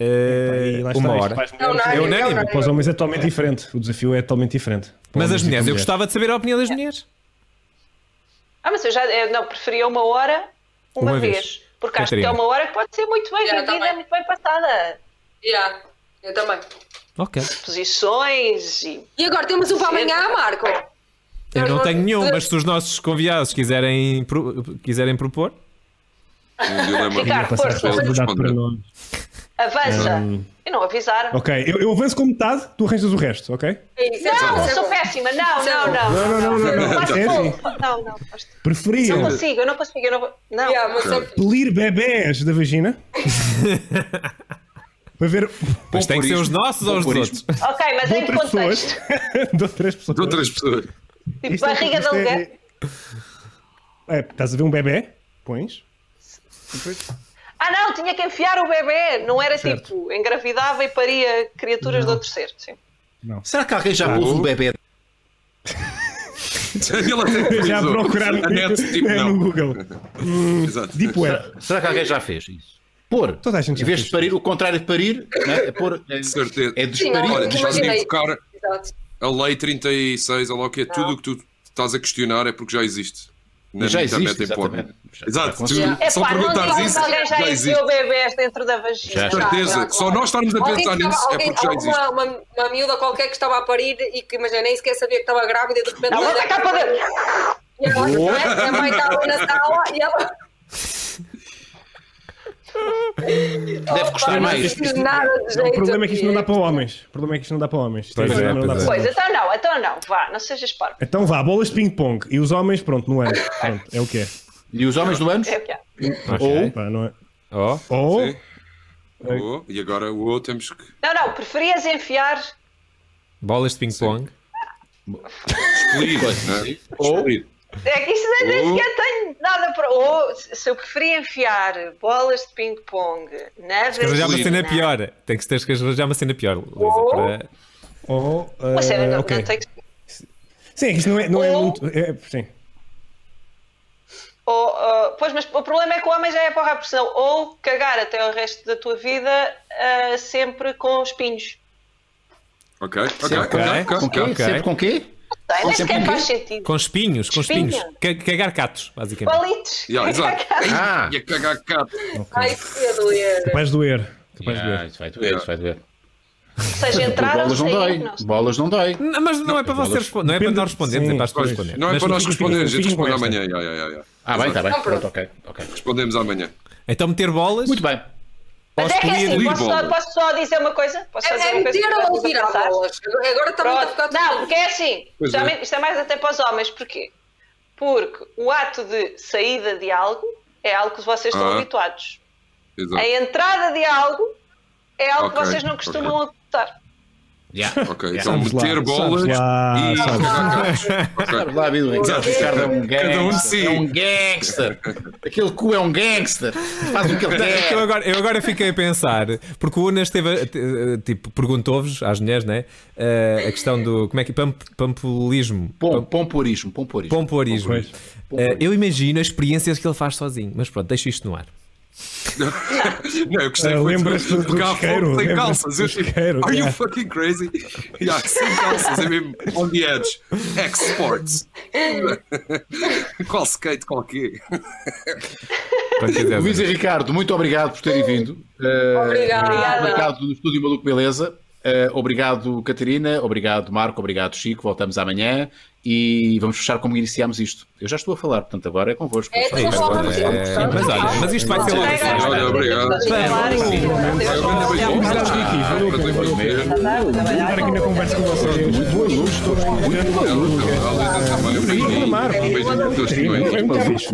E
Eh,
lá está,
uma
isto
hora.
faz-me-
é unânime.
É unânime.
é
Para os homens é totalmente diferente. O desafio é totalmente diferente. assim Para
Mas
homens
as
e para
mulheres, eu
mulheres.
gostava de saber a opinião das mulheres.
Ah, mas eu já eu não preferia uma hora uma,
Uma vez.
vez. Porque acho que
Catarina.
é uma hora que pode ser muito bem
É,
vivida,
também.
muito bem passada.
yeah, eu também.
Ok.
Posições e.
E agora temos um para amanhã, Marco. É
Eu não
Nós
tenho
vamos-
nenhum, mas se os nossos convidados quiserem, pro- quiserem propor,
Um dilema.
Ricardo,
Passar a
força,
responsabilidade
responder.
para nós.
avança. E não avisaram.
Ok, eu, eu avanço com metade, tu arranjas o resto, ok?
É isso, é
Não,
isso, é
sou
bom.
péssima. Não, não, não. Não, não, não. É assim.
não,
Não,
sério?
não, não, não.
Preferia
Não consigo, eu não consigo. Eu não... não.
Yeah, mas é-
pelir bebés da vagina para ver
pois tem que ser os
purismo.
nossos ou os
Bom
dos outros.
purismo.
Ok, mas em que
outras pessoas.
contexto?
de outras pessoas.
De outras pessoas.
Tipo,
Isto é-
barriga de
isto é-
aluguer?
É, estás a ver um bebê? Pões.
Ah, não, tinha que enfiar o bebê. Não era tipo, engravidava e paria criaturas de outro ser. Sim.
será que alguém já pôs um bebê?
Ele até
Eu Já a
pesquisou.
procurar no,
A net, tipo,
é,
não.
no Google. Tipo,
Exato.
Deep Web.
Será que alguém já fez isso? Pôr.
Toda a gente
Em
já
vez
fez.
de parir, o contrário de parir, né? é pôr. É,
Certeza.
é desparir.
Sim,
Olha, já se
Imaginei.
invocar
Exato.
a lei 36, olha lá o que é, tudo o que tu estás a questionar é porque já existe. Na
Já
internet
existe,
em porno.
exatamente. Já-
Exato,
já
tu-
consegui.
É
só
pá, não
perguntares
digam que
isso,
alguém já
já existe.
enfiou bebés dentro da vagina.
Já.
Certeza.
Já, já,
Só nós estarmos a
Alguém que
pensar nisso
estava-
é
alguém-
porque já existe.
alguma- uma, uma miúda qualquer que estava a parir e que imagina, nem sequer sabia que estava grávida e de repente.
Ela está cá para dentro.
E ela- e a mãe estava na sala e ela.
Deve custar
Não
mais.
fiz Nada de jeito
O problema é que isto não dá
aqui.
para homens. O problema é que isto não dá para homens. Isto
Pois
é,
é,
não
pois
dá para
Pois,
homens.
então não, então não. Vá, não sejas parvo.
Então vá, bolas de ping-pong. E os homens, pronto, no ano. Pronto, é o que é.
E os homens do ano?
É o que há.
Ou. Pá, não é.
Oh,
Ou.
Sim.
É.
Oh, e agora o outro temos que
Não, não, preferias enfiar.
bolas de ping-pong.
expelir. Ou
É que isso nem
Oh.
nem sequer tenho nada para. Ou se se eu preferia enfiar bolas de ping-pong na
Arranjar uma
Sim.
cena
vagina.
pior. Tem que ter que arranjar uma cena pior, Luísa,
Oh.
para-
Ou.
Uma cena,
eh,
não,
ok.
não tem que-
Sim, é que isto não é, não é
Ou-
muito. é, sim.
Ou, ah, pois, mas o problema é que o homem já é para porque senão ou cagar até o resto da tua vida ah, sempre com espinhos.
Ok, ok,
ok.
ok,
Com quê?
ok.
Ok.
Sempre com quê?
Não, nem
sempre
sequer
com
faz sentido.
Com espinhos, com
Espinho.
espinhos. Ca- Cagar catos, basicamente.
Palitos.
Yeah, exato.
Ah!
E a cagar cá.
Ai, que doer.
Vais doer. Capaz de doer.
Ah, isso vai doer, isso vai doer.
Seja entrar ou
bolas não
sair.
dói.
é
não sei.
Bolas não dói.
Não, mas não, é para você responder, não é para nós respondermos,
Sim.
é para as pessoas
Pois.
responderem.
Não é
Mas
para nós
fiquem com
respondermos, a
esta,
gente
fiquem com
responde
esta.
amanhã. Ya, ya, ya, ya.
Ah, bem, está bem.
Então, pronto.
Pronto, ok. ok.
Respondemos amanhã.
Então meter bolas.
Muito bem.
Mas é que é
um
assim,
Excluir
posso só,
bola.
posso só dizer uma coisa? Posso só dizer
É,
uma
é
coisa que
meter
eu
ou
estava a
virar
pensar?
bolas. Agora está Tá muito a ficar
Pronto. Não, porque é assim.
Pois é.
geralmente Isto é mais até para os homens. Porquê? Porque o ato de saída de algo é algo que vocês estão
Ah.
habituados.
Exato.
A entrada de algo é algo que
Ok,
vocês não costumam adotar.
Ok, então
Sabes lá,
meter
sabes
bolas
lá,
e
sabes
cagar carros. Ok.
Lá vindo, Exato.
Exato.
Ricardo é um
Cada um de
gangster.
si.
É um gangster. Aquele cu é um gangster. Faz o é que ele quer.
é Eu agora, eu agora fiquei a pensar, porque o Unas esteve, a- te- eh, tipo, perguntou-vos às mulheres, né? eh, a questão do como é que pamp, pampulismo,
Pom, pomporismo, pomporismo.
pompoarismo.
Pois.
Eh, eu imagino as experiências que ele faz sozinho, mas pronto, deixo isto no ar.
Não, eu gostei
Ah,
muito
lembras-te do- do
carro
isqueiro,
sem
lembras-te
calças.
do
Eu tipo,
isqueiro,
are you
yeah.
fucking crazy? Yeah, sem calças, é mesmo on the edge. Exports. qual skate, qual quê?
Quando quiseres,
Luís e
Unas.
Ricardo, muito obrigado por terem vindo. Uh,
Obrigada.
Obrigado do Estúdio Maluco Beleza. Uh, obrigado, Catarina. Obrigado, Marco. Obrigado, Chico. Voltamos amanhã e vamos fechar como iniciámos isto. Eu já estou a falar, portanto, agora é convosco.
É,
Pessoal.
tu só falas.
Eh, mas olha, mas isto vai ser logo.
Bem,
assim.
Olha, obrigado.
Vamos
Obrigado, Ricky. Valeu,
Prazer
pelo-
foi meu.
Vou estar aqui na conversa com vocês. Boa luz, estou bem.
Além de trabalho, obrigado.
Marco.
Um beijo a todos também.
Foi muito fixe.